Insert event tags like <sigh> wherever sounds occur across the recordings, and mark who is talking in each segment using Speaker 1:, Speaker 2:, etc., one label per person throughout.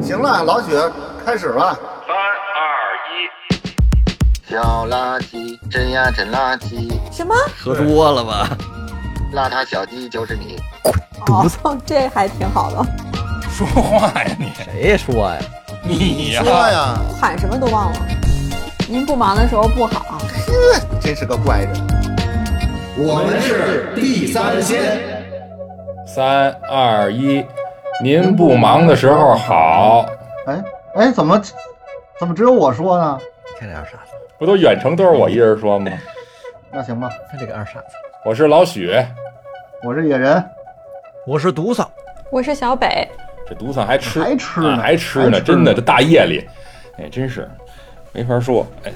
Speaker 1: 行了，老许，开始吧。
Speaker 2: 三二一，
Speaker 3: 小垃圾，真呀真垃圾，
Speaker 4: 什么？
Speaker 5: 喝多了吧？
Speaker 3: 邋遢小鸡就是你。
Speaker 4: 哦， <laughs> 这还挺好的，
Speaker 6: 说话呀你
Speaker 5: 谁说呀？
Speaker 6: 你呀、
Speaker 1: 说
Speaker 6: <laughs>
Speaker 1: 呀，
Speaker 4: 喊什么都忘了。您不忙的时候不好，啊
Speaker 1: 呵，真是个怪人。
Speaker 7: 我们是地三鲜。
Speaker 6: 三二一，您不忙的时候好，
Speaker 8: 哎哎，怎么怎么只有我说呢？
Speaker 5: 看这二傻子，
Speaker 6: 不都远程都是我一人说吗？
Speaker 8: 那行吧，
Speaker 5: 看这个二傻子，
Speaker 6: 我是老许，
Speaker 8: 我是野人，
Speaker 5: 我是毒嫂，
Speaker 4: 我是小北，
Speaker 6: 这毒蒜还吃
Speaker 8: 还吃
Speaker 6: 啊
Speaker 8: 呢
Speaker 6: 还吃呢，
Speaker 8: 还吃
Speaker 6: 真
Speaker 8: 呢
Speaker 6: 的这大夜里，哎，真是没法说，哎，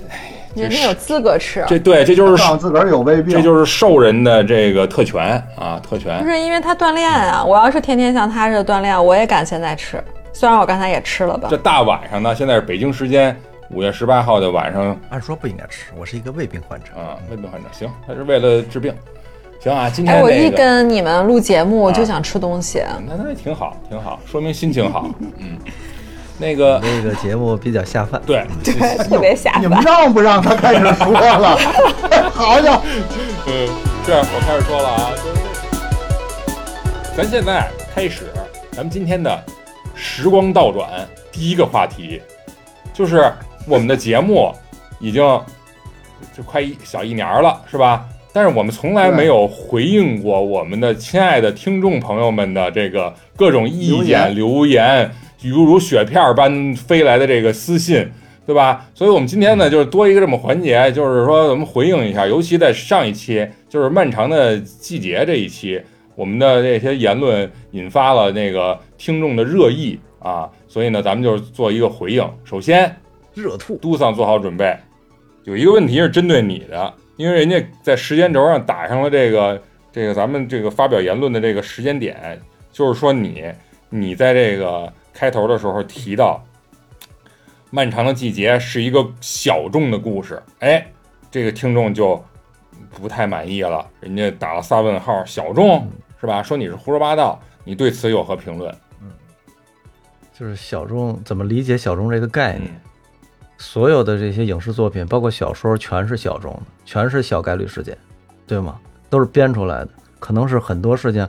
Speaker 4: 人家有资格吃，
Speaker 6: 这对这就是
Speaker 8: 告诉自个儿有胃病，
Speaker 6: 这就是兽人的这个特权啊，特
Speaker 4: 不
Speaker 6: 权。
Speaker 4: 是因为他锻炼啊。我要是天天像他似的锻炼，我也敢现在吃。虽然我刚才也吃了吧
Speaker 6: 这，大晚上呢，现在是北京时间五月十八号的晚上
Speaker 5: 按说不应该吃，我是一个胃病患者。
Speaker 6: 啊，胃病患者行，他是为了治病，行啊，今
Speaker 4: 哎，
Speaker 6: 天
Speaker 4: 我
Speaker 6: 这
Speaker 4: 一
Speaker 6: 个。
Speaker 4: 跟你们录节目我就想吃
Speaker 6: <laughs>
Speaker 4: 东西，
Speaker 6: 那那挺好，挺好，说明心情好。嗯，那个
Speaker 5: 这个节目比较下饭，
Speaker 6: 对，
Speaker 4: 对，特别下
Speaker 8: 你们
Speaker 4: 饭。
Speaker 8: 让不让他开始说
Speaker 6: <laughs>
Speaker 8: 了？好家伙！
Speaker 6: 嗯，这样我开始说了啊，就是咱现在开始咱们今天的时光倒转第一个话题，就是我们的节目已经就快一小一年了，是吧？但是我们从来没有回应过我们的亲爱的听众朋友们的这个各种意见留言，如如雪片儿般飞来的这个私信，对吧？所以我们今天呢，就是多一个这么环节，就是说咱们回应一下，尤其在上一期就是漫长的季节这一期，我们的这些言论引发了那个听众的热议啊，所以呢，咱们就是做一个回应。首先，
Speaker 5: 热吐。
Speaker 6: 都桑做好准备。有一个问题是针对你的，因为人家在时间轴上打上了这个这个咱们这个发表言论的这个时间点，就是说你你在这个开头的时候提到《漫长的季节》是一个小众的故事，哎，这个听众就不太满意了，人家打了仨问号，小众是吧？说你是胡说八道，你对此有何评论？
Speaker 5: 就是小众怎么理解小众这个概念？
Speaker 6: 嗯，
Speaker 5: 所有的这些影视作品，包括小说，全是小众的，全是小概率事件，对吗？都是编出来的，可能是很多事情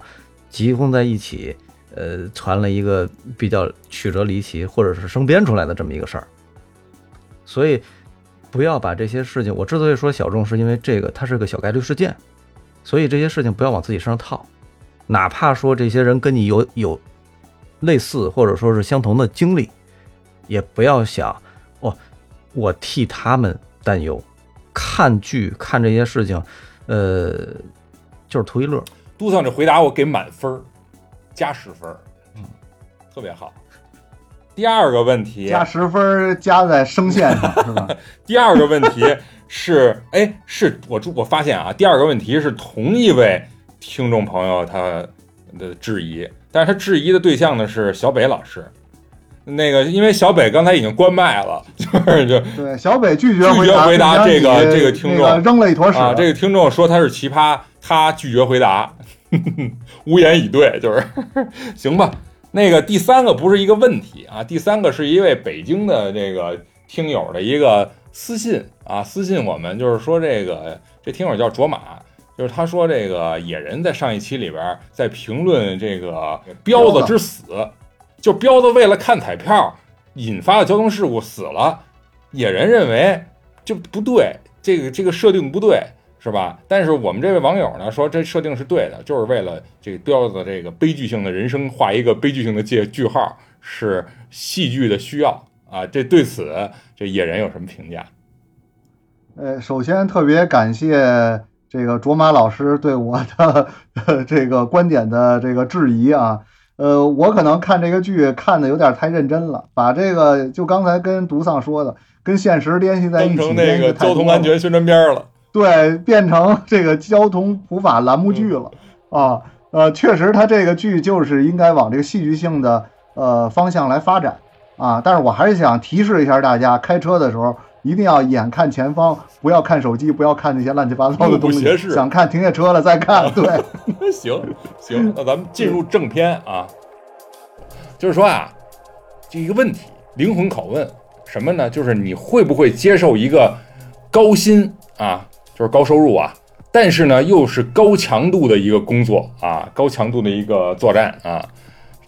Speaker 5: 集中在一起，呃，传了一个比较曲折离奇，或者是生编出来的这么一个事儿。所以，不要把这些事情，我之所以说小众，是因为这个它是个小概率事件，所以这些事情不要往自己身上套，哪怕说这些人跟你有有类似或者说是相同的经历，也不要想哦，我替他们担忧。看剧看这些事情，呃，就是图一乐。
Speaker 6: 都桑这回答我给满分儿，加十分，嗯，特别好。第二个问题，
Speaker 8: 加十分儿加在声线上是吧？
Speaker 6: 第二个问题是，哎，是我注我发现啊，第二个问题是同一位听众朋友他的质疑，但是他质疑的对象呢是小北老师。那个，因为小北刚才已经关麦了， <laughs> 就是就
Speaker 8: 对，小北拒绝
Speaker 6: 拒绝回答
Speaker 8: 并且
Speaker 6: 这个
Speaker 8: 你
Speaker 6: 这个听众
Speaker 8: 那个扔了一坨屎。
Speaker 6: 啊，这个听众说他是奇葩，他拒绝回答， <laughs> 无言以对，就是 <laughs> 行吧。那个第三个不是一个问题啊，第三个是一位北京的这个听友的一个私信啊，私信我们就是说这个这听友叫卓玛，就是他说这个野人在上一期里边儿在评论这个彪子之死，就彪子为了看彩票引发了交通事故死了，野人认为这不对，这个这个设定不对，是吧？但是我们这位网友呢说这设定是对的，就是为了这个彪子这个悲剧性的人生画一个悲剧性的界句号，是戏剧的需要啊。这对此这野人有什么评价？
Speaker 8: 呃，首先特别感谢这个卓玛老师对我的 <laughs> 这个观点的这个质疑啊。呃，我可能看这个剧看的有点太认真了，把这个就刚才跟独丧说的，跟现实联系在一
Speaker 6: 当
Speaker 8: 起，
Speaker 6: 成那
Speaker 8: 联系
Speaker 6: 个
Speaker 8: 得太
Speaker 6: 交通
Speaker 8: 多
Speaker 6: 安
Speaker 8: 了
Speaker 6: 全宣传片了。 <laughs>
Speaker 8: 对，变成这个交通普法栏目剧了
Speaker 6: 嗯
Speaker 8: 啊。呃，确实，它这个剧就是应该往这个戏剧性的呃方向来发展啊。但是我还是想提示一下大家，开车的时候一定要眼看前方，不要看手机，不要看那些乱七八糟
Speaker 6: 目
Speaker 8: 的东
Speaker 6: 不
Speaker 8: 西
Speaker 6: 斜。视
Speaker 8: 想看停下车了再看，
Speaker 6: <laughs>
Speaker 8: 对。
Speaker 6: 行行，那咱们进入正片啊，就是说啊，就一个问题，灵魂拷问，什么呢？就是你会不会接受一个高薪啊，就是高收入啊，但是呢又是高强度的一个工作啊，高强度的一个作战啊，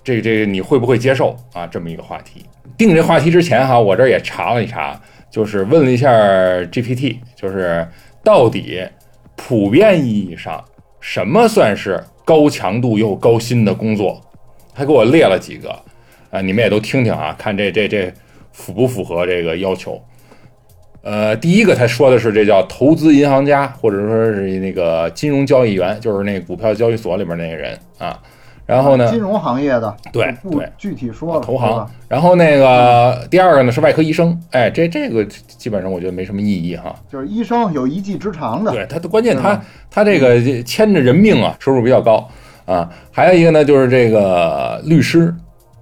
Speaker 6: 这这个你会不会接受啊？这么一个话题。定这话题之前哈，我这儿也查了一查，就是问了一下 GPT，就是到底普遍意义上什么算是高强度又高薪的工作？他给我列了几个，啊，你们也都听听啊，看这这这符不符合这个要求。呃，第一个他说的是这叫投资银行家，或者说是那个金融交易员，就是那股票交易所里面那个人啊。然后呢，
Speaker 8: 金融行业的，
Speaker 6: 对
Speaker 8: 就不
Speaker 6: 对，
Speaker 8: 具体说了，
Speaker 6: 投
Speaker 8: 对
Speaker 6: 行
Speaker 8: 吧，
Speaker 6: 然后那个第二个呢是外科医生，哎，这这个基本上我觉得没什么意义哈。
Speaker 8: 就是医生有一技之长的，
Speaker 6: 对，他的关键
Speaker 8: 是
Speaker 6: 他
Speaker 8: 吧
Speaker 6: 他这个牵着人命啊，收入比较高啊。还有一个呢就是这个律师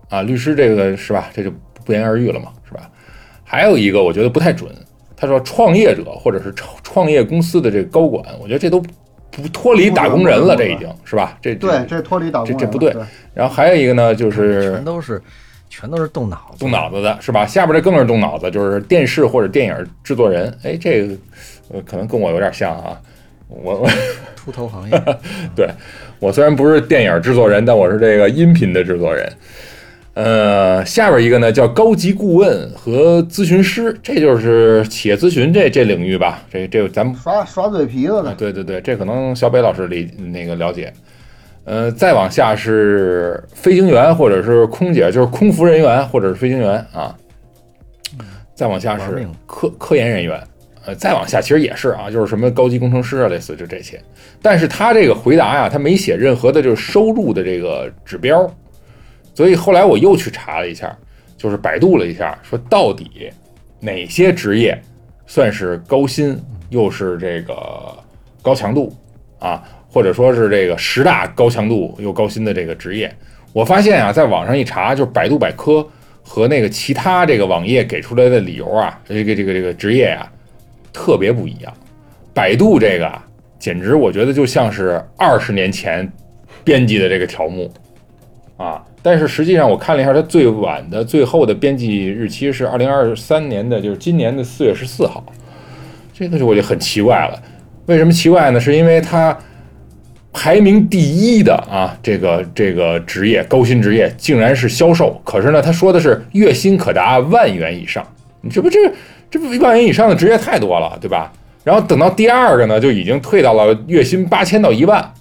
Speaker 6: 啊，律师这个是吧，这就不言而喻了嘛，是吧？还有一个我觉得不太准，他说创业者或者是创创业公司的这个高管，我觉得这都不脱离打工人了，这已经是吧？这
Speaker 8: 对，这脱离打工人了，
Speaker 6: 这这不对然后还有一个呢就是
Speaker 5: 全都是全都是动脑子，
Speaker 6: 动脑子的是吧？下边这更是动脑子，就是电视或者电影制作人。哎，这个呃，可能跟我有点像啊。我 <laughs> 我
Speaker 5: 出头行
Speaker 6: <laughs>
Speaker 5: 业。
Speaker 6: 我虽然不是电影制作人，但我是这个音频的制作人。呃，下边一个呢叫高级顾问和咨询师，这就是企业咨询这这领域吧。这这咱们
Speaker 8: 耍耍嘴皮子
Speaker 6: 啊，
Speaker 8: 的，
Speaker 6: 对对对，这可能小北老师理那个了解。呃，再往下是飞行员或者是空姐，就是空服人员或者是飞行员啊。再往下
Speaker 5: 嗯玩
Speaker 6: 是
Speaker 5: 命
Speaker 6: 科科研人员，呃，再往下其实也是啊，就是什么高级工程师啊，类似就这些。但是他这个回答呀，他没写任何的就是收入的这个指标，所以后来我又去查了一下，就是百度了一下，说到底哪些职业算是高薪又是这个高强度啊，或者说是这个十大高强度又高薪的这个职业。我发现啊，在网上一查，就是百度百科和那个其他这个网页给出来的理由啊，这个这个这个职业啊，特别不一样。百度这个啊，简直我觉得就像是二十年前编辑的这个条目啊。但是实际上我看了一下，它最晚的最后的编辑日期是二零二三年的，就是今年的四月十四号。这个就我就很奇怪了，为什么奇怪呢？是因为它排名第一的啊，这个这个职业高薪职业竟然是销售，可是呢，他说的是月薪可达万元以上，你这不这这不万元以上的职业太多了，对吧？然后等到第二个呢，就已经退到了月薪八千到一万，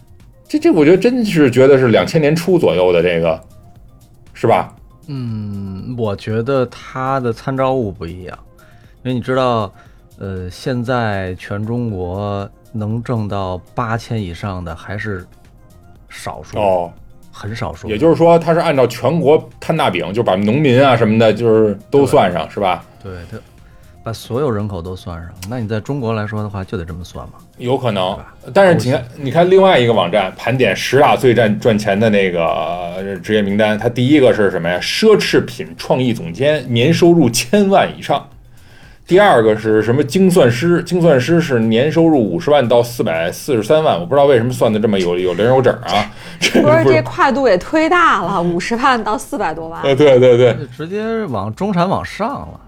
Speaker 6: 这这我觉得真是觉得是两千年初左右的这个，是吧？
Speaker 5: 嗯，我觉得它的参照物不一样，因为你知道，呃，现在全中国能挣到八千以上的还是少数，
Speaker 6: 哦，
Speaker 5: 很少数。
Speaker 6: 也就是说，他是按照全国摊大饼，就把农民啊什么的，就是都算上，是吧？
Speaker 5: 对它把所有人口都算上，那你在中国来说的话，就得这么算嘛。
Speaker 6: 有可能
Speaker 5: 吧，
Speaker 6: 但是你看，你看另外一个网站盘点十大最赚赚钱的那个呃职业名单，它第一个是什么呀？奢侈品创意总监，年收入千万以上。第二个是什么？精算师，精算师是年收入五十万到四百四十三万，我不知道为什么算的这么有有零有整啊。 <laughs> 这
Speaker 4: 不
Speaker 6: 个
Speaker 4: 是这跨度也忒大了，五十万到四百多万。
Speaker 6: 呃，对对对，
Speaker 5: 就直接往中产往上了。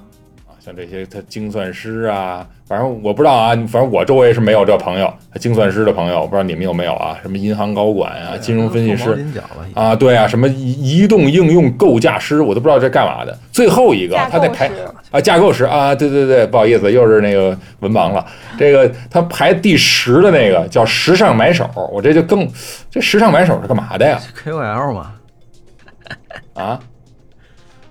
Speaker 6: 像这些他精算师啊，反正我不知道啊，反正我周围是没有这朋友，精算师的朋友，我不知道你们有没有啊？什么银行高管啊，金融分析
Speaker 5: 凤毛
Speaker 6: 师
Speaker 5: 麟角了已经，
Speaker 6: 啊，对啊，什么移移动应用构架师，我都不知道这干嘛的。最后一个
Speaker 4: 架，构
Speaker 6: 他得排
Speaker 4: 师
Speaker 6: 啊，架构师啊，对对对，不好意思，又是那个文盲了。这个他排第十的那个叫时尚买手，我这就更这时尚买手是干嘛的呀？
Speaker 5: KOL 嘛，
Speaker 6: 啊，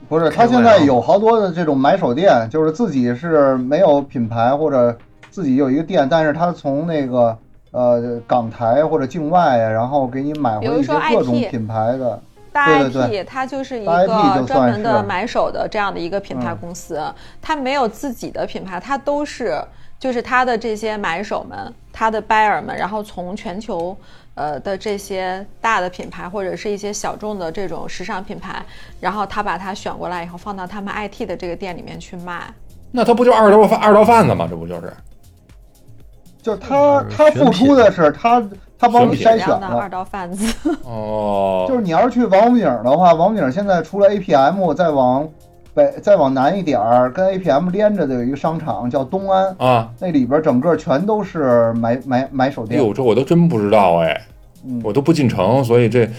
Speaker 8: 不是
Speaker 5: 啊
Speaker 8: 他现在有好多的这种买手店，就是自己是没有品牌或者自己有一个店，但是他从那个呃港台或者境外呀，然后给你买回
Speaker 4: 比如
Speaker 8: 一些
Speaker 4: 说
Speaker 8: 各种
Speaker 4: IP
Speaker 8: 品牌的，
Speaker 4: 大
Speaker 8: 对
Speaker 4: IP，
Speaker 8: 对
Speaker 4: 它就是一
Speaker 8: 大 IP
Speaker 4: 个
Speaker 8: 就
Speaker 4: 专门
Speaker 8: 算
Speaker 4: 的
Speaker 8: 是
Speaker 4: 买手的这样的一个品牌
Speaker 8: 嗯
Speaker 4: 公司，它没有自己的品牌，它都是就是它的这些买手们，它的 buyer 们，然后从全球呃的这些大的品牌或者是一些小众的这种时尚品牌，然后他把它选过来以后放到他们 IT 的这个店里面去卖。
Speaker 6: 那他不就二道贩二道贩子吗？这不就是？
Speaker 8: 就是他
Speaker 5: 就是
Speaker 8: 他
Speaker 5: 选
Speaker 8: 付出
Speaker 5: 品
Speaker 8: 的是他他帮你
Speaker 6: 选品
Speaker 8: 筛
Speaker 4: 这
Speaker 8: 选
Speaker 4: 样的二
Speaker 8: 了。
Speaker 4: 道贩子，
Speaker 6: 哦，
Speaker 8: 就是你要是去王府井的话，王府井现在除了 APM，再往北再往南一点儿，跟 APM 连着的有一个商场叫东安，
Speaker 6: 啊，
Speaker 8: 那里边儿整个全都是买买买手
Speaker 6: 哎
Speaker 8: 店。
Speaker 6: 呦，这我都真不知道哎，
Speaker 8: 嗯
Speaker 6: 我都不进城，所以这，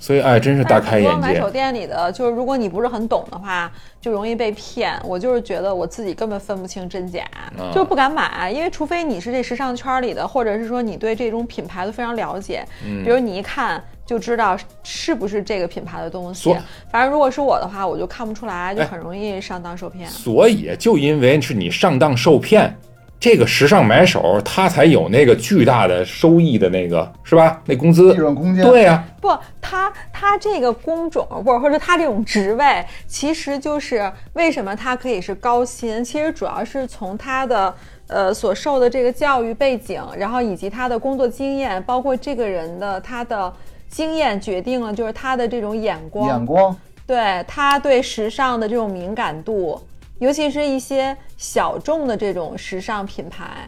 Speaker 6: 所以哎，真是大开
Speaker 4: 很多
Speaker 6: 眼
Speaker 4: 买手
Speaker 6: 界。
Speaker 4: 店里的，就是如果你不是很懂的话，就容易被骗。我就是觉得我自己根本分不清真假，
Speaker 6: 嗯
Speaker 4: 就是不敢买，因为除非你是这时尚圈里的，或者是说你对这种品牌都非常了解，
Speaker 6: 嗯
Speaker 4: 比如你一看就知道是不是这个品牌的东西
Speaker 6: 所。哎
Speaker 4: 反正如果是我的话，我就看不出来，就很容易上当受骗。
Speaker 6: 所以就因为是你上当受骗，这个时尚买手他才有那个巨大的收益的那个是吧？那工资
Speaker 8: 利，润空间
Speaker 6: 对呀、
Speaker 4: 不，他他这个工种，或者或者他这种职位，其实就是为什么他可以是高薪，其实主要是从他的呃所受的这个教育背景，然后以及他的工作经验，包括这个人的他的经验决定了，就是他的这种眼光，
Speaker 8: 眼光
Speaker 4: 对他对时尚的这种敏感度，尤其是一些小众的这种时尚品牌，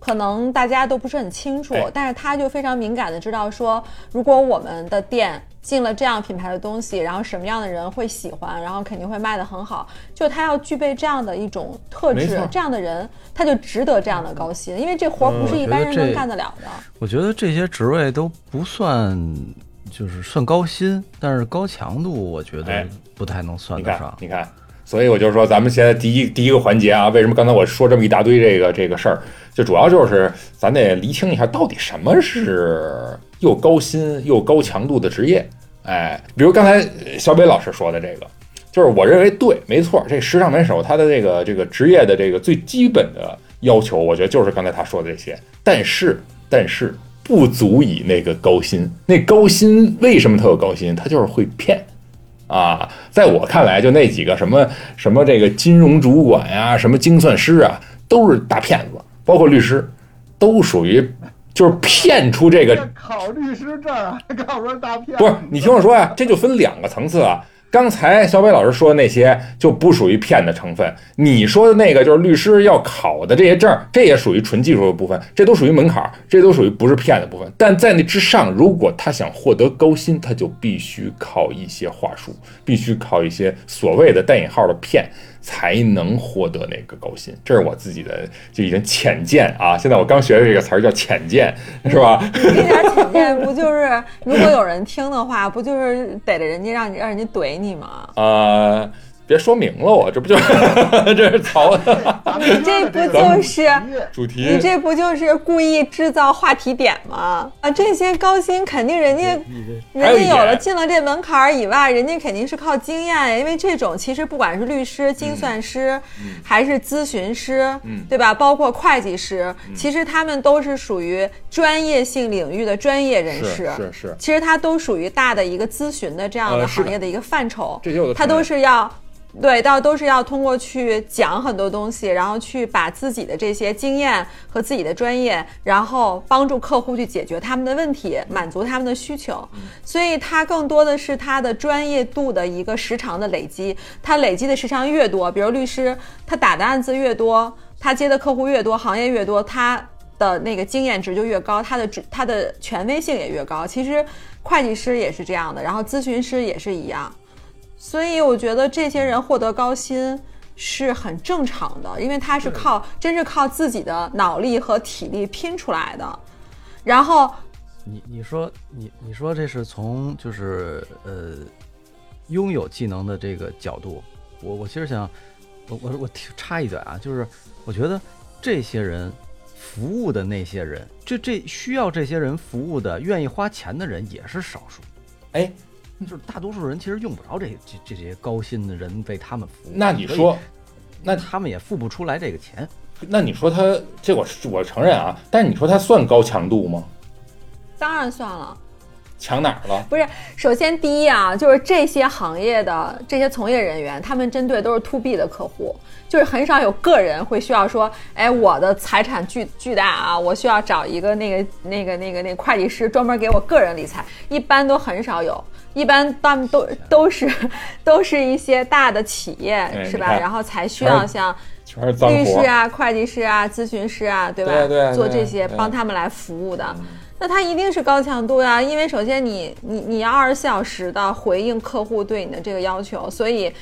Speaker 4: 可能大家都不是很清楚，
Speaker 6: 哎
Speaker 4: 但是他就非常敏感的知道说，如果我们的店进了这样品牌的东西，然后什么样的人会喜欢，然后肯定会卖得很好，就他要具备这样的一种特
Speaker 6: 没
Speaker 4: 质
Speaker 6: 错，
Speaker 4: 这样的人他就值得这样的高薪，因为这活儿
Speaker 5: 嗯
Speaker 4: 不是
Speaker 5: 我
Speaker 4: 一
Speaker 5: 觉
Speaker 4: 般
Speaker 5: 得
Speaker 4: 人能
Speaker 5: 这
Speaker 4: 干得了的。
Speaker 5: 我觉得这些职位都不算，就是算高薪，但是高强度，我觉
Speaker 6: 哎
Speaker 5: 得不太能算
Speaker 6: 你
Speaker 5: 得
Speaker 6: 看
Speaker 5: 上，。
Speaker 6: 你看，所以我就说，咱们现在第一第一个环节啊，为什么刚才我说这么一大堆这个这个事儿，就主要就是咱得厘清一下，到底什么是又高薪又高强度的职业？哎，比如刚才呃小北老师说的这个，就是我认为对，没错，这时尚买手他的这个这个职业的这个最基本的要求，我觉得就是刚才他说的这些，但是但是。不足以那个高薪，那高薪为什么他有高薪？他就是会骗，啊，在我看来，就那几个什么什么这个金融主管呀、什么精算师啊，都是大骗子，包括律师，都属于就是骗出这个。
Speaker 8: 考律师证 <laughs> 儿啊还告诉人大骗子
Speaker 6: 不是，你听我说呀、这就分两个层次啊。刚才小北老师说的那些就不属于骗的成分，你说的那个就是律师要考的这些证儿，这也属于纯技术的部分，这都属于门槛儿，这都属于不是骗的部分。但在那之上，如果他想获得高薪，他就必须靠一些话术，必须靠一些所谓的带引号的骗，才能获得那个高薪。这是我自己的就已经浅见啊，现在我刚学的这个词儿叫浅见，是吧？
Speaker 4: <laughs> 这点儿浅见不就是，如果有人听的话，不就是逮着人家让你让人家怼你吗？
Speaker 6: 呃，别说明了我，这不就 <laughs> 这是曹 <laughs> 的
Speaker 8: 咱们今儿的
Speaker 4: 这不
Speaker 8: 个
Speaker 4: 就是
Speaker 8: 职业
Speaker 6: 主题？
Speaker 4: 你这不就是故意制造话题点吗？啊，这些高薪肯定人家
Speaker 6: 还
Speaker 4: 人
Speaker 6: 有一
Speaker 4: 家有了
Speaker 6: 点
Speaker 4: 进了这门槛儿以外，人家肯定是靠经验，因为这种其实不管是律师、精算师，还是咨询师，
Speaker 6: 嗯
Speaker 4: 对吧？包括会计师，其实他们都是属于专业性领域的专业人
Speaker 6: 是
Speaker 4: 士。
Speaker 6: 是是
Speaker 4: 其实它都属于大的一个咨询的这样
Speaker 6: 呃
Speaker 4: 的
Speaker 6: 是的
Speaker 4: 行业的一个范畴，
Speaker 6: 这些我都
Speaker 4: 它
Speaker 6: 承认
Speaker 4: 都是要。对，到都是要通过去讲很多东西，然后去把自己的这些经验和自己的专业，然后帮助客户去解决他们的问题，满足他们的需求。所以它更多的是它的专业度的一个时长的累积，它累积的时长越多，比如律师，他打的案子越多，他接的客户越多，行业越多，他的那个经验值就越高，他的职他的权威性也越高。其实会计师也是这样的，然后咨询师也是一样。所以我觉得这些人获得高薪是很正常的，因为他是靠真是靠自己的脑力和体力拼出来的。然后
Speaker 5: 你你说你你说这是从就是呃拥有技能的这个角度，我我其实想我我我提插一嘴啊，就是我觉得这些人服务的那些人，这这需要这些人服务的愿意花钱的人也是少数，
Speaker 6: 哎，
Speaker 8: 嗯
Speaker 5: 就是大多数人其实用不着这这这些高薪的人为他们服务，
Speaker 6: 那你
Speaker 5: 所以
Speaker 6: 说，那
Speaker 5: 他们也付不出来这个钱。
Speaker 6: 那你说他这我是我承认啊，但你说他算高强度吗？
Speaker 4: 当然算了。
Speaker 6: 强哪儿了？
Speaker 4: 不是，首先第一啊，就是这些行业的这些从业人员，他们针对都是 to B 的客户，就是很少有个人会需要说，哎，我的财产巨巨大啊，我需要找一个那个那个那个那个会计师专门给我个人理财，一般都很少有，一般他们都都是都是一些大的企业是
Speaker 6: 你
Speaker 4: 吧？
Speaker 6: 看
Speaker 4: 然后才需
Speaker 6: 全
Speaker 4: 要
Speaker 6: 是
Speaker 4: 像
Speaker 6: 全是脏
Speaker 4: 律
Speaker 6: 活
Speaker 4: 师。啊、会计师啊、咨询师啊，对吧？
Speaker 6: 对对对
Speaker 4: 做这些
Speaker 6: 对嗯
Speaker 4: 帮他们来服务的。那他一定是高强度呀、因为首先你你你要二十四小时的回应客户对你的这个要求，所以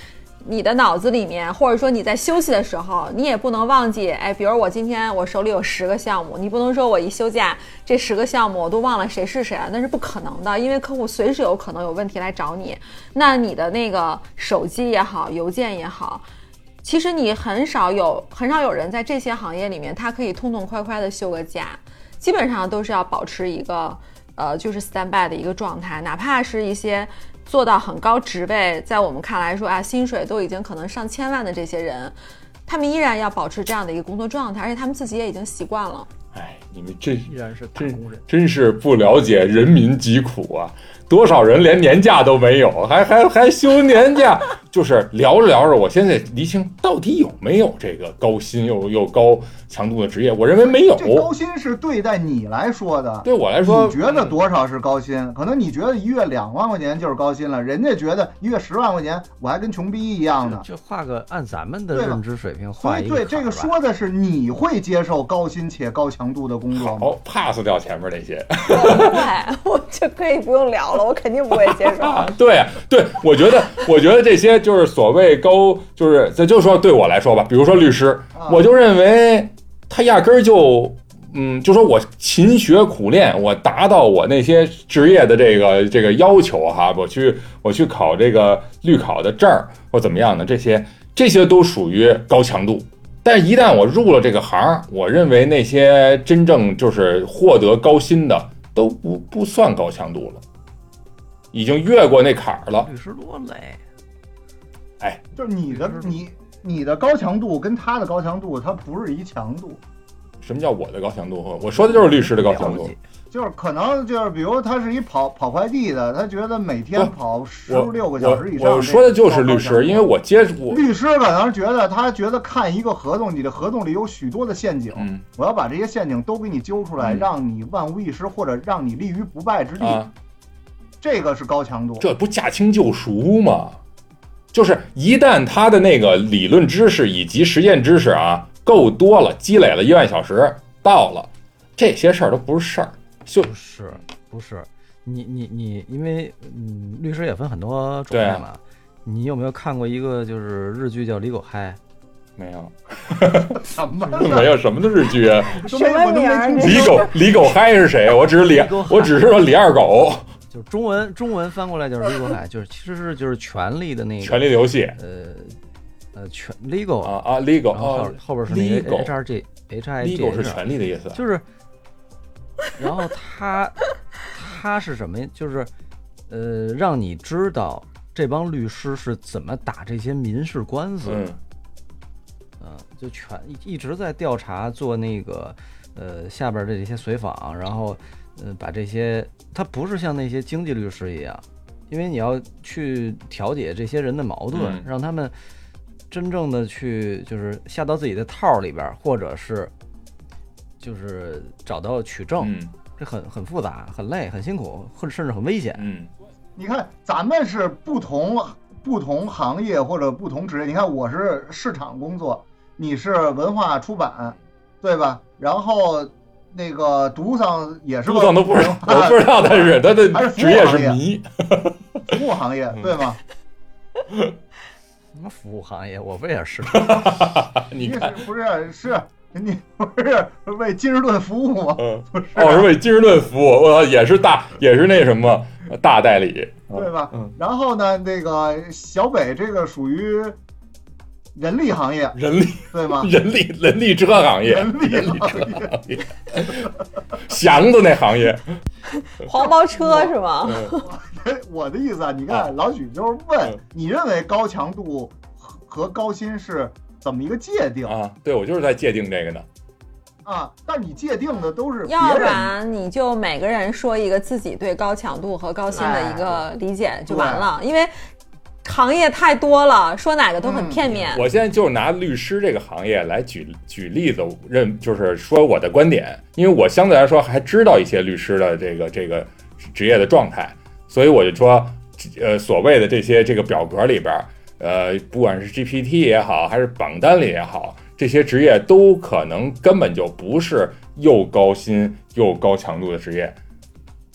Speaker 4: 你的脑子里面，或者说你在休息的时候，你也不能忘记，哎，比如我今天我手里有十个项目，你不能说我一休假这十个项目我都忘了谁是谁了，那是不可能的，因为客户随时有可能有问题来找你。那你的那个手机也好，邮件也好，其实你很少有很少有人在这些行业里面，他可以痛痛快快的休个假，基本上都是要保持一个呃就是 stand by 的一个状态，哪怕是一些做到很高职位，在我们看来说啊，薪水都已经可能上千万的这些人，他们依然要保持这样的一个工作状态，而且他们自己也已经习惯了。
Speaker 6: 哎，你们这
Speaker 9: 依然是打
Speaker 6: 真
Speaker 9: 工人。
Speaker 6: 真是不了解人民疾苦啊！多少人连年假都没有，还还还休年假？ <laughs> 就是聊着聊着，我现在厘清到底有没有这个高薪又又高强度的职业？我认为没有。
Speaker 8: 这高薪是对待你来说的，
Speaker 6: 对我来说，
Speaker 8: 你觉得多少是高薪？可能你觉得一月两万块钱就是高薪了，人家觉得一月十万块钱，我还跟穷逼一样呢。
Speaker 5: 就画个按咱们的
Speaker 8: 对吧
Speaker 5: 认知水平
Speaker 8: 所
Speaker 5: 画
Speaker 8: 以
Speaker 5: 一
Speaker 8: 对
Speaker 5: 坎
Speaker 8: 这
Speaker 5: 儿
Speaker 8: 个
Speaker 5: 吧
Speaker 8: 说的是你会接受高薪且高强度的工作吗？
Speaker 6: 好哦 pass 掉前面那些。
Speaker 4: 我不会， <laughs> 我就可以不用聊了，我肯定不会接受。
Speaker 6: 啊，对对，我觉得，我觉得这些就是所谓高，就是这就说对我来说吧，比如说律师，我就认为他压根儿就，嗯，就说我勤学苦练，我达到我那些职业的这个这个要求哈，我去我去考这个律考的证儿或怎么样的这些，这些都属于高强度。但一旦我入了这个行儿，我认为那些真正就是获得高薪的都不不算高强度了。已经越过那坎儿了。
Speaker 5: 律师多累，
Speaker 8: 就是你的你你的高强度跟他的高强度，它不是一强度，
Speaker 6: 什么叫我的高强度？我说的就是律师的高强
Speaker 5: 了
Speaker 6: 度
Speaker 5: 解。
Speaker 8: 就是可能就是比如他是一跑跑快递的，他觉得每天跑十
Speaker 6: 我
Speaker 8: 六个小时以上这个高强度。
Speaker 6: 我我说的就是律师，因为我接触，
Speaker 8: 律师可能觉得他觉得看一个合同，你的合同里有许多的陷阱，
Speaker 6: 嗯
Speaker 8: 我要把这些陷阱都给你揪出来，
Speaker 6: 嗯
Speaker 8: 让你万无一失，或者让你立于不败之地。
Speaker 6: 啊，
Speaker 8: 这个是高强度。
Speaker 6: 这不驾轻就熟吗？就是一旦他的那个理论知识以及实践知识啊够多了，积累了一万小时，到了这些事儿都不是事儿。就
Speaker 5: 不是不是，你你你，因为嗯，律师也分很多种
Speaker 6: 对
Speaker 5: 类
Speaker 6: 啊
Speaker 5: 嘛。你有没有看过一个就是日剧叫《李狗嗨
Speaker 6: 没有
Speaker 8: 什么呢？
Speaker 6: 没有什么的日剧啊，
Speaker 8: 都没我都没听
Speaker 6: <laughs> 李
Speaker 8: 说
Speaker 6: 狗李狗嗨是谁？我只是李
Speaker 5: 李狗，嗨
Speaker 6: 我只是说李二狗，》，
Speaker 5: 就是中文中文翻过来就是《李狗
Speaker 6: <laughs>
Speaker 5: 嗨》，就是其实是就是权力的那个
Speaker 6: 权力的游戏
Speaker 5: 呃呃权 legal，、
Speaker 6: 啊啊，李狗
Speaker 5: 然后
Speaker 6: 啊
Speaker 5: 后后边是那个
Speaker 6: legal
Speaker 5: H R G H I G
Speaker 6: ，legal 是
Speaker 5: H，
Speaker 6: 权力的意思。
Speaker 5: 就是，然后他他是什么呀？就是呃，让你知道这帮律师是怎么打这些民事官司的。
Speaker 6: 嗯，
Speaker 5: 嗯，就全一一直在调查做那个呃下边儿的这些随访，然后呃把这些他不是像那些经济律师一样，因为你要去调解这些人的矛盾，
Speaker 6: 嗯
Speaker 5: 让他们真正的去就是下到自己的套儿里边儿，或者是就是找到取证，
Speaker 6: 嗯
Speaker 5: 这很很复杂，很累，很辛苦，或者甚至很危险。
Speaker 6: 嗯
Speaker 8: 你看，咱们是不同不同行业或者不同职业。你看，我是市场工作，你是文化出版，对吧？然后那个读上也是
Speaker 6: 杜总都不知道，
Speaker 8: 文
Speaker 6: 我
Speaker 8: 化
Speaker 6: 不知道他是他的
Speaker 8: 还是服务
Speaker 6: 职业是
Speaker 8: 行业
Speaker 6: 迷，
Speaker 8: 服务行业，
Speaker 6: 嗯
Speaker 8: 对吗？
Speaker 5: 什么服务行业，我不也
Speaker 6: <laughs>
Speaker 5: 是？
Speaker 6: 你看，
Speaker 8: 是不是是你不是为今日论服务吗？
Speaker 6: 嗯，哦，是为今日论服务，我操，也是大，也是那什么大代理，
Speaker 8: 对吧？
Speaker 6: 嗯，
Speaker 8: 然后呢，那个小北这个属于人力行业，
Speaker 6: 人力？
Speaker 8: 对吗
Speaker 6: 人力人力车行业，
Speaker 8: 人力
Speaker 6: 人力
Speaker 8: 行
Speaker 6: 车
Speaker 8: 业，
Speaker 6: 行业， <laughs> 祥子那行业，嗯
Speaker 4: 黄包车是吗？
Speaker 8: <laughs> 我的意思啊，你
Speaker 6: 啊
Speaker 8: 看老许就是问
Speaker 6: 嗯，
Speaker 8: 你认为高强度和和高薪是怎么一个界定
Speaker 6: 啊，对我就是在界定这个呢，
Speaker 8: 啊？但你界定的都是别
Speaker 4: 要不
Speaker 8: 人，
Speaker 4: 然你就每个人说一个自己对高强度和高薪的一个理解就完了，因为行业太多了，说哪个都很片
Speaker 8: 嗯
Speaker 4: 面。
Speaker 6: 我现在就拿律师这个行业来举举例子，认就是说我的观点，因为我相对来说还知道一些律师的这个这个职业的状态，所以我就说，呃，所谓的这些这个表格里边儿，呃，不管是 GPT 也好，还是榜单里也好，这些职业都可能根本就不是又高薪又高强度的职业，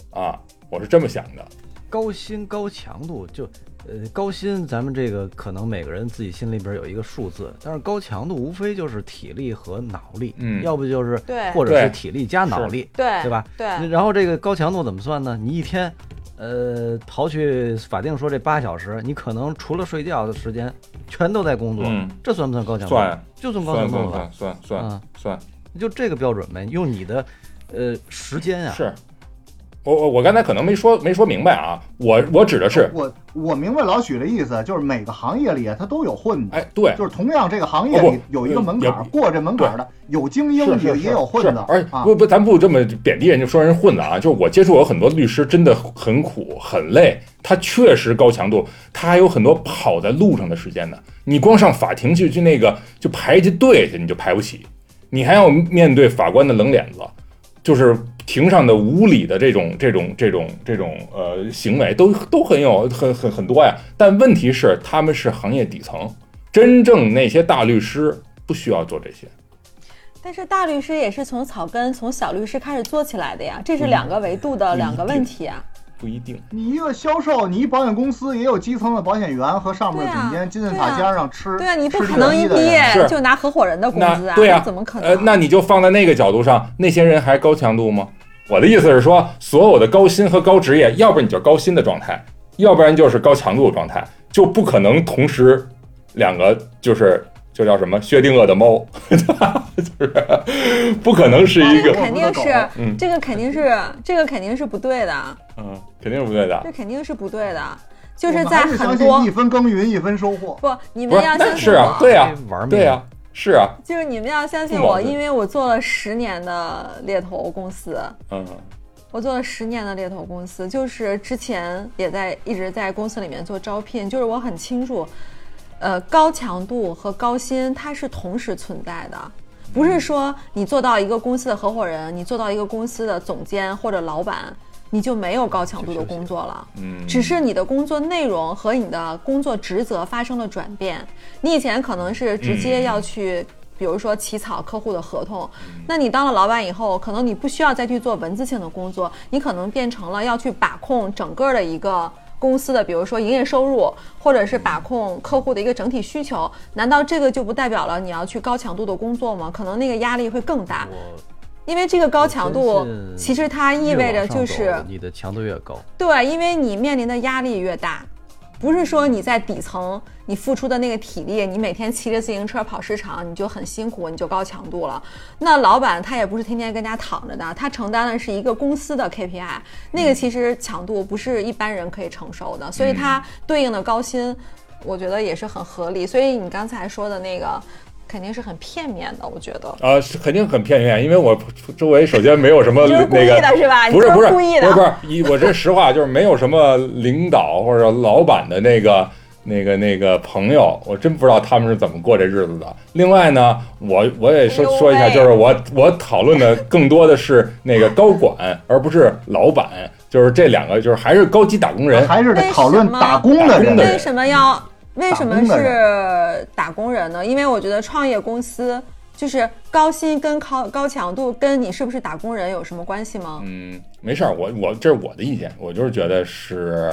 Speaker 6: 啊，我是这么想的。
Speaker 5: 高薪高强度就呃，高薪咱们这个可能每个人自己心里边有一个数字，但是高强度无非就是体力和脑力，
Speaker 6: 嗯
Speaker 5: 要不就是
Speaker 4: 对
Speaker 5: 或者是
Speaker 6: 对
Speaker 5: 体力加脑力，
Speaker 4: 对
Speaker 5: 对吧？
Speaker 4: 对
Speaker 6: 嗯
Speaker 5: 然后这个高强度怎么算呢？你一天，呃，刨去法定说这八小时，你可能除了睡觉的时间，全都在工作，
Speaker 6: 嗯
Speaker 5: 这算不算高强度？
Speaker 6: 算，
Speaker 5: 就算高
Speaker 6: 算
Speaker 5: 强
Speaker 6: 算
Speaker 5: 度吧
Speaker 6: 算，算算
Speaker 5: 嗯
Speaker 6: 算，
Speaker 5: 就这个标准呗，用你的呃时间啊，
Speaker 6: 是。我我我刚才可能没说没说明白啊，我我指的是，
Speaker 8: 我我明白老许的意思，就是每个行业里啊它都有混的，
Speaker 6: 哎，对，
Speaker 8: 就是同样这个行业里
Speaker 6: 哦不
Speaker 8: 有一个门槛儿，
Speaker 6: 也
Speaker 8: 过这门槛儿的有精英
Speaker 6: 是
Speaker 8: 也
Speaker 6: 是
Speaker 8: 也有混
Speaker 6: 是
Speaker 8: 的
Speaker 6: 而
Speaker 8: 啊
Speaker 6: 不。不，咱不这么贬低人家说人混的啊，就是我接触有很多律师，真的很苦很累，他确实高强度，他还有很多跑在路上的时间呢。你光上法庭去去那个就排去队去，你就排不起，你还要面对法官的冷脸子，就是庭上的无理的这种这种这种这种呃行为都都很有很很很多呀。但问题是，他们是行业底层，真正那些大律师不需要做这些。
Speaker 4: 但是大律师也是从草根、从小律师开始做起来的呀，这是两个维度的
Speaker 6: 嗯
Speaker 4: 两个问题啊。
Speaker 6: 不一定，
Speaker 8: 你一个销售，你一保险公司也有基层的保险员和上面的
Speaker 4: 对啊
Speaker 8: 总监金字
Speaker 4: 对
Speaker 8: 塔
Speaker 4: 啊
Speaker 8: 尖上吃，
Speaker 4: 对啊，你不
Speaker 8: 吃
Speaker 4: 可
Speaker 8: 这
Speaker 4: 能
Speaker 8: 逼
Speaker 4: 一
Speaker 8: 的
Speaker 4: 毕
Speaker 8: 人啊
Speaker 4: 业
Speaker 6: 是
Speaker 4: 就拿合伙人的工
Speaker 6: 那
Speaker 4: 资啊，
Speaker 6: 对呀、
Speaker 4: 怎么可能？
Speaker 6: 呃，那你就放在那个角度上，那些人还高强度吗？我的意思是说，所有的高薪和高职业，要不然你就高薪的状态，要不然就是高强度的状态，就不可能同时两个就是就叫什么薛定谔的猫， <laughs> 就是不可能是一
Speaker 4: 这
Speaker 6: 个
Speaker 4: 个肯定
Speaker 8: 我不
Speaker 4: 是
Speaker 6: 懂嗯，
Speaker 4: 这个肯定是，这个肯定是不对的，
Speaker 6: 嗯，肯定是不对的
Speaker 4: 这。肯定是不对的，
Speaker 8: 我
Speaker 4: 就是
Speaker 8: 们
Speaker 4: 在
Speaker 8: 还是
Speaker 4: 很
Speaker 8: 相
Speaker 4: 多
Speaker 8: 信一分耕耘一分收获。
Speaker 4: 不，你
Speaker 6: 不
Speaker 4: 们
Speaker 6: 是
Speaker 4: 要，相
Speaker 6: 但是
Speaker 4: 信
Speaker 6: 啊
Speaker 4: 我，，
Speaker 6: 对呀、
Speaker 5: 玩命
Speaker 6: 对呀、是啊，
Speaker 4: 就是你们要相信
Speaker 6: 不矛
Speaker 4: 我，
Speaker 6: 盾
Speaker 4: 因为我做了十年的猎头公司，
Speaker 6: 嗯
Speaker 4: 我做了十年的猎头公司，就是之前也在一直在公司里面做招聘，就是我很清楚，呃，高强度和高薪它是同时存在的，不是说你做到一个公司的合伙人，你做到一个公司的总监或者老板，你就没有高强度的工作了。
Speaker 6: 嗯，
Speaker 4: 只是你的工作内容和你的工作职责发生了转变。你以前可能是直接要去，比如说起草客户的合同，那你当了老板以后，可能你不需要再去做文字性的工作，你可能变成了要去把控整个的一个。公司的，比如说营业收入，或者是把控客户的一个整体需求，难道这个就不代表了你要去高强度的工作吗？可能那个压力会更大，因为这个高强度
Speaker 5: 我真是
Speaker 4: 其实它意味着就
Speaker 5: 越
Speaker 4: 是
Speaker 5: 往上走你的强度越高，
Speaker 4: 对，因为你面临的压力越大，不是说你在底层你付出的那个体力，你每天骑着自行车跑市场，你就很辛苦，你就高强度了。那老板他也不是天天跟家躺着的，他承担的是一个公司的 KPI，那个其实强度不是一般人可以承受的，所以它对应的高薪，我觉得也是很合理。所以你刚才说的那个。肯定是很片面的，我觉得
Speaker 6: 啊、是肯定很片面，因为我周围首先没有什么
Speaker 4: 你就是故
Speaker 6: 呃那个
Speaker 4: 意的是吧你
Speaker 6: 不是
Speaker 4: 哎就是
Speaker 6: 不是
Speaker 4: 故意的
Speaker 6: 不是不是，一我这实话就是没有什么领导或者老板的那个那个那个朋友，我真不知道他们是怎么过这日子的。另外呢，我我也说
Speaker 4: 哎呦喂
Speaker 6: 说一下，就是我我讨论的更多的是那个高管，而不是老板，就是这两个就是还是高级打工人。
Speaker 8: 啊还是得讨
Speaker 4: 为
Speaker 8: 论
Speaker 4: 什么
Speaker 8: 打工的
Speaker 6: 打工
Speaker 8: 人
Speaker 6: 的
Speaker 4: 为
Speaker 6: 人
Speaker 4: 什么要为什么
Speaker 8: 打工的
Speaker 4: 是打工人呢？因为我觉得创业公司就是高薪跟高高强度跟你是不是打工人有什么关系吗？
Speaker 6: 嗯，没事儿，我我这是我的意见，我就是觉得是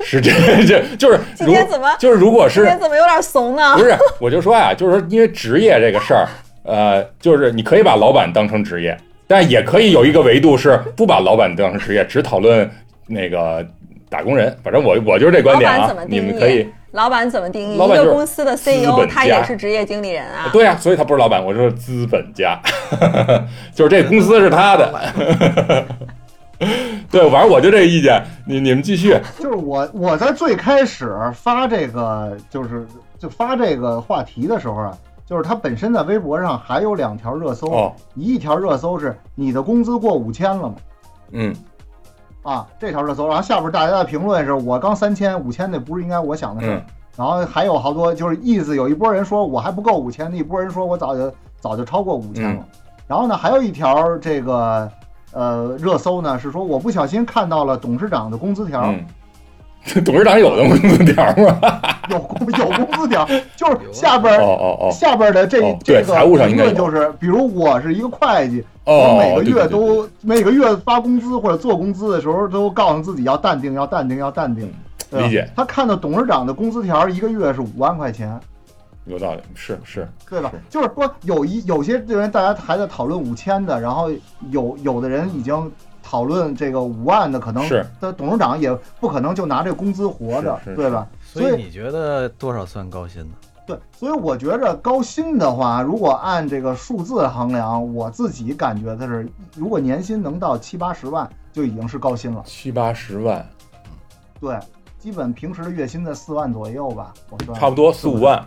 Speaker 6: 是这 <laughs> 这就是
Speaker 4: 今
Speaker 6: 如
Speaker 4: 天怎么
Speaker 6: 就是如果
Speaker 4: 今
Speaker 6: 是
Speaker 4: 天怎么有点怂呢
Speaker 6: <laughs> 不？是，我就说呀、就是说，因为职业这个事儿，呃，就是你可以把老板当成职业，但也可以有一个维度是不把老板当成职业，只讨论那个打工人。反正我我就是这观
Speaker 4: 老
Speaker 6: 点
Speaker 4: 板
Speaker 6: 啊
Speaker 4: 怎么，
Speaker 6: 你
Speaker 4: 定
Speaker 6: 们可以 <laughs>
Speaker 4: 义。？老板怎么定义？
Speaker 6: 老板
Speaker 4: 一
Speaker 6: 就是
Speaker 4: 个公司的
Speaker 6: 资本
Speaker 4: CEO 他也
Speaker 6: 家
Speaker 4: 是职业经理人啊。
Speaker 6: 对呀、所以他不是老板，我就是资本家， <laughs> 就是这公司是他的。 <laughs> 对，反正我就这个意见，你你们继续。
Speaker 8: 就是我我在最开始发这个就是就发这个话题的时候啊，就是它本身在微博上还有两条热搜，
Speaker 6: 哦，
Speaker 8: 一条热搜是你的工资过五千了吗？
Speaker 6: 嗯，
Speaker 8: 啊，这条热搜，然后下边大家的评论是我刚三千，五千那不是应该我想的事儿。
Speaker 6: 嗯
Speaker 8: 然后还有好多就是意思，有一波人说我还不够五千，那一波人说我早就早就超过五千了。
Speaker 6: 嗯
Speaker 8: 然后呢，还有一条这个呃热搜呢是说我不小心看到了董事长的工资条，
Speaker 6: 嗯， <laughs> 董事长有的工资条吗？ <laughs>
Speaker 8: <laughs> 有工有工资条，就是下边
Speaker 6: 哦
Speaker 8: 儿、
Speaker 6: 哦哦
Speaker 8: 下边儿的这、
Speaker 6: 哦
Speaker 8: 这
Speaker 6: 对
Speaker 8: 个
Speaker 6: 财务上应该有
Speaker 8: 评论就是，比如我是一个会计，
Speaker 6: 哦，
Speaker 8: 我每个月
Speaker 6: 对对对对
Speaker 8: 都每个月发工资或者做工资的时候，都告诉自己要淡定，要淡定，要淡定。对吧
Speaker 6: 嗯理解
Speaker 8: 他看到董事长的工资条，一个月是五万块钱，
Speaker 6: 有道理，是是，
Speaker 8: 对吧？就是说有一有些人大家还在讨论五千的，然后有有的人已经讨论这个五万的，可能
Speaker 6: 是
Speaker 8: 他董事长也不可能就拿这工资活着
Speaker 6: 是，是
Speaker 8: 对吧？
Speaker 5: 所以你觉得多少算高薪呢？
Speaker 8: 对，所以我觉着高薪的话，如果按这个数字衡量，我自己感觉它是，如果年薪能到七八十万，就已经是高薪了。
Speaker 6: 七八十万，
Speaker 8: 啊对，基本平时的月薪在四万左右吧，我算
Speaker 6: 差不多四五万，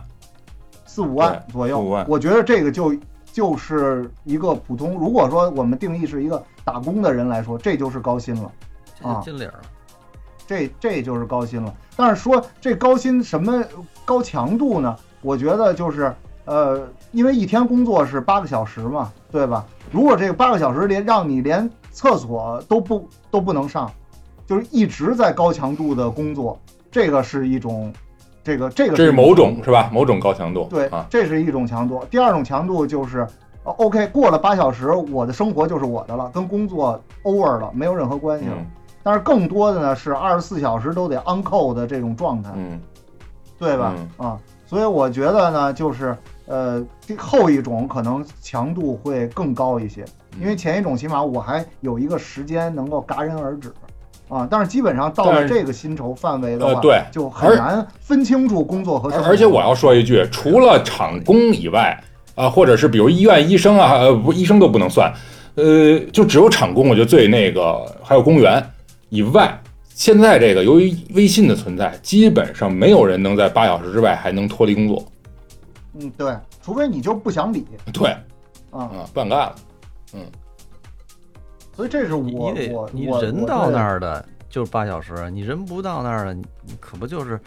Speaker 8: 四五万左右。
Speaker 6: 对四五万
Speaker 8: 我觉得这个就就是一个普通，如果说我们定义是一个打工的人来说，这就是高薪了。
Speaker 5: 这就金领儿，
Speaker 8: 这这就是高薪了。但是说这高薪什么高强度呢？我觉得就是呃，因为一天工作是八个小时嘛，对吧？如果这个八个小时连让你连厕所都不都不能上，就是一直在高强度的工作，这个是一种，这个这个
Speaker 6: 这是
Speaker 8: 一
Speaker 6: 某种是吧？某种高强度，
Speaker 8: 对，
Speaker 6: 啊，
Speaker 8: 这是一种强度。第二种强度就是、呃、，OK，过了八小时，我的生活就是我的了，跟工作 over 了，没有任何关系了。
Speaker 6: 嗯
Speaker 8: 但是更多的呢是二十四小时都得 on call 的这种状态，
Speaker 6: 嗯，
Speaker 8: 对吧？啊，所以我觉得呢，就是呃，这后一种可能强度会更高一些，
Speaker 6: 嗯
Speaker 8: 因为前一种起码我还有一个时间能够戛然而止。啊，但是基本上到
Speaker 6: 但
Speaker 8: 了
Speaker 6: 是
Speaker 8: 这个薪酬范围的话，
Speaker 6: 呃对
Speaker 8: 就很
Speaker 6: 而
Speaker 8: 难分清楚工作和生
Speaker 6: 而
Speaker 8: 活。
Speaker 6: 而且我要说一句，除了厂工以外，啊、或者是比如医院医生啊，呃，不，医生都不能算，呃，就只有厂工，我觉得最那个，还有公务员以外，现在这个由于微信的存在，基本上没有人能在八小时之外还能脱离工作，
Speaker 8: 嗯，对，除非你就不想理
Speaker 6: 对，
Speaker 8: 啊，
Speaker 6: 啊，不敢干了，
Speaker 8: 所以这是
Speaker 5: 你
Speaker 8: 我
Speaker 5: 你得
Speaker 8: 我
Speaker 5: 你
Speaker 8: 我
Speaker 5: 人到那，
Speaker 8: 我
Speaker 5: 儿的就是八小时，你人不到那儿了，你你可不就是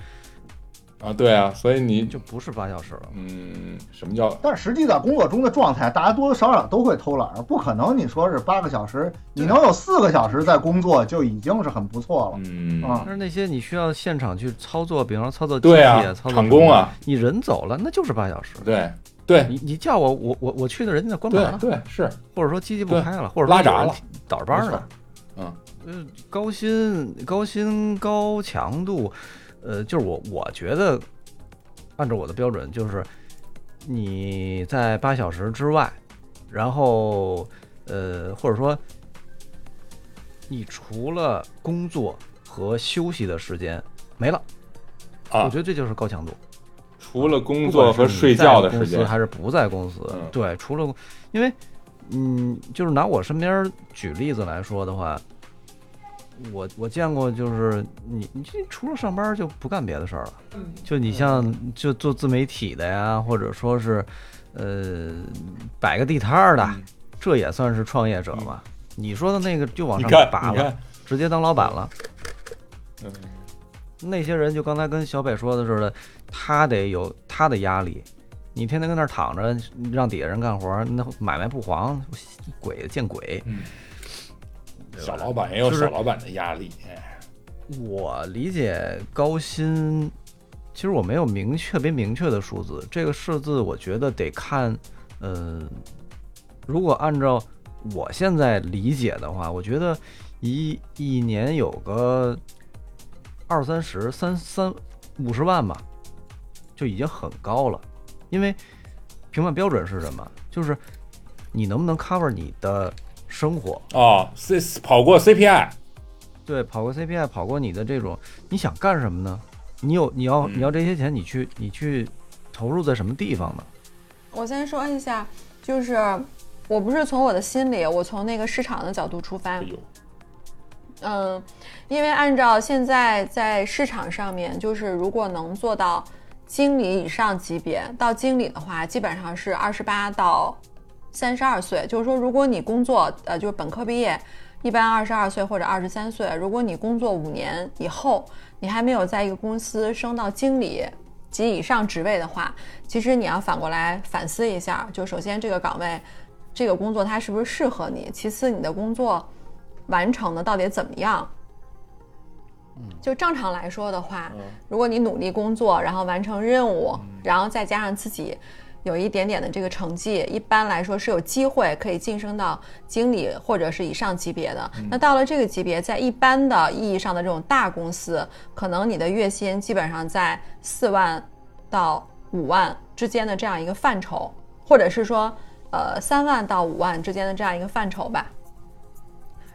Speaker 6: 啊，对啊，所以你就
Speaker 5: 就，不是八小时了？
Speaker 6: 嗯，什么叫
Speaker 8: 对但是实际在工作中的状态，大家多多少少都会偷懒儿，不可能你说是八个小时，你能有四个小时在工作就已经是很不错
Speaker 6: 嗯
Speaker 8: 了？啊
Speaker 5: 但。是那些你需要现场去操作，比方说操作机
Speaker 6: 对
Speaker 5: 器、
Speaker 6: 啊
Speaker 5: 操
Speaker 6: 厂
Speaker 5: 作什么
Speaker 6: 工
Speaker 5: 的
Speaker 6: 啊，
Speaker 5: 你人走了，那就是八小时。
Speaker 6: 对对
Speaker 5: 你你叫我，我我我去那人家关门
Speaker 6: 对对
Speaker 5: 了，
Speaker 6: 是，
Speaker 5: 或者说机器不
Speaker 6: 对
Speaker 5: 开了，或者
Speaker 6: 拉
Speaker 5: 说有
Speaker 6: 闸
Speaker 5: 人
Speaker 6: 了
Speaker 5: 倒着班儿
Speaker 6: 没
Speaker 5: 呢。
Speaker 6: 嗯
Speaker 5: 呃，高薪高薪高强度，呃，就是我我觉得，按照我的标准，就是你在八小时之外，然后呃，或者说你除了工作和休息的时间没了，
Speaker 6: 啊
Speaker 5: 我觉得这就是高强度。
Speaker 6: 除了工
Speaker 5: 不
Speaker 6: 作
Speaker 5: 管
Speaker 6: 和
Speaker 5: 是你
Speaker 6: 睡
Speaker 5: 在
Speaker 6: 觉的
Speaker 5: 公
Speaker 6: 时
Speaker 5: 司
Speaker 6: 间，
Speaker 5: 还是不在公司。
Speaker 6: 嗯
Speaker 5: 对，除了因为嗯，就是拿我身边举例子来说的话，我我见过就是你你这除了上班就不干别的事儿了，就你像就做自媒体的呀，或者说是呃摆个地摊儿的，这也算是创业者吧。你说的那个就往
Speaker 6: 你
Speaker 5: 上
Speaker 6: 看
Speaker 5: 拔
Speaker 6: 你
Speaker 5: 了
Speaker 6: 看，，
Speaker 5: 直接当老板了。
Speaker 6: 嗯
Speaker 5: 那些人就刚才跟小北说的似的，他得有他的压力，你天天跟那儿躺着，让底下人干活，那买卖不黄，鬼见鬼。
Speaker 6: 小老板也有
Speaker 5: 就是
Speaker 6: 小老板的压力，哎
Speaker 5: 我理解高薪，其实我没有明确别明确的数字，这个数字我觉得得看，嗯、如果按照我现在理解的话，我觉得一一年有个二三十、三三五十万吧，就已经很高了，因为评判标准是什么？就是你能不能 cover 你的生活，
Speaker 6: 哦，C 跑过 CPI，
Speaker 5: 对，跑过 CPI，跑过你的这种，你想干什么呢？你有
Speaker 6: 嗯
Speaker 5: 你要你要这些钱，你去你去投入在什么地方呢？
Speaker 4: 我先说一下，就是我不是从我的心里，我从那个市场的角度出发
Speaker 6: 哎，呦，
Speaker 4: 嗯，因为按照现在在市场上面，就是如果能做到经理以上级别，到经理的话，基本上是二十八到三十二岁。就是说，如果你工作呃，就是本科毕业，一般二十二岁或者二十三岁，如果你工作五年以后，你还没有在一个公司升到经理。及以上职位的话，其实你要反过来反思一下，就首先这个岗位、这个工作它是不是适合你，其次你的工作完成的到底怎么样。就正常来说的话，如果你努力工作，然后完成任务，然后再加上自己有一点点的这个成绩，一般来说是有机会可以晋升到经理或者是以上级别的。那到了这个级别，在一般的意义上的这种大公司，可能你的月薪基本上在四万到五万之间的这样一个范畴，或者是说，呃，三万到五万之间的这样一个范畴吧。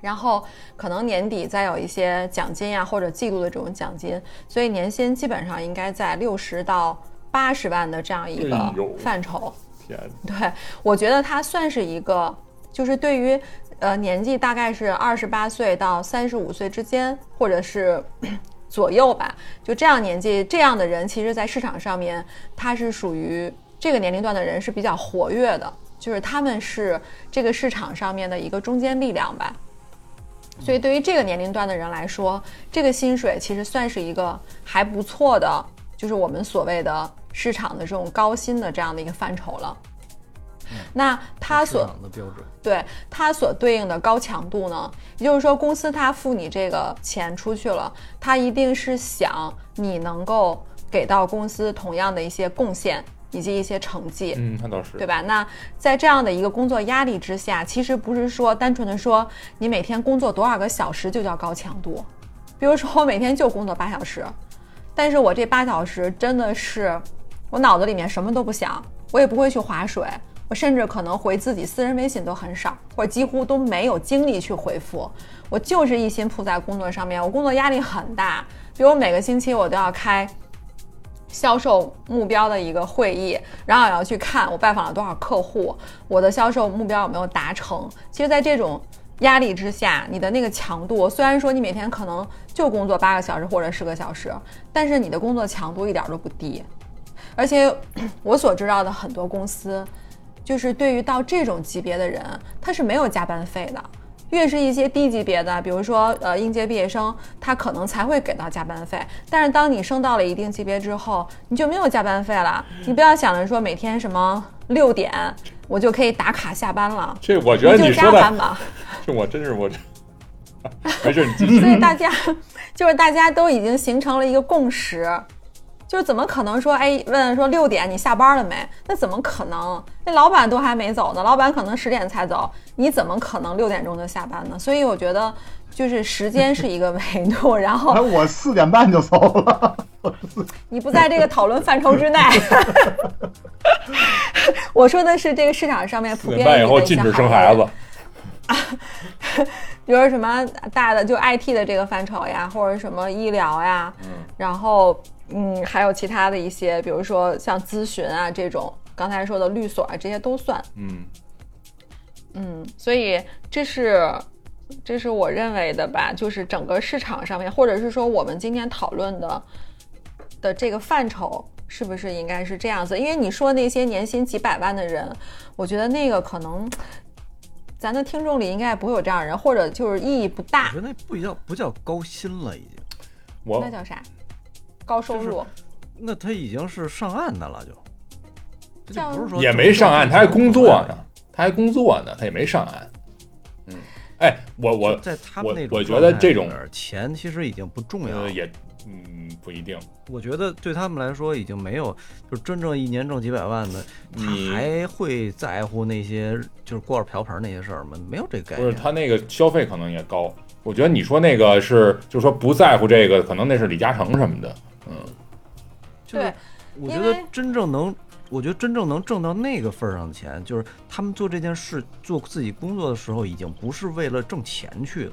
Speaker 4: 然后可能年底再有一些奖金呀、或者季度的这种奖金，所以年薪基本上应该在六十到八十万的这样一
Speaker 6: 哎
Speaker 4: 个
Speaker 6: 呦
Speaker 4: 范畴。
Speaker 6: 天哪，
Speaker 4: 对，我觉得它算是一个，就是对于呃年纪大概是二十八岁到三十五岁之间，或者是 <coughs> 左右吧，就这样年纪这样的人，其实在市场上面，他是属于这个年龄段的人是比较活跃的，就是他们是这个市场上面的一个中坚力量吧。所以对于这个年龄段的人来说，这个薪水其实算是一个还不错的，就是我们所谓的市场的这种高薪的这样的一个范畴了。那它
Speaker 5: 市
Speaker 8: 啊
Speaker 4: 所
Speaker 5: 场的标准，
Speaker 4: 对它所对应的高强度呢，也就是说，公司它付你这个钱出去了，它一定是想你能够给到公司同样的一些贡献以及一些成绩。
Speaker 6: 嗯，那倒是，
Speaker 4: 对？吧？那在这样的一个工作压力之下，其实不是说单纯的说你每天工作多少个小时就叫高强度。比如说我每天就工作八小时，但是我这八小时真的是我脑子里面什么都不想，我也不会去划水，我甚至可能回自己私人微信都很少，或者几乎都没有精力去回复。我就是一心扑在工作上面，我工作压力很大，比如每个星期我都要开销售目标的一个会议，然后也要去看我拜访了多少客户，我的销售目标有没有达成。其实，在这种压力之下，你的那个强度，虽然说你每天可能就工作八个小时或者十个小时，但是你的工作强度一点都不低。而且我所知道的很多公司，就是对于到这种级别的人，他是没有加班费的。越是一些低级别的，比如说呃应届毕业生，他可能才会给到加班费。但是当你升到了一定级别之后，你就没有加班费了。你不要想着说每天什么六点我就可以打卡下班了，
Speaker 6: 这我觉
Speaker 4: 你
Speaker 6: 得
Speaker 4: 就
Speaker 6: 你
Speaker 4: 加
Speaker 6: 说
Speaker 4: 班
Speaker 6: 的，
Speaker 4: 吧。
Speaker 6: 这我真是我这， <laughs> 没事，你继续。 <laughs>
Speaker 4: 所以大家就是大家都已经形成了一个共识，就是怎么可能说，哎，问说六点你下班了没？那怎么可能？那老板都还没走呢，老板可能十点才走，你怎么可能六点钟就下班呢？所以我觉得就是时间是一个 <laughs> 维度，然后
Speaker 8: 哎，我四点半就走了。
Speaker 4: 你不在这个讨论范畴
Speaker 6: <laughs>
Speaker 4: 之内。 <laughs> 我说的是这个市场上面 <laughs> 普
Speaker 6: 四
Speaker 4: 遍
Speaker 6: 点半以
Speaker 4: 有
Speaker 6: 后
Speaker 4: 的一些
Speaker 6: 禁止生
Speaker 4: 行业
Speaker 6: 孩子，
Speaker 4: 比如什么大的就 IT 的这个范畴呀，或者什么医疗呀，然后嗯，还有其他的一些，比如说像咨询啊这种，刚才说的律所啊这些都算，
Speaker 6: 嗯，
Speaker 4: 嗯，所以这是这是我认为的吧，就是整个市场上面，或者是说我们今天讨论的的这个范畴，是不是应该是这样子？因为你说那些年薪几百万的人，我觉得那个可能。咱的听众里应该也不会有这样的人，或者就是意义不大。
Speaker 5: 我觉得那不叫不叫高薪了，已经，
Speaker 6: 我
Speaker 4: 那叫啥？高收入，
Speaker 5: 那他已经是上岸的了，就。这
Speaker 4: 叫
Speaker 5: 就不是说
Speaker 6: 也没上岸，他还工作
Speaker 5: 呢
Speaker 6: 呢。，他还工作呢，他也没上岸。嗯，哎，我我
Speaker 5: 在他们那种
Speaker 6: 我我觉得这
Speaker 5: 状态里边钱其实已经不重要
Speaker 6: 呃
Speaker 5: 了。
Speaker 6: 也嗯不一定，
Speaker 5: 我觉得对他们来说已经没有，就是真正一年挣几百万的，他
Speaker 6: 你
Speaker 5: 还会在乎那些就是锅碗瓢盆那些事儿吗？没有这概
Speaker 6: 不是
Speaker 5: 念。
Speaker 6: 他那个消费可能也高。我觉得你说那个是，就是说不在乎这个，可能那是李嘉诚什么的。
Speaker 5: 就是
Speaker 4: 对
Speaker 5: 我
Speaker 4: 因
Speaker 5: 觉得
Speaker 4: 为
Speaker 5: 真正能，我觉得真正能挣到那个份儿上的钱，就是他们做这件事、做自己工作的时候，已经不是为了挣钱去了。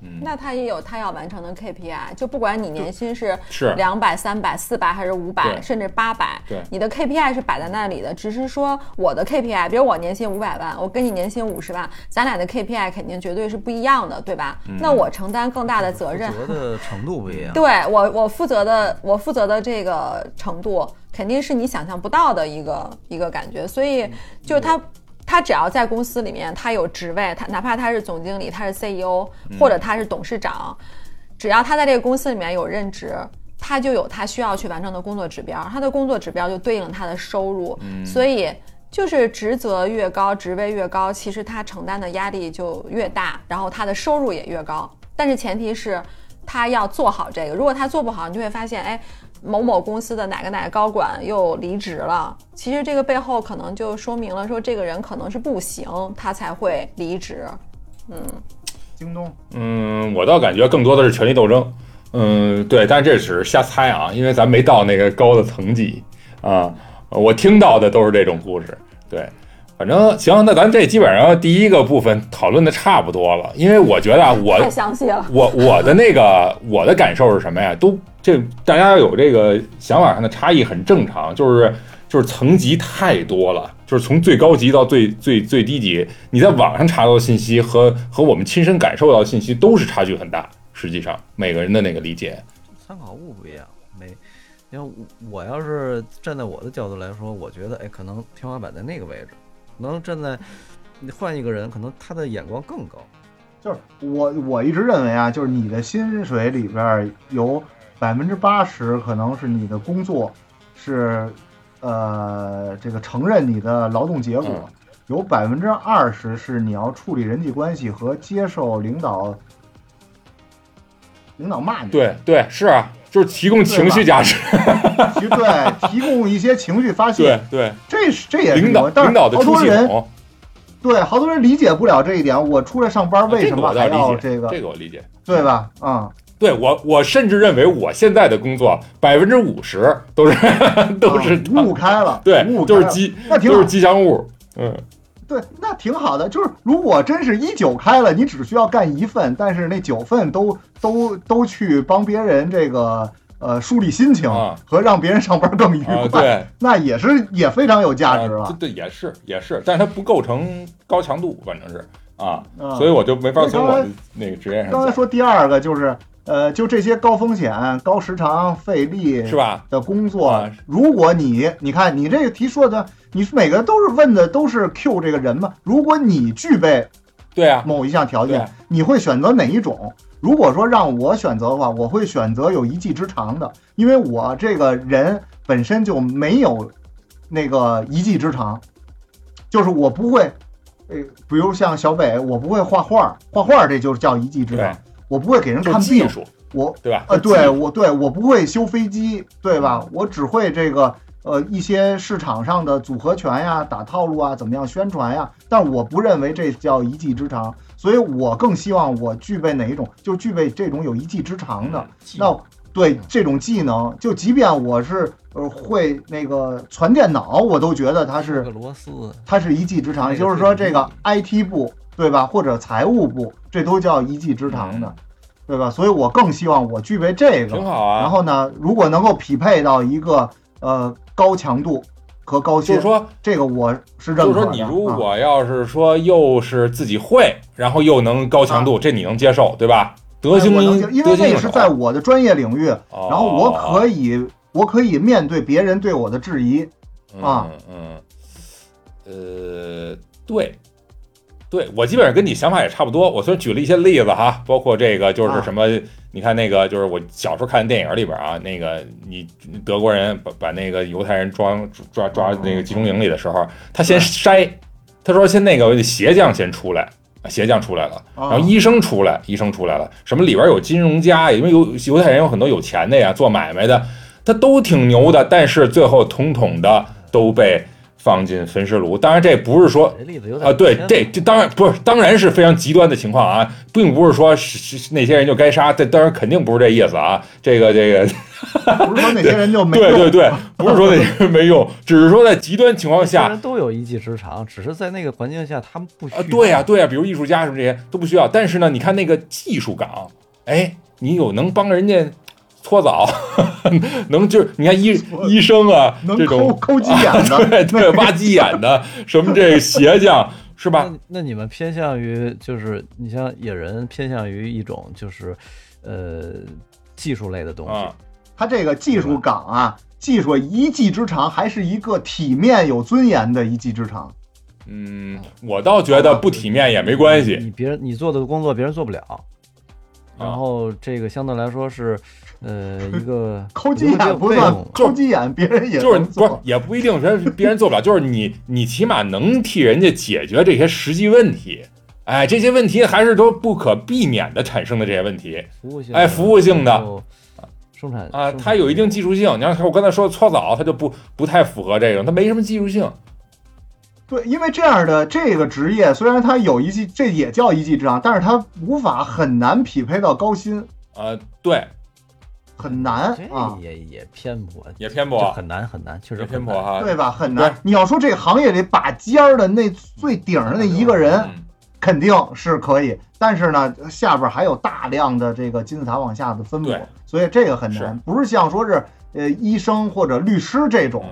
Speaker 6: 嗯，
Speaker 4: 那他也有他要完成的 KPI，就不管你年薪是
Speaker 6: 是
Speaker 4: 两百、三百、四百还是五百，
Speaker 6: 对
Speaker 4: 甚至八百，
Speaker 6: 对
Speaker 4: 你的 KPI 是摆在那里的。只是说我的 KPI，比如我年薪五百万，我跟你年薪五十万，咱俩的 KPI 肯定绝对是不一样的，对吧？那我承担更大的责任，
Speaker 5: 负责的程度不
Speaker 4: <laughs>
Speaker 5: 一样。
Speaker 4: 对我，我负责的，我负责的这个程度，肯定是你想象不到的一个一个感觉。所以，就是他，他只要在公司里面，他有职位，他哪怕他是总经理，他是 CEO，或者他是董事长，只要他在这个公司里面有任职，他就有他需要去完成的工作指标，他的工作指标就对应他的收入，所以就是职责越高，职位越高，其实他承担的压力就越大，然后他的收入也越高。但是前提是他要做好这个，如果他做不好，你就会发现，哎，某某公司的哪个哪个高管又离职了，其实这个背后可能就说明了说这个人可能是不行，他才会离职。
Speaker 8: 京东
Speaker 6: 嗯，我倒感觉更多的是权力斗争。嗯，对，但这只是瞎猜啊，因为咱没到那个高的层级啊。我听到的都是这种故事。对，反正行，那咱这基本上第一个部分讨论的差不多了，因为我觉得啊，我
Speaker 4: 太详细了，
Speaker 6: 我我的那个我的感受是什么呀？都这大家有这个想法上的差异很正常，就是就是层级太多了，就是从最高级到最最最低级，你在网上查到的信息和和我们亲身感受到的信息都是差距很大。实际上，每个人的那个理解，
Speaker 5: 参考物不一样，没。因为我要是站在我的角度来说，我觉得哎，可能天花板在那个位置，可能站在你换一个人，可能他的眼光更高。
Speaker 8: 就是我我一直认为啊，就是你的薪水里边儿有百分之八十可能是你的工作是，呃，这个承认你的劳动结果，
Speaker 6: 嗯
Speaker 8: 有百分之二十是你要处理人际关系和接受领导领导骂你，
Speaker 6: 对对，是啊，就是提供情绪价值，
Speaker 8: 提对提供一些情绪发
Speaker 6: 对
Speaker 8: 泄，
Speaker 6: 对，
Speaker 8: 这是这也是
Speaker 6: 领导
Speaker 8: 有但
Speaker 6: 领
Speaker 8: 是
Speaker 6: 导的哦
Speaker 8: 好
Speaker 6: 出
Speaker 8: 多
Speaker 6: 系
Speaker 8: 人
Speaker 6: 统，
Speaker 8: 对好多人理解不了这一点，我出来上班为
Speaker 6: 啊这
Speaker 8: 什
Speaker 6: 个
Speaker 8: 么
Speaker 6: 我
Speaker 8: 还
Speaker 6: 倒
Speaker 8: 要
Speaker 6: 理解，
Speaker 8: 这个，
Speaker 6: 这个我理解。
Speaker 8: 对吧？啊、
Speaker 6: 对我，我甚至认为我现在的工作百分之五十都是都是
Speaker 8: 啊悟开了，
Speaker 6: <laughs> 对
Speaker 8: 悟，开
Speaker 6: 都
Speaker 8: 了
Speaker 6: 是吉，
Speaker 8: 那挺好
Speaker 6: 都是吉祥物。嗯，
Speaker 8: 对，那挺好的。就是如果真是一九开了，你只需要干一份，但是那九份都都都去帮别人这个呃梳理心情、
Speaker 6: 啊
Speaker 8: 和让别人上班更愉快，
Speaker 6: 啊，对，
Speaker 8: <laughs> 那也是也非常有价值
Speaker 6: 啊
Speaker 8: 了。
Speaker 6: 对，也是也是，但是它不构成高强度，反正是啊，
Speaker 8: 嗯
Speaker 6: 所以我就没法从我
Speaker 8: 对
Speaker 6: 的那个职业上
Speaker 8: 刚才
Speaker 6: 讲，
Speaker 8: 说第二个就是呃，就这些高风险、高时长、费力
Speaker 6: 是吧？
Speaker 8: 的工作，
Speaker 6: 啊
Speaker 8: 如果你你看你这个题说的，你是每个都是问的都是 Q 这个人嘛？如果你具备
Speaker 6: 对啊，
Speaker 8: 某一项条件
Speaker 6: 对，
Speaker 8: 你会选择哪一种？如果说让我选择的话，我会选择有一技之长的，因为我这个人本身就没有那个一技之长，就是我不会，呃，比如像小北，我不会画画，画画这就是叫一技之
Speaker 6: 对
Speaker 8: 长，，我不会给人
Speaker 6: 就是
Speaker 8: 看
Speaker 6: 技
Speaker 8: 病，
Speaker 6: 术，
Speaker 8: 我
Speaker 6: 对吧？
Speaker 8: 呃，
Speaker 6: 技
Speaker 8: 对
Speaker 6: 术，
Speaker 8: 我对我不会修飞机，对吧？我只会这个呃一些市场上的组合拳呀、打套路啊、怎么样宣传呀，但我不认为这叫一技之长，所以我更希望我具备哪一种，就具备这种有一嗯技之长
Speaker 6: 嗯
Speaker 8: 的。那对这种技能，就即便我是呃会那个传电脑，我都觉得它
Speaker 5: 这
Speaker 8: 是
Speaker 5: 个螺丝，
Speaker 8: 它是一技之长，
Speaker 5: 那
Speaker 8: 也
Speaker 5: 个
Speaker 8: 就是
Speaker 5: 最
Speaker 8: 说
Speaker 5: 低
Speaker 8: 这个 IT 部对吧，或者财务部，这都叫一技之长的
Speaker 6: 嗯，
Speaker 8: 对吧？所以我更希望我具备这
Speaker 6: 挺
Speaker 8: 个。
Speaker 6: 好啊。
Speaker 8: 然后呢，如果能够匹配到一个呃高强度和高
Speaker 6: 就
Speaker 8: 薪
Speaker 6: 是，说，
Speaker 8: 这个我是认
Speaker 6: 就
Speaker 8: 可
Speaker 6: 是
Speaker 8: 的。
Speaker 6: 说，你如
Speaker 8: 啊
Speaker 6: 果要是说又是自己会，然后又能高强度，这你能接受，对吧？得心
Speaker 8: 啊哎我能
Speaker 6: 应
Speaker 8: 接因为
Speaker 6: 得
Speaker 8: 那
Speaker 6: 心应哦
Speaker 8: 个是
Speaker 6: 手。
Speaker 8: 在我的专业领域，然后我可
Speaker 6: 以
Speaker 8: 以我可以面对别人对我的质疑，啊，
Speaker 6: 嗯嗯，呃，对，对我基本上跟你想法也差不多。我虽然举了一些例子哈，包括这个就是
Speaker 8: 啊
Speaker 6: 什么，你看那个就是我小时候看的电影里边啊，那个你德国人把把那个犹太人抓抓抓那个集中营里的时候，
Speaker 8: 嗯
Speaker 6: 他先筛，他说先那个鞋匠先出来。啊鞋匠出来了，然
Speaker 8: 啊
Speaker 6: 后医生出来，医生出来了，什么里边有金融家，因为犹犹太人有很多有钱的呀，做买卖的，他都挺牛的，但是最后统统的都被放进焚尸炉。当然，这不是说
Speaker 5: 这例子有点
Speaker 6: 啊，对
Speaker 5: 偏，了
Speaker 6: 这这当然不是，当然是非常极端的情况啊，并不是说是是那些人就该杀，这当然肯定不是这意思啊。这个这个，
Speaker 8: 不是说那些人就没
Speaker 6: 对
Speaker 8: 用
Speaker 6: 对对，不是说那些人没
Speaker 8: <laughs>
Speaker 6: 用，只是说在极端情况
Speaker 5: 虽
Speaker 6: 下
Speaker 5: 然都有一技之长，只是在那个环境下他们不需
Speaker 6: 啊
Speaker 5: 要。，
Speaker 6: 对呀、对呀、比如艺术家什么这些都不需要。但是呢，你看那个技术岗，哎，你有能帮人家搓澡， <laughs> 能就是你看医医生啊
Speaker 8: 能
Speaker 6: 这
Speaker 8: 抠
Speaker 6: 种，
Speaker 8: 抠鸡眼的，
Speaker 6: <laughs> 对
Speaker 8: <laughs>
Speaker 6: 对，挖鸡眼的，什么这鞋匠是吧？
Speaker 5: 那那你们偏向于就是你像野人偏向于一种就是，呃，技术类的东西。
Speaker 6: 啊，
Speaker 8: 他这个技术岗啊，技术一技之长，还是一个体面有尊严的一技之长。
Speaker 6: 嗯，我倒觉得不体面也没关系
Speaker 5: 你别人你做的工作别人做不了，嗯然
Speaker 6: 啊
Speaker 5: 后这个相对来说是，呃，一个
Speaker 8: <laughs> 抠鸡
Speaker 5: 无可
Speaker 8: 眼不
Speaker 5: 辩
Speaker 8: 算
Speaker 5: 驳
Speaker 8: 抠鸡眼，别人也
Speaker 6: 就是
Speaker 8: 能
Speaker 6: 不是
Speaker 8: 做。
Speaker 6: 也不一定，别人别人做不了，就是你你起码能替人家解决这些实际问题。哎，这些问题还是都不可避免的产生的这些问题，
Speaker 5: 服务性
Speaker 6: 哎服务性的
Speaker 5: 然后生产
Speaker 6: 啊，
Speaker 5: 生产
Speaker 6: 它有一定技术性。你要看我刚才说的搓澡，它就不不太符合这个，它没什么技术性。
Speaker 8: 对，因为这样的这个职业，虽然它有一技，这也叫一技之长，但是它无法很难匹配到高薪，
Speaker 6: 啊。对，
Speaker 8: 很难
Speaker 5: 这
Speaker 8: 啊，
Speaker 5: 也也偏颇，
Speaker 6: 也偏
Speaker 5: 这
Speaker 6: 颇，啊
Speaker 5: 很难很难，确实
Speaker 6: 也偏
Speaker 5: 很
Speaker 6: 颇啊哈。
Speaker 5: 难。
Speaker 8: 对吧？很
Speaker 6: 对
Speaker 8: 难。你要说这行业里把尖儿的那最顶上那一个人，
Speaker 6: 嗯，
Speaker 8: 肯定是可以，但是呢，下边还有大量的这个金字塔往下的分母
Speaker 6: 对，
Speaker 8: 所以这个很难
Speaker 6: 是，
Speaker 8: 不是像说是呃医生或者律师这种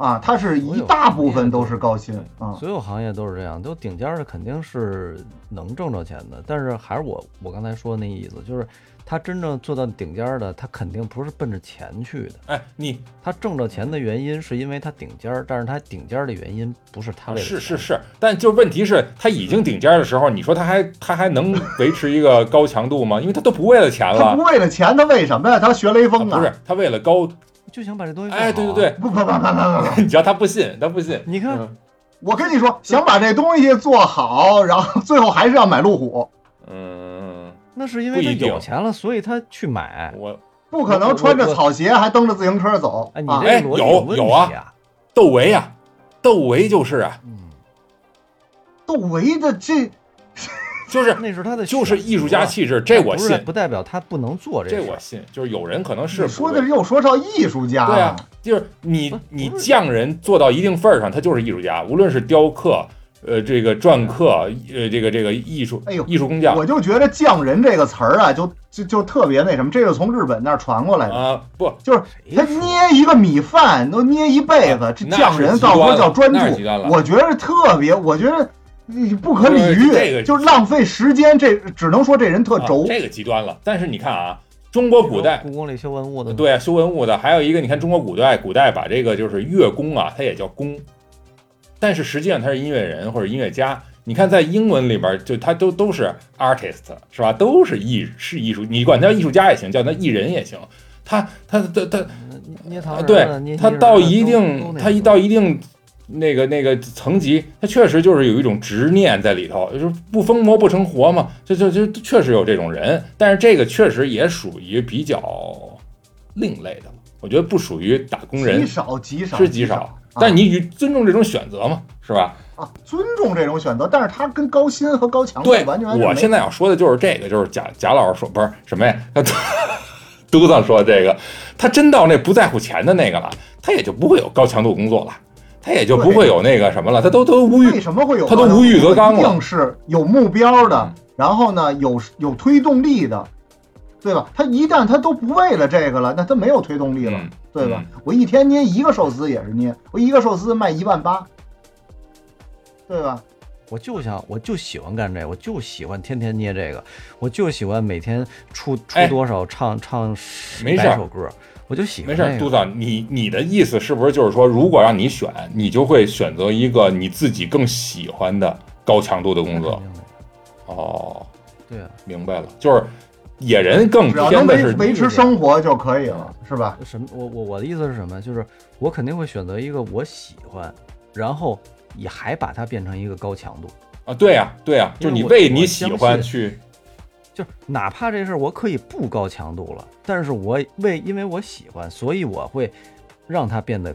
Speaker 6: 嗯，
Speaker 8: 啊，它是一大部分都是高薪啊。
Speaker 5: 所有行业都是这样，都顶尖儿的肯定是能挣着钱的，但是还是我我刚才说的那意思，就是他真正做到顶尖儿的，他肯定不是奔着钱去的，
Speaker 6: 哎，你
Speaker 5: 他挣着钱
Speaker 6: 嗯
Speaker 5: 的原因是因为他顶尖儿，但是他顶尖儿的原因不是他为了
Speaker 6: 是是
Speaker 5: 钱
Speaker 6: 是，但就问题是，他已经顶尖儿的时候，你说他还他还能维持一个高强度吗？因为他都不为了钱
Speaker 8: 他
Speaker 6: 了
Speaker 8: 不，为了钱，他为什么呀？他学雷
Speaker 6: 啊
Speaker 8: 锋
Speaker 6: 不
Speaker 8: 啊！
Speaker 6: 是他为了高，
Speaker 5: 就想把这东西、啊
Speaker 6: 哎，对对，对，
Speaker 8: 不不不不不不，
Speaker 6: <laughs> 你知道他不信，他不信，
Speaker 5: 你看、
Speaker 6: 嗯
Speaker 8: 我跟你说，想把这东西做好，然后最后还是要买路虎，
Speaker 6: 嗯，
Speaker 5: 那是因
Speaker 6: 不
Speaker 5: 为他
Speaker 6: 一定
Speaker 5: 有钱了，所以他去买。
Speaker 6: 我
Speaker 8: 不可能穿着草鞋还蹬着自行车走
Speaker 5: 哎，你
Speaker 8: 啊！
Speaker 5: 这个逻辑
Speaker 6: 哎有
Speaker 5: 问题
Speaker 6: 有啊窦唯呀，窦唯就是啊，
Speaker 5: 嗯，
Speaker 8: 窦唯的这
Speaker 6: 就是
Speaker 5: 那是他的
Speaker 6: 就是
Speaker 5: 选择啊
Speaker 6: 艺术家气质，这我
Speaker 5: 不是
Speaker 6: 信，
Speaker 5: 不代表他不能做
Speaker 6: 这
Speaker 5: 事
Speaker 6: 我
Speaker 5: 儿。
Speaker 6: 信，就是有人可能是
Speaker 8: 你
Speaker 6: 不
Speaker 8: 说
Speaker 6: 会
Speaker 8: 的又说到艺术家
Speaker 6: 对
Speaker 8: 了
Speaker 6: 啊，，就是你
Speaker 5: 不
Speaker 6: 你
Speaker 5: 不是
Speaker 6: 匠人做到一定份儿上，他就是艺术家，无论是雕刻。呃，这个篆刻，呃，这个这个艺术，
Speaker 8: 哎呦
Speaker 6: 艺术工匠，
Speaker 8: 我就觉得“匠人”这个词儿啊，就就就特别那什么，这是从日本那儿传过来的。
Speaker 6: 啊，不，
Speaker 8: 就是他捏一个米饭都捏一辈子，这
Speaker 6: 啊那是
Speaker 8: 匠人
Speaker 6: 极端
Speaker 8: 到
Speaker 6: 了
Speaker 8: 时候叫专注
Speaker 6: 那是极端了，
Speaker 8: 我觉得特别，我觉得不可理
Speaker 6: 不是这
Speaker 8: 喻，
Speaker 6: 个
Speaker 8: 就是浪费时间。这只能说这人特
Speaker 6: 啊
Speaker 8: 轴，
Speaker 6: 这个极端了。但是你看啊，中国古代
Speaker 5: 故宫里修文物的，，
Speaker 6: 对啊修文物的，还有一个你看中国古代，古代把这个就是乐工啊，它也叫工，但是实际上他是音乐人或者音乐家。你看在英文里边儿，就他都都是 artist 是吧？都是艺是艺术，你管他艺术家也行，叫他艺人也行。他他他他
Speaker 5: 捏
Speaker 6: 啊
Speaker 5: 糖人啊
Speaker 6: 对
Speaker 5: 捏
Speaker 6: 他
Speaker 5: 泥人
Speaker 6: 到
Speaker 5: 啊
Speaker 6: 一
Speaker 5: 都
Speaker 6: 定
Speaker 5: 都，
Speaker 6: 他
Speaker 5: 那
Speaker 6: 一
Speaker 5: 什么
Speaker 6: 到一定那个那个层级，他确实就是有一种执念在里头，就是不疯魔不成活嘛，这这这确实有这种人，但是这个确实也属于比较另类的了，我觉得不属于打工
Speaker 8: 极
Speaker 6: 人
Speaker 8: 少极少
Speaker 6: 是极
Speaker 8: 少
Speaker 6: 少，但你与尊重这种选择嘛，是吧？
Speaker 8: 啊，尊重这种选择，但是他跟高薪和高强度
Speaker 6: 对，
Speaker 8: 完全是
Speaker 6: 我
Speaker 8: 没
Speaker 6: 现在要说的就是这个，就是贾贾老师说不是什么呀，嘟子说这个，他真到那不在乎钱的那个了，他也就不会有高强度工作了，他也就不会有那个什么了，他都都无
Speaker 8: 为
Speaker 6: 欲。
Speaker 8: 什么会有
Speaker 6: 他都无欲则刚了
Speaker 8: 一定是有目标的
Speaker 6: 嗯，
Speaker 8: 然后呢有有推动力的，对吧？他一旦他都不为了这个了，那他没有推动力了，
Speaker 6: 嗯
Speaker 8: 对吧？我一天捏一个寿司也是捏，我一个寿司卖一万八，对吧？
Speaker 5: 我就想，我就喜欢干这个，我就喜欢天天捏这个，我就喜欢每天出出
Speaker 6: 哎
Speaker 5: 多少唱唱十
Speaker 6: 没事
Speaker 5: 百
Speaker 6: 儿
Speaker 5: 首歌，我就喜
Speaker 6: 没
Speaker 5: 欢
Speaker 6: 事
Speaker 5: 这
Speaker 6: 儿，
Speaker 5: 个
Speaker 6: 嘟。子，你你的意思是不是就是说，如果让你选，你就会选择一个你自己更喜欢的高强度的工
Speaker 5: 那
Speaker 6: 作
Speaker 5: 肯？定的
Speaker 6: 哦，
Speaker 5: 对啊，
Speaker 6: 明白了，就是野人更
Speaker 8: 只要
Speaker 6: 偏
Speaker 8: 能
Speaker 6: 嗯的
Speaker 8: 维
Speaker 6: 是
Speaker 8: 维持生活就可以了，是吧？
Speaker 5: 呃什么？我我我的意思是什么？就是我肯定会选择一个我喜欢，然后也还把它变成一个高强度，
Speaker 6: 啊，对呀、对呀、就是你
Speaker 5: 因为我
Speaker 6: 为你
Speaker 5: 我
Speaker 6: 喜
Speaker 5: 相
Speaker 6: 欢
Speaker 5: 信
Speaker 6: 去
Speaker 5: 就是哪怕这事儿我可以不高强度了，但是我为因为我喜欢，所以我会让它变得。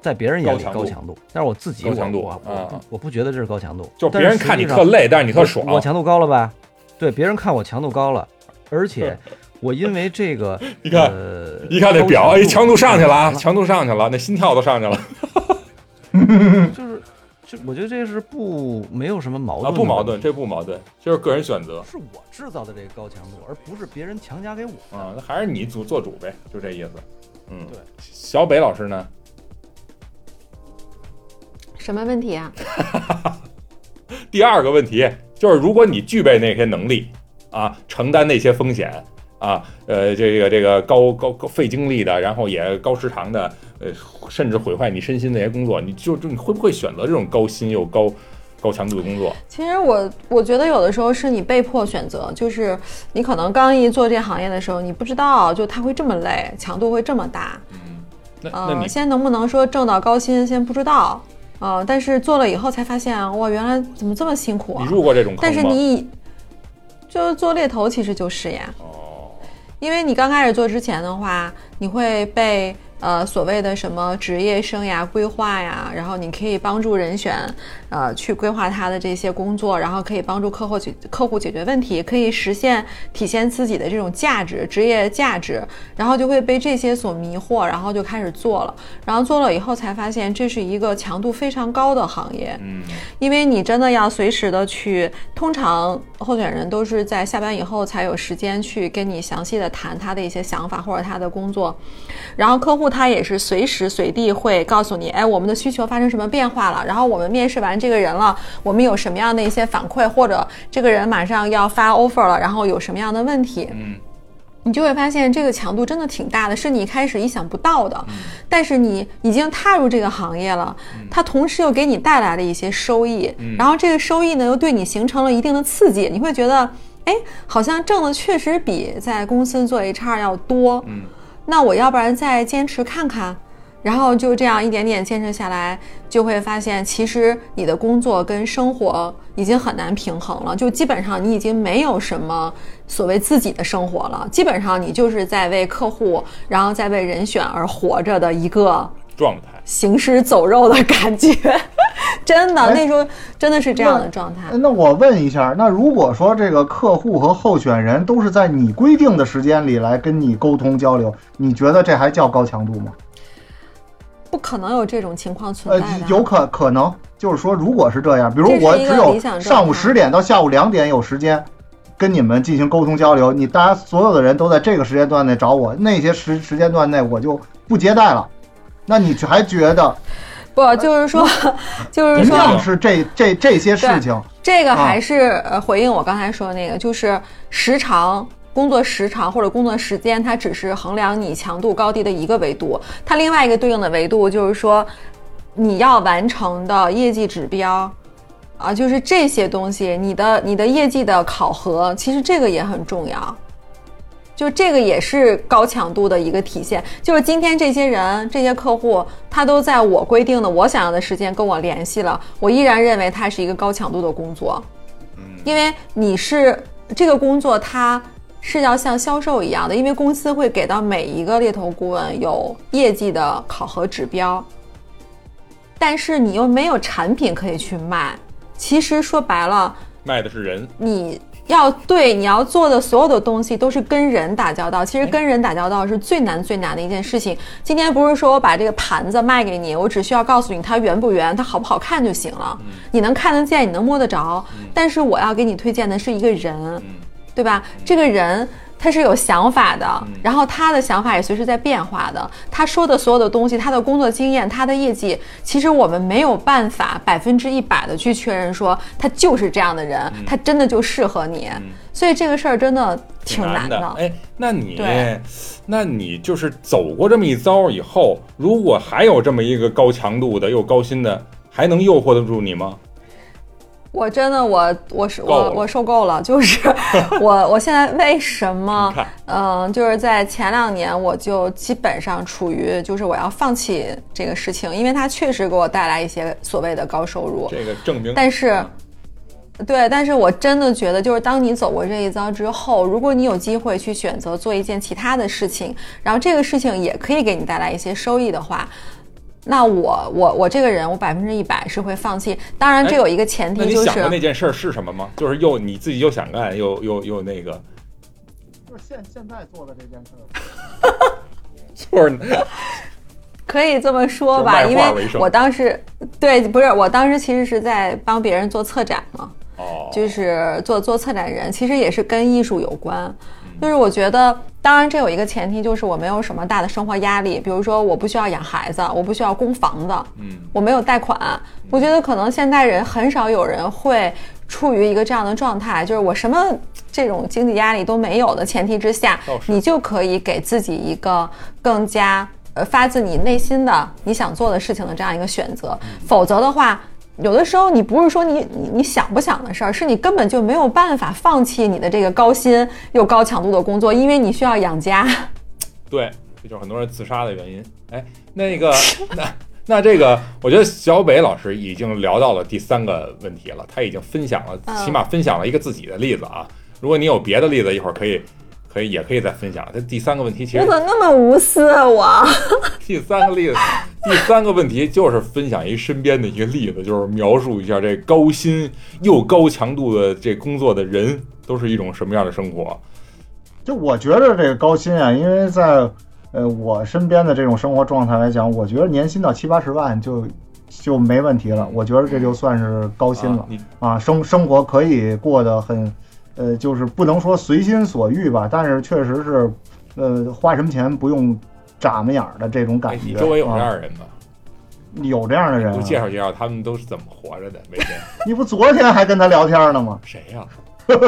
Speaker 5: 在别人眼里
Speaker 6: 高强度
Speaker 5: 高强度，但是我自己
Speaker 6: 高
Speaker 5: 我
Speaker 6: 强度
Speaker 5: 我我
Speaker 6: 嗯
Speaker 5: 不我不觉得这是高强度，
Speaker 6: 就别人看你啊
Speaker 5: 但是实际上
Speaker 6: 特累，但是你特
Speaker 5: 我我
Speaker 6: 爽。
Speaker 5: 强度高了吧？对，别人看我强度高了，而且我因为这个，
Speaker 6: <laughs> 你看
Speaker 5: 呃、
Speaker 6: 一看这表，
Speaker 5: 高
Speaker 6: 哎，强度上去了啊，
Speaker 5: 嗯
Speaker 6: 强度上去了，那心跳都上去了
Speaker 5: 就是就我觉得这是不没有什么矛
Speaker 6: 啊，
Speaker 5: 盾，
Speaker 6: 不矛盾，，这不矛盾，这是个人选择
Speaker 5: 是我制造的这个高强度，而不是别人强加给我的。
Speaker 6: 啊，那还是你主做主呗，就这意思。嗯，
Speaker 5: 对。
Speaker 6: 小北老师呢？
Speaker 4: 什么问题啊？
Speaker 6: 第二个问题就是，如果你具备那些能力啊，承担那些风险啊，呃，这个这个高高高费精力的，然后也高时长的，呃，甚至毁坏你身心那些工作，你就就你会不会选择这种高薪又高高强度的工作？
Speaker 4: 其实我我觉得有的时候是你被迫选择，就是你可能刚一做这行业的时候，你不知道就它会这么累，强度会这么大。
Speaker 6: 那那
Speaker 4: 嗯、
Speaker 6: 你
Speaker 4: 先能不能说挣到高薪，先不知道。嗯、但是做了以后才发现，哇，原来怎么这么辛苦
Speaker 6: 你
Speaker 4: 啊！
Speaker 6: 入过这种坑吗？
Speaker 4: 但是你以就是做猎头其实就是呀，
Speaker 6: 哦，
Speaker 4: 因为你刚开始做之前的话，你会被呃所谓的什么职业生涯规划呀，然后你可以帮助人选，呃，去规划他的这些工作，然后可以帮助客户解客户解决问题，可以实现体现自己的这种价值、职业价值，然后就会被这些所迷惑，然后就开始做了，然后做了以后才发现这是一个强度非常高的行业，
Speaker 6: 嗯，
Speaker 4: 因为你真的要随时的去，通常候选人都是在下班以后才有时间去跟你详细的谈他的一些想法或者他的工作，然后客户他也是随时随地会告诉你，哎，我们的需求发生什么变化了，然后我们面试完这个人了，我们有什么样的一些反馈，或者这个人马上要发 offer 了，然后有什么样的问题，
Speaker 6: 嗯，
Speaker 4: 你就会发现这个强度真的挺大的，是你一开始意想不到的，但是你已经踏入这个行业了，它同时又给你带来了一些收益，然后这个收益呢又对你形成了一定的刺激，你会觉得，哎，好像挣的确实比在公司做 HR 要多，
Speaker 6: 嗯
Speaker 4: 那我要不然再坚持看看。然后就这样一点点坚持下来，就会发现，其实你的工作跟生活已经很难平衡了，就基本上你已经没有什么所谓自己的生活了，基本上你就是在为客户，然后在为人选而活着的一个
Speaker 6: 状态。
Speaker 4: 行尸走肉的感觉， <laughs> 真的，
Speaker 8: 哎
Speaker 4: 那时候真的是这样的状态。
Speaker 8: 那我问一下，那如果说这个客户和候选人都是在你规定的时间里来跟你沟通交流，你觉得这还叫高强度吗？
Speaker 4: 不可能有这种情况存
Speaker 8: 呃
Speaker 4: 在的啊。，
Speaker 8: 有可可能，就是说，如果是这样，比如
Speaker 4: 这是
Speaker 8: 我
Speaker 4: 一
Speaker 8: 只
Speaker 4: 个
Speaker 8: 有
Speaker 4: 理想状态
Speaker 8: 上午十点到下午两点有时间跟你们进行沟通交流，你大家所有的人都在这个时间段内找我，那些时时间段内我就不接待了。那你还觉得
Speaker 4: 不，就是说，就是
Speaker 8: 同
Speaker 4: 说，
Speaker 8: 样是这这这些事情，
Speaker 4: 这个
Speaker 8: 啊
Speaker 4: 还是呃回应我刚才说的那个，就是时长。工作时长或者工作时间，它只是衡量你强度高低的一个维度，它另外一个对应的维度就是说，你要完成的业绩指标，啊，就是这些东西，你的你的业绩的考核，其实这个也很重要，就这个也是高强度的一个体现。就是今天这些人、这些客户，他都在我规定的我想要的时间跟我联系了，我依然认为它是一个高强度的工作，因为你是这个工作，它是要像销售一样的，因为公司会给到每一个猎头顾问有业绩的考核指标，但是你又没有产品可以去卖。其实说白了，
Speaker 6: 卖的是人，
Speaker 4: 你要对你要做的所有的东西都是跟人打交道。其实跟人打交道是最难最难的一件事情。今天不是说我把这个盘子卖给你，我只需要告诉你它圆不圆，它好不好看就行了。你能看得见，你能摸得着。但是我要给你推荐的是一个人，对吧？这个人。他是有想法的，然后他的想法也随时在变化的。他说的所有的东西，他的工作经验，他的业绩，其实我们没有办法百分之一百的去确认说他就是这样的人，他真的就适合你。所以这个事儿真的嗯挺
Speaker 6: 难
Speaker 4: 难的。
Speaker 6: 哎，那你
Speaker 4: 对，
Speaker 6: 那你就是走过这么一遭以后，如果还有这么一个高强度的又高薪的，还能诱惑得住你吗？
Speaker 4: 我真的我我是
Speaker 6: 够了
Speaker 4: 我我受够了，就是
Speaker 6: <laughs>
Speaker 4: 我我现在为什么
Speaker 6: 你看
Speaker 4: 嗯、就是在前两年我就基本上处于就是我要放弃这个事情，因为它确实给我带来一些所谓的高收入。
Speaker 6: 这个证明，嗯
Speaker 4: 但是，对，但是我真的觉得，就是当你走过这一遭之后，如果你有机会去选择做一件其他的事情，然后这个事情也可以给你带来一些收益的话。那我我我这个人，我百分之一百是会放弃。当然，
Speaker 6: 哎
Speaker 4: 这有一个前
Speaker 6: 那
Speaker 4: 提
Speaker 6: 你
Speaker 4: 就是，
Speaker 6: 想过那件事儿是什么吗？就是又你自己又想干，又又又那个，
Speaker 8: 就是现现在做的这件事。
Speaker 6: 就是
Speaker 4: 可以这么说吧，
Speaker 6: 就是
Speaker 4: 因
Speaker 6: 卖画为
Speaker 4: 为
Speaker 6: 生
Speaker 4: 我当时对不是我当时其实是在帮别人做策展嘛，
Speaker 6: 哦，
Speaker 4: 就是做做策展人，其实也是跟艺术有关。
Speaker 6: 嗯
Speaker 4: 就是我觉得，当然这有一个前提，就是我没有什么大的生活压力，比如说我不需要养孩子，我不需要供房子，
Speaker 6: 嗯
Speaker 4: 我没有贷款。我觉得可能现代人很少有人会处于一个这样的状态，就是我什么这种经济压力都没有的前提之下
Speaker 6: 倒，是
Speaker 4: 你就可以给自己一个更加呃发自你内心的你想做的事情的这样一个选择。否则的话，有的时候你不是说你你你想不想的事儿，是你根本就没有办法放弃你的这个高薪又高强度的工作，因为你需要养家。
Speaker 6: 对，这就是很多人自杀的原因。哎，那个那。那这个，我觉得小北老师已经聊到了第三个问题了，他已经分享了，
Speaker 4: 嗯
Speaker 6: 起码分享了一个自己的例子啊。如果你有别的例子，一会儿可以可以也可以再分享。这第三个问题其
Speaker 4: 我
Speaker 6: 实
Speaker 4: 怎么那么无私啊？我
Speaker 6: 第三个例子，第三个问题就是分享一身边的一个例子，就是描述一下这高薪又高强度的这工作的人都是一种什么样的生活。
Speaker 8: 就我觉得这个高薪啊，因为在呃我身边的这种生活状态来讲，我觉得年薪到七八十万就就没问题了。我觉得这就算是高薪
Speaker 6: 啊
Speaker 8: 了
Speaker 6: 你
Speaker 8: 啊生生活可以过得很，呃，就是不能说随心所欲吧，但是确实是，呃，花什么钱不用眨巴眼儿的这种感
Speaker 6: 哎，
Speaker 8: 觉。
Speaker 6: 你周围有这样
Speaker 8: 啊
Speaker 6: 的人吗？
Speaker 8: 有这样的人
Speaker 6: 给
Speaker 8: 啊、
Speaker 6: 我介绍介绍他们都是怎么活着的，每天
Speaker 8: 你不昨天还跟他聊天呢吗？
Speaker 6: 谁呀、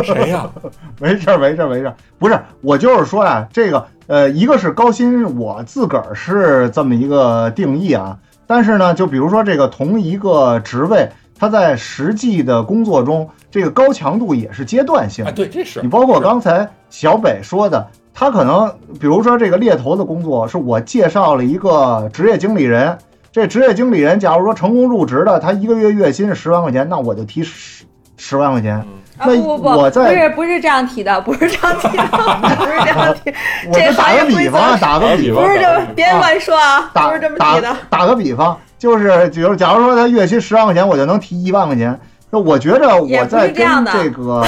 Speaker 6: 谁呀、
Speaker 8: <laughs> 没事儿，没事儿，没事儿。不是，我就是说呀、这个呃，一个是高薪，我自个儿是这么一个定义啊。但是呢，就比如说这个同一个职位，它在实际的工作中，这个高强度也是阶段性
Speaker 6: 啊，
Speaker 8: 的。
Speaker 6: 对，这是
Speaker 8: 你包括
Speaker 6: 是
Speaker 8: 刚才小北说的，他可能比如说这个猎头的工作，是我介绍了一个职业经理人，这职业经理人假如说成功入职的，他一个月月薪是十万块钱，那我就提十十万块钱。
Speaker 4: 啊
Speaker 8: 那
Speaker 4: 不不不，
Speaker 8: 我
Speaker 4: 不
Speaker 8: 在
Speaker 4: 是不是这样提的，不是这样提
Speaker 8: <laughs>
Speaker 4: 的，不是这样提，
Speaker 8: 我
Speaker 4: 这
Speaker 8: 就打
Speaker 4: 行业
Speaker 8: 个比
Speaker 4: 规则
Speaker 8: 方啊，打
Speaker 6: 哎
Speaker 8: 个比
Speaker 4: 不
Speaker 8: 方，嗯
Speaker 4: 是这么，别乱说啊，
Speaker 8: 打
Speaker 4: 不是这么
Speaker 8: 打
Speaker 4: 提的。
Speaker 8: 打个比方，就是比如假如说他月薪十万块钱，我就能提一万块钱。那我觉着
Speaker 4: 也
Speaker 8: 我
Speaker 4: 不是
Speaker 8: 在
Speaker 4: 这样
Speaker 8: 跟
Speaker 4: 的
Speaker 8: 这
Speaker 4: <laughs>
Speaker 8: 个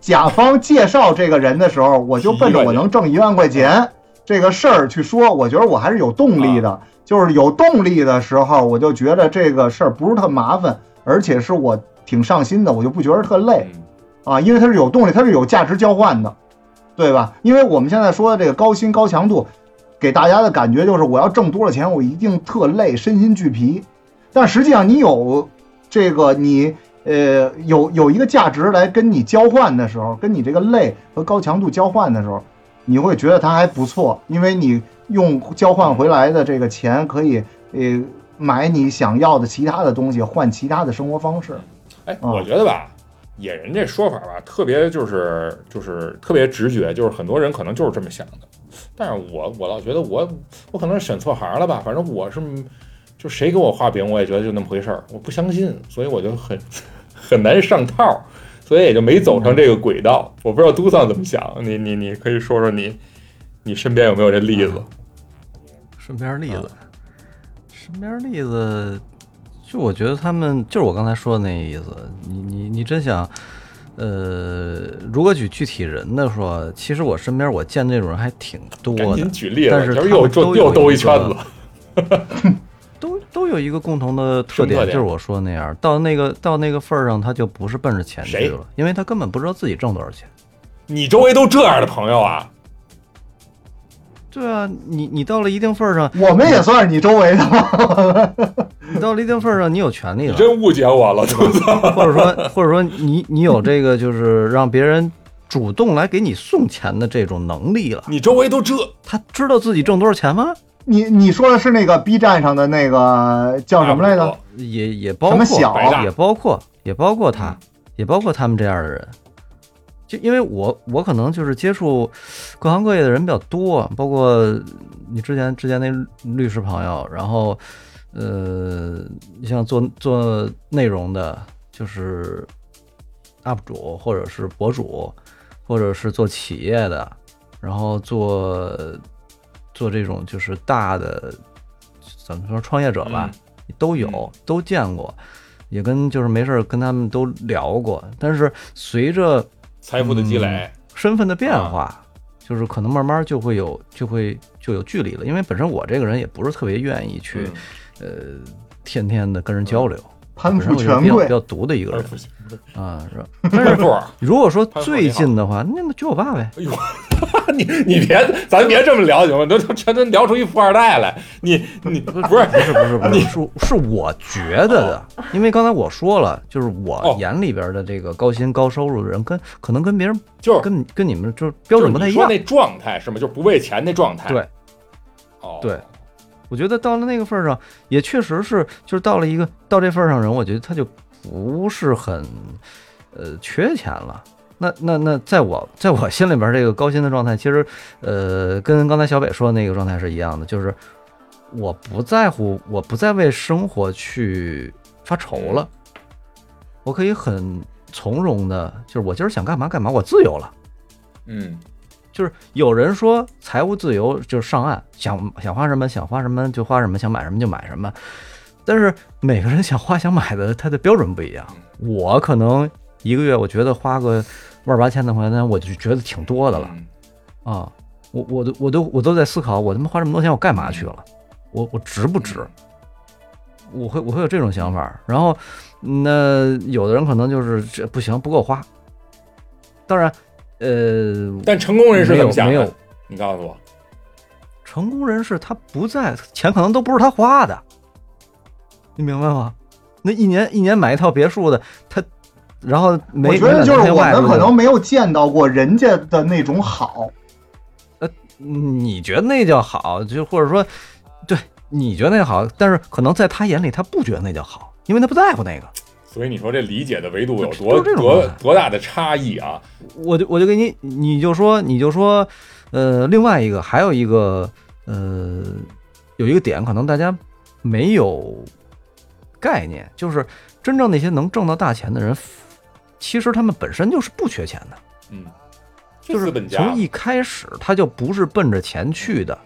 Speaker 8: 甲方介绍这个人的时候，我就奔着我能挣一万块钱这个事儿去说，我觉得我还是有动力的。就是有动力的时候，我就觉得这个事儿不是特麻烦，而且是我挺上心的，我就不觉得特累。
Speaker 6: 嗯
Speaker 8: 啊，因为它是有动力，它是有价值交换的，对吧？因为我们现在说的这个高薪高强度，给大家的感觉就是我要挣多少钱，我一定特累，身心俱疲。但实际上，你有这个你呃有有一个价值来跟你交换的时候，跟你这个累和高强度交换的时候，你会觉得它还不错，因为你用交换回来的这个钱可以呃买你想要的其他的东西，换其他的生活方式。
Speaker 6: 哎，
Speaker 8: 嗯
Speaker 6: 我觉得吧，野人这说法吧，特别就是就是特别直觉，就是很多人可能就是这么想的。但是我我老觉得我我可能选错行了吧，反正我是就谁给我画饼，我也觉得就那么回事儿，我不相信，所以我就很 <laughs> 很难上套，所以也就没走上这个轨道。我不知道都桑怎么想，你你你可以说说你你身边有没有这例子？
Speaker 5: 身边例
Speaker 6: 嗯
Speaker 5: 子，身边例子，就我觉得他们就是我刚才说的那意思。你你你真想，呃，如果举具体人的说，其实我身边我见这种人还挺多
Speaker 6: 赶
Speaker 5: 的
Speaker 6: 紧，举例
Speaker 5: 但
Speaker 6: 子，
Speaker 5: 是
Speaker 6: 这
Speaker 5: 他
Speaker 6: 不
Speaker 5: 们
Speaker 6: 又
Speaker 5: 都
Speaker 6: 又
Speaker 5: 有
Speaker 6: 又兜
Speaker 5: 一
Speaker 6: 一圈
Speaker 5: 个
Speaker 6: 子。
Speaker 5: 都都有一个共同的特点，
Speaker 6: 什么特点
Speaker 5: 就是我说的那样，到那个到那个份儿上，他就不是奔着钱去
Speaker 6: 谁
Speaker 5: 了，因为他根本不知道自己挣多少钱。
Speaker 6: 你周围都这样的朋友啊？
Speaker 5: 对啊，你你到了一定份儿上，
Speaker 8: 我们也算是你周围的吗？
Speaker 5: 你到了一定份儿上，你有权利
Speaker 6: 你
Speaker 5: 了。
Speaker 6: 真误解我了，都桑。
Speaker 5: 或者说， <laughs> 或者说你你有这个就是让别人主动来给你送钱的这种能力了。
Speaker 6: <laughs> 你周围都这，
Speaker 5: 他知道自己挣多少钱吗？
Speaker 8: 你你说的是那个 B 站上的那个叫什么来着？？
Speaker 5: 也也包
Speaker 8: 什
Speaker 5: 括
Speaker 8: 么小啊嗯
Speaker 6: 白大
Speaker 5: 也包括也包括他，也包括他们这样的人。就因为我我可能就是接触各行各业的人比较多，包括你之前之前那律师朋友，然后呃，你像做做内容的，就是 UP 主或者是博主，或者是做企业的，然后做做这种就是大的怎么说创业者
Speaker 8: 嗯
Speaker 5: 吧，都有都见过，也跟就是没事儿跟他们都聊过，但是随着
Speaker 6: 财富的积累，
Speaker 5: 身份的变
Speaker 8: 啊
Speaker 5: 化，就是可能慢慢就会有就会就有距离了，因为本身我这个人也不是特别愿意
Speaker 6: 嗯
Speaker 5: 去、呃天天的跟人交流，
Speaker 8: 攀
Speaker 5: 本
Speaker 8: 附
Speaker 5: 身我就是
Speaker 8: 嗯权
Speaker 5: 比较
Speaker 8: 贵嗯
Speaker 5: 比，较独的一个
Speaker 6: 二
Speaker 5: 人
Speaker 6: 富行
Speaker 5: 啊，是吧？
Speaker 6: 但是富，哎
Speaker 5: 如果说
Speaker 6: 潘总
Speaker 5: 最近的话，那么就我
Speaker 8: <laughs>
Speaker 5: 爸呗，
Speaker 6: 呦， <laughs> 你你别，咱别这么聊行吗？都都全都聊出一富二代来，
Speaker 5: <laughs>
Speaker 6: 你你不是
Speaker 5: 不是不是不是，是是我觉得的，
Speaker 8: 哦
Speaker 5: 因为刚才我说了，就是我
Speaker 6: 哦
Speaker 5: 眼里边的这个高薪高收入的人，跟可能跟别人
Speaker 6: 就是
Speaker 5: 跟跟你们就是标准不太一
Speaker 6: 就是
Speaker 5: 样
Speaker 6: 你说。那状态是吗？就是不为钱那状态。
Speaker 5: 对，
Speaker 6: 哦，
Speaker 5: 对，我觉得到了那个份儿上，也确实是就是到了一个到这份儿上人，我觉得他就不是很呃缺钱了。那那那，在我在我心里边儿这个高薪的状态，其实呃跟刚才小北说的那个状态是一样的，就是我不在乎，我不再为生活去发愁了，
Speaker 6: 嗯
Speaker 5: 我可以很从容的，就是我今儿想干嘛干嘛，我自由了。
Speaker 6: 嗯，
Speaker 5: 就是有人说财务自由就是上岸，想想花什么想花什么就花什么，想买什么就买什么。但是每个人想花想买的，他的标准不一样。我可能一个月我觉得花个万八千的还单，我就觉得挺多的了
Speaker 6: 嗯
Speaker 5: 啊。我我都我都我都在思考，我他妈花这么多钱我干嘛去了？我我值不
Speaker 6: 嗯
Speaker 5: 值？我会我会有这种想法儿。然后，那有的人可能就是这不行不够花。当然，呃，
Speaker 6: 但成功人士怎
Speaker 5: 没有
Speaker 6: 么想
Speaker 5: 没有
Speaker 6: 的？你告诉我，
Speaker 5: 成功人士他不在钱可能都不是他花的，你明白吗？那一年一年买一套别墅的，他然后没
Speaker 8: 我觉得就是我们可能
Speaker 5: 没两天外
Speaker 8: 没有见到过人家的那种好，
Speaker 5: 边就你觉得那叫好，就或者说对你觉得那好，但是可能在他眼里他不觉得那叫好，因为他不在乎那个。
Speaker 6: 所以你说这理解的维度有
Speaker 5: 就
Speaker 6: 多
Speaker 5: 就这种
Speaker 6: 多
Speaker 5: 状态
Speaker 6: 多大的差异啊？
Speaker 5: 我就我就给你，你就说你就说，呃，另外一个还有一个呃，有一个点可能大家没有概念，就是真正那些能挣到大钱的人，其实他们本身就是不缺钱的，
Speaker 6: 嗯，
Speaker 5: 就
Speaker 6: 资
Speaker 5: 是
Speaker 6: 本家
Speaker 5: 从一开始他就不是奔着钱去的，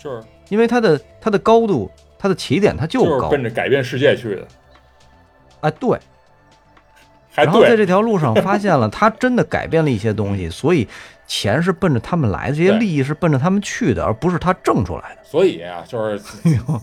Speaker 6: 就是
Speaker 5: 因为他的他的高度，他的起点他就
Speaker 6: 就是
Speaker 5: 高
Speaker 6: 奔着改变世界去的，
Speaker 5: 啊，对，
Speaker 6: 还
Speaker 5: 然后在
Speaker 6: 哎对
Speaker 5: 这条路上发现了，他真的改变了一些东西，所以钱是奔着他们来的，这些
Speaker 6: 对
Speaker 5: 利益是奔着他们去的，而不是他挣出来的。
Speaker 6: 所以啊，就是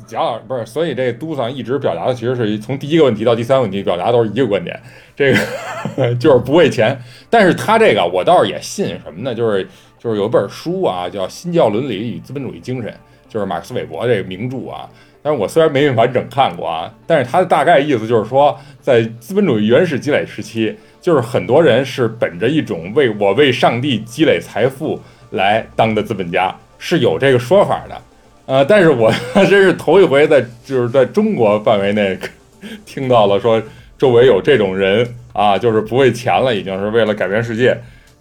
Speaker 6: 贾老不是，所以这都上一直表达的其实是一从第一个问题到第三个问题表达都是一个观点，这个 <laughs> 就是不为钱。但是他这个我倒是也信什么呢？就是就是有本书啊，叫《新教伦理与资本主义精神》，就是马克思韦伯这个名著啊。但是我虽然没完整看过啊，但是他的大概意思就是说，在资本主义原始积累时期，就是很多人是本着一种为我为上帝积累财富来当的资本家，是有这个说法的。呃，但是我 <laughs> 真是头一回在就是在中国范围内 <laughs> 听到了说周围有这种人啊，就是不为钱了，已经是为了改变世界，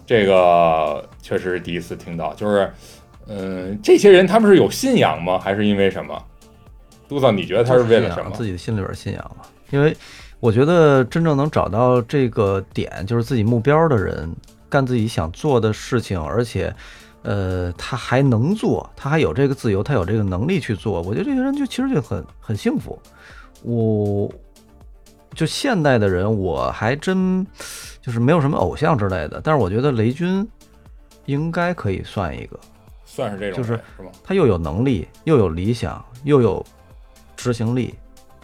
Speaker 6: 这个确实是第一次听到。就是，嗯、这些人他们是有信仰吗？还是因为什么？杜总，你觉得他是为了
Speaker 5: 信
Speaker 6: 什
Speaker 5: 仰
Speaker 6: 么？
Speaker 5: 自己的心里边信仰吧，因为我觉得真正能找到这个点，就是自己目标的人，干自己想做的事情，而且，呃，他还能做，他还有这个自由，他有这个能力去做，我觉得这些人就其实就很很幸福。我就现代的人，我还真就是没有什么偶像之类的，但是我觉得雷军应该可以算一个，
Speaker 6: 算是这种人
Speaker 5: 就是
Speaker 6: 是吗？
Speaker 5: 他又有能力，又有理想，又有执行力，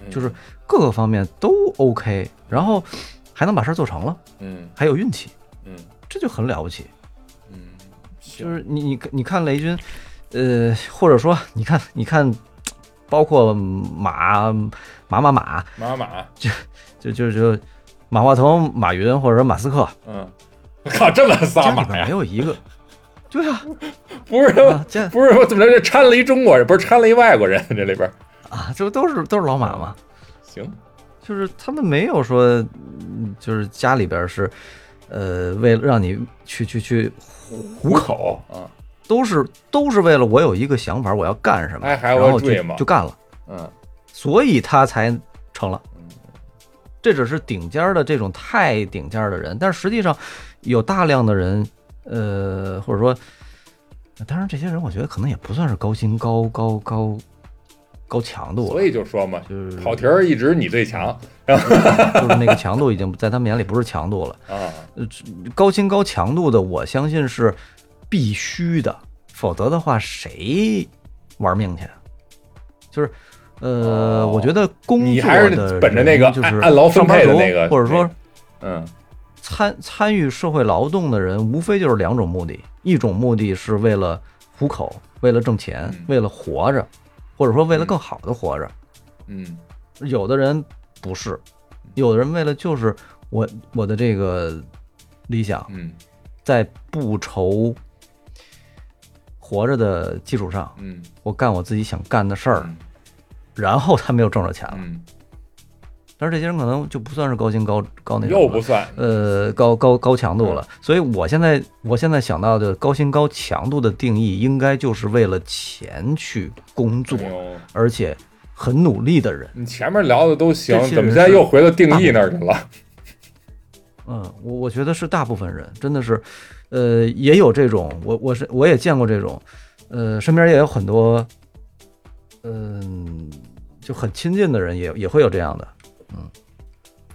Speaker 6: 嗯
Speaker 5: 就是各个方面都 OK，然后还能把事儿做成了，
Speaker 6: 嗯
Speaker 5: 还有运气，
Speaker 6: 嗯
Speaker 5: 这就很了不起。
Speaker 6: 嗯，就
Speaker 5: 就是你你你看雷军，呃，或者说你看 <coughs> 你看，包括马马马马，
Speaker 6: 马马，
Speaker 5: 就就就马化腾、马云或者马斯克，
Speaker 6: 嗯， <laughs> 我靠，这么
Speaker 5: 家
Speaker 6: 仨
Speaker 5: 里
Speaker 6: 马
Speaker 5: 边没
Speaker 6: 呀？
Speaker 5: 有一个，
Speaker 6: <laughs>
Speaker 5: 对啊，
Speaker 6: 不是
Speaker 5: 啊家
Speaker 6: 不是，我怎么着这掺了一中国人，不是掺了一外国人这里边儿？
Speaker 5: 啊，这不都是都是老马吗？
Speaker 6: 行，
Speaker 5: 就是他们没有说，嗯就是家里边是，呃，为了让你去去去，
Speaker 6: 虎口啊。
Speaker 5: 都是都是为了我有一个想法，我要干什么，
Speaker 6: 哎还有
Speaker 5: 然后就
Speaker 6: 对嘛
Speaker 5: 就干了，
Speaker 6: 嗯
Speaker 5: 所以他才成了。这只是顶尖儿的这种太顶尖儿的人，但是实际上有大量的人，呃，或者说，当然这些人我觉得可能也不算是高薪高高高高强，度
Speaker 6: 所
Speaker 5: 了，
Speaker 6: 以就说嘛，
Speaker 5: 就是
Speaker 6: 跑题儿一直你最强
Speaker 5: 就是那个强度已经在他们眼里不是强度了。
Speaker 6: 啊，
Speaker 5: 呃，这高清高强度的，我相信是必须的，否则的话谁玩命去啊？就是，呃，
Speaker 6: 哦
Speaker 5: 我觉得工
Speaker 6: 你
Speaker 5: 作
Speaker 6: 还是
Speaker 5: 的
Speaker 6: 本着
Speaker 5: 人
Speaker 6: 那个
Speaker 5: 就
Speaker 6: 按
Speaker 5: 是
Speaker 6: 按劳分
Speaker 5: 上班
Speaker 6: 配的
Speaker 5: 族
Speaker 6: 那个
Speaker 5: 或者
Speaker 6: 那
Speaker 5: 说
Speaker 6: 个嗯
Speaker 5: 参参与社会劳动的人，无非就是两种目的，一种目的是为了糊口，为了挣钱，
Speaker 6: 嗯
Speaker 5: 为了活着，或者说为了
Speaker 6: 嗯
Speaker 5: 更好的活着。
Speaker 6: 嗯
Speaker 5: 有的人不是，有的人为了就是我我的这个理想，
Speaker 6: 嗯
Speaker 5: 在不愁活着的基础上，
Speaker 6: 嗯
Speaker 5: 我干我自己想干的事儿，啊
Speaker 6: 嗯
Speaker 5: 然后他没有挣着钱了。
Speaker 6: 嗯，
Speaker 5: 但是这些人可能就不算是高薪高高那
Speaker 6: 又
Speaker 5: 种
Speaker 6: 不嗯
Speaker 5: 了，
Speaker 6: 算，
Speaker 5: 呃，高高高强度了。所以我现在我现在想到的高薪高强度的定义，应该就是为了钱去工作
Speaker 6: 哎，呦
Speaker 5: 而且很努力的人。
Speaker 6: 你前面聊的都行
Speaker 5: 这，些人
Speaker 6: 怎么现在又回到定义那儿去了？
Speaker 5: 嗯，我我觉得是大部分人真的是，呃，也有这种，我我是我也见过这种，呃，身边也有很多，嗯、就很亲近的人也也会有这样的，嗯，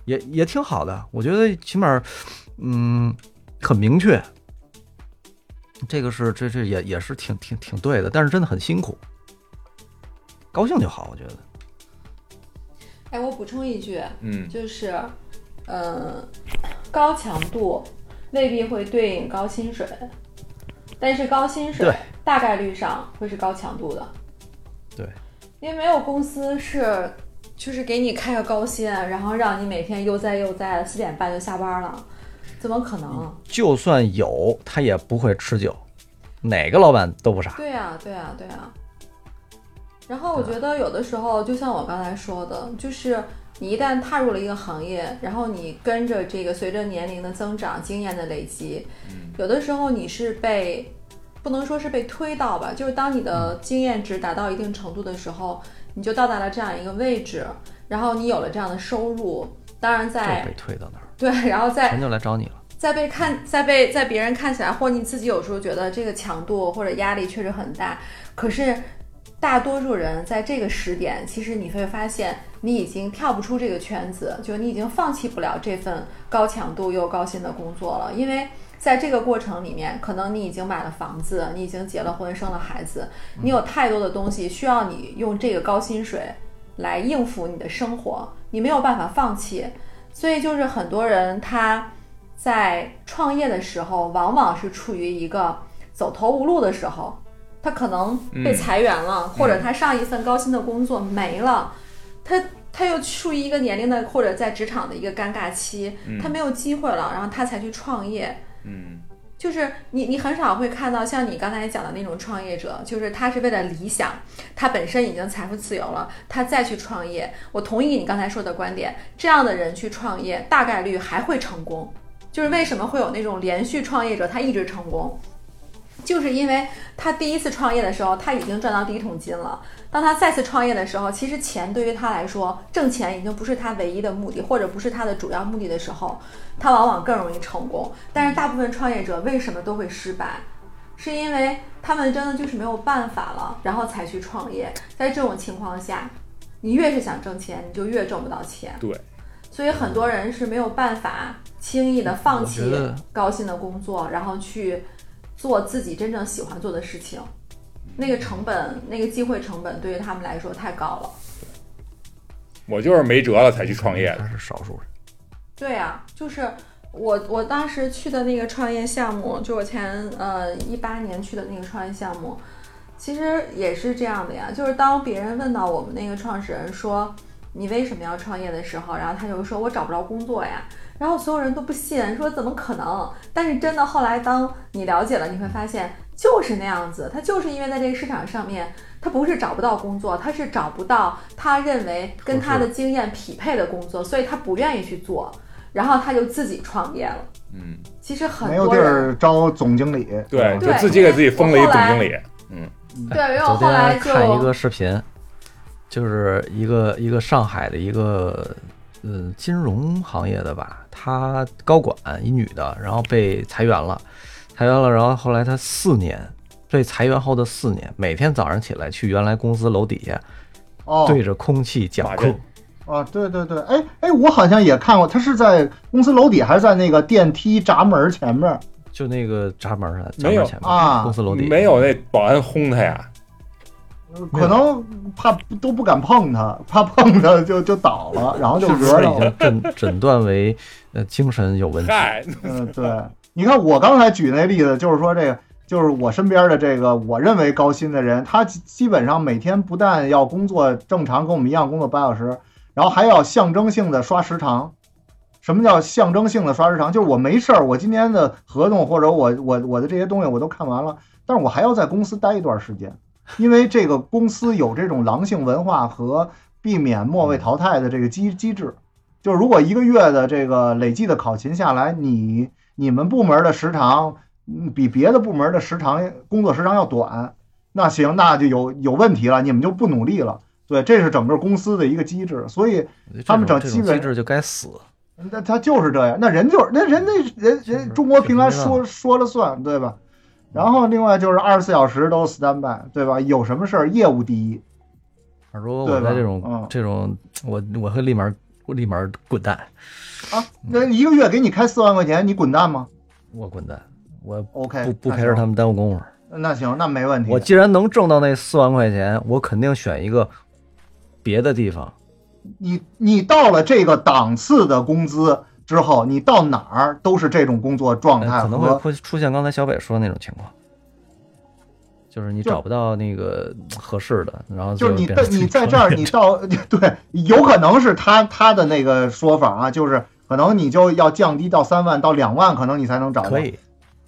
Speaker 5: 也也挺好的，我觉得起码，嗯，很明确，这个是这这也也是挺挺挺对的，但是真的很辛苦，高兴就好，我觉得，
Speaker 4: 哎，我补充一句，
Speaker 6: 嗯，
Speaker 4: 就是，呃，高强度未必会对应高薪水，但是高薪水
Speaker 5: 对
Speaker 4: 大概率上会是高强度的，
Speaker 5: 对，
Speaker 4: 因为没有公司是就是给你开个高薪，然后让你每天悠哉悠哉，四点半就下班了，怎么可能？
Speaker 5: 就算有，他也不会持久，哪个老板都不傻，
Speaker 4: 对呀、对呀、啊对呀、然后我觉得有的时候，就像我刚才说的，就是你一旦踏入了一个行业，然后你跟着这个随着年龄的增长、经验的累积，
Speaker 6: 嗯
Speaker 4: 有的时候你是被不能说是被推到吧，就是当你的经验值达到一定程度的时候，你就到达了这样一个位置，然后你有了这样的收入，当然
Speaker 5: 就是
Speaker 4: 在
Speaker 5: 被推到那儿，
Speaker 4: 对，然后在
Speaker 5: 全就来找你了。
Speaker 4: 在被看，在被在别人看起来，或你自己有时候觉得这个强度或者压力确实很大，可是大多数人在这个时点，其实你会发现你已经跳不出这个圈子，就你已经放弃不了这份高强度又高薪的工作了，因为。在这个过程里面，可能你已经买了房子，你已经结了婚，生了孩子，你有太多的东西需要你用这个高薪水来应付你的生活，你没有办法放弃。所以就是很多人他在创业的时候，往往是处于一个走投无路的时候，他可能被裁员了，或者他上一份高薪的工作没了，他他又处于一个年龄的或者在职场的一个尴尬期，他没有机会了，然后他才去创业。
Speaker 6: 嗯
Speaker 4: 就是你，你很少会看到像你刚才讲的那种创业者，就是他是为了理想，他本身已经财富自由了，他再去创业。我同意你刚才说的观点，这样的人去创业，大概率还会成功。就是为什么会有那种连续创业者，他一直成功，就是因为他第一次创业的时候，他已经赚到第一桶金了。当他再次创业的时候，其实钱对于他来说，挣钱已经不是他唯一的目的，或者不是他的主要目的的时候，他往往更容易成功。但是大部分创业者为什么都会失败？是因为他们真的就是没有办法了，然后才去创业。在这种情况下，你越是想挣钱，你就越挣不到钱。
Speaker 6: 对，
Speaker 4: 所以很多人是没有办法轻易的放弃
Speaker 5: 我觉得
Speaker 4: 高薪的工作，然后去做自己真正喜欢做的事情。那个成本，那个机会成本对于他们来说太高了。
Speaker 6: 我就是没辙了才去创业的。
Speaker 5: 还是少数人。
Speaker 4: 对啊，就是我我当时去的那个创业项目，就我前呃一八年去的那个创业项目，其实也是这样的呀。就是当别人问到我们那个创始人说你为什么要创业的时候，然后他就说我找不着工作呀。然后所有人都不信，说怎么可能？但是真的，后来当你了解了，你会发现就是那样子。他就是因为在这个市场上面，他不是找不到工作，他是找不到他认为跟他的经验匹配的工作，所以他不愿意去做。然后他就自己创业了。
Speaker 6: 嗯，
Speaker 4: 其实很
Speaker 8: 没有
Speaker 4: 多
Speaker 8: 地
Speaker 4: 人
Speaker 8: 儿招总经理，
Speaker 6: 对，
Speaker 4: 对
Speaker 6: 就自己给自己封了一总经理。
Speaker 4: 对，因为我
Speaker 5: 昨
Speaker 4: 哎后来
Speaker 5: 天
Speaker 4: 就
Speaker 5: 看一个视频，就是一个一个上海的一个呃金融行业的吧，她高管一女的，然后被裁员了，裁员了，然后后来她四年被裁员后的四年，每天早上起来去原来公司楼底下
Speaker 8: 哦，
Speaker 5: 对着空气讲
Speaker 6: 打
Speaker 5: 课
Speaker 6: 针，
Speaker 8: 啊，对对对，哎哎，我好像也看过，他是在公司楼底还是在那个电梯闸门前面儿
Speaker 5: 就那个闸门上，闸
Speaker 6: 没有
Speaker 5: 门前面
Speaker 8: 啊
Speaker 5: 公司楼底
Speaker 6: 没有那保安轰他呀，
Speaker 8: 可能怕都不敢碰他，怕碰他就就倒了，然后就是
Speaker 5: 不
Speaker 8: 讹
Speaker 5: 是
Speaker 8: 了
Speaker 5: 已。经诊诊断为呃精神有问题？
Speaker 6: 嗨，
Speaker 8: 嗯，对，你看我刚才举那例子，就是说这个，就是我身边的这个我认为高薪的人，他基基本上每天不但要工作正常跟我们一样工作八小时，然后还要象征性的刷时长。什么叫象征性的刷时长？就是我没事儿，我今天的合同或者我我我的这些东西我都看完了，但是我还要在公司待一段时间，因为这个公司有这种狼性文化和避免末位淘汰的这个机机制。就是如果一个月的这个累计的考勤下来，你你们部门的时长嗯比别的部门的时长工作时长要短，那行，那就有有问题了，你们就不努力了。对，这是整个公司的一个机制，所以
Speaker 5: 我觉得这
Speaker 8: 他们
Speaker 5: 种
Speaker 8: 整
Speaker 5: 这种
Speaker 8: 基本
Speaker 5: 机制就该死，
Speaker 8: 那他就是这样，那人就是那人那人
Speaker 5: 就是
Speaker 8: 人中国平安
Speaker 5: 就是没办
Speaker 8: 说说了算，对吧？然后另外就是二十四小时都 stand by，对吧？有什么事儿业务第一，
Speaker 5: 如果
Speaker 8: 对
Speaker 5: 我在
Speaker 8: 吧
Speaker 5: 这种、
Speaker 8: 嗯
Speaker 5: 这种，我我会立马立马滚蛋，
Speaker 8: 啊，那一个月给你开四万块钱，你滚蛋吗
Speaker 5: 我滚蛋，我
Speaker 8: ？OK，
Speaker 5: 不不
Speaker 8: 哎那
Speaker 5: 陪着
Speaker 8: 行啊
Speaker 5: 他，们耽误功夫。
Speaker 8: 那行，那没问题。
Speaker 5: 我既然能挣到那四万块钱，我肯定选一个别的地方。
Speaker 8: 你你到了这个档次的工资之后，你到哪儿都是这种工作状
Speaker 5: 呃
Speaker 8: 态
Speaker 5: 可能会
Speaker 8: 和
Speaker 5: 会出现刚才小北说的那种情况，就是你
Speaker 8: 就
Speaker 5: 找不到那个合适的，然后
Speaker 8: 就是你
Speaker 5: 变
Speaker 8: 在
Speaker 5: 成自己
Speaker 8: 你在
Speaker 5: 创
Speaker 8: 这儿，
Speaker 5: 业
Speaker 8: 你到 <laughs> 对，有可能是他他的那个说法啊，就是可能你就要降低到三万到两万，可能你才能找到。
Speaker 5: 可以，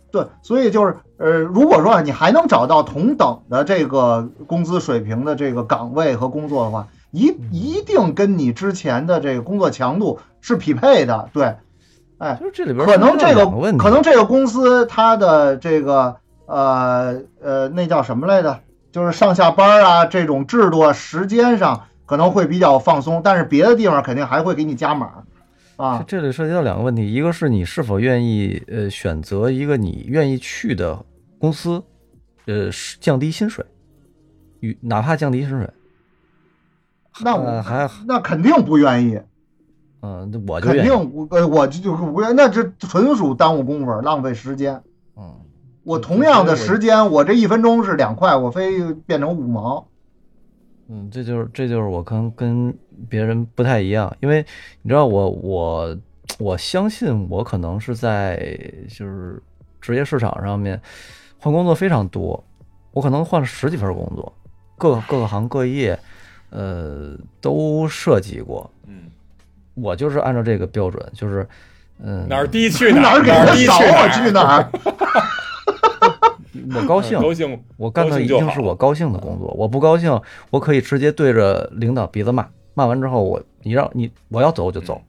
Speaker 8: 对，所以就是呃，如果说啊你还能找到同等的这个工资水平的这个岗位和工作的话，一
Speaker 5: 嗯
Speaker 8: 一定跟你之前的这个工作强度是匹配的。对，哎，
Speaker 5: 就是这里边
Speaker 8: 可能
Speaker 5: 分成
Speaker 8: 这个
Speaker 5: 两问题，
Speaker 8: 可能这个公司它的这个呃呃那叫什么来着？就是上下班啊这种制度啊，时间上可能会比较放松，但是别的地方肯定还会给你加码儿啊。
Speaker 5: 这这里涉及到两个问题，一个是你是否愿意呃选择一个你愿意去的公司，呃是降低薪水，与哪怕降低薪水，
Speaker 8: 那
Speaker 5: 呃
Speaker 8: 我
Speaker 5: 还
Speaker 8: 那肯定不愿意，
Speaker 5: 嗯、那我就
Speaker 8: 肯
Speaker 5: 愿意
Speaker 8: 定我呃我就就是不愿，那这纯属耽误工夫儿，浪费时间。
Speaker 5: 嗯，
Speaker 8: 我
Speaker 5: 对
Speaker 8: 同样的
Speaker 5: 所以我
Speaker 8: 时间，我这一分钟是两块，我非变成五毛。
Speaker 5: 嗯，这就是这就是我跟跟别人不太一样，因为你知道我我我相信我可能是在就是职业市场上面换工作非常多，我可能换了十几份工作，各个各个行各业，呃，都涉及过。
Speaker 6: 嗯，
Speaker 5: 我就是按照这个标准，就是嗯，
Speaker 6: 哪儿低去
Speaker 8: 哪
Speaker 6: 儿，
Speaker 8: 儿给
Speaker 6: 哪
Speaker 8: 他
Speaker 6: 低
Speaker 8: 少，
Speaker 5: 啊
Speaker 8: 我
Speaker 6: 去
Speaker 8: 去哪儿。
Speaker 5: 我高兴
Speaker 6: 嗯，高兴，
Speaker 5: 我干
Speaker 6: 高
Speaker 5: 的
Speaker 6: 兴
Speaker 5: 一
Speaker 6: 就
Speaker 5: 定是
Speaker 6: 好
Speaker 5: 我高兴的工作，我不高兴，我可以直接对着领导鼻子骂，骂完之后我你让你我要走我就走，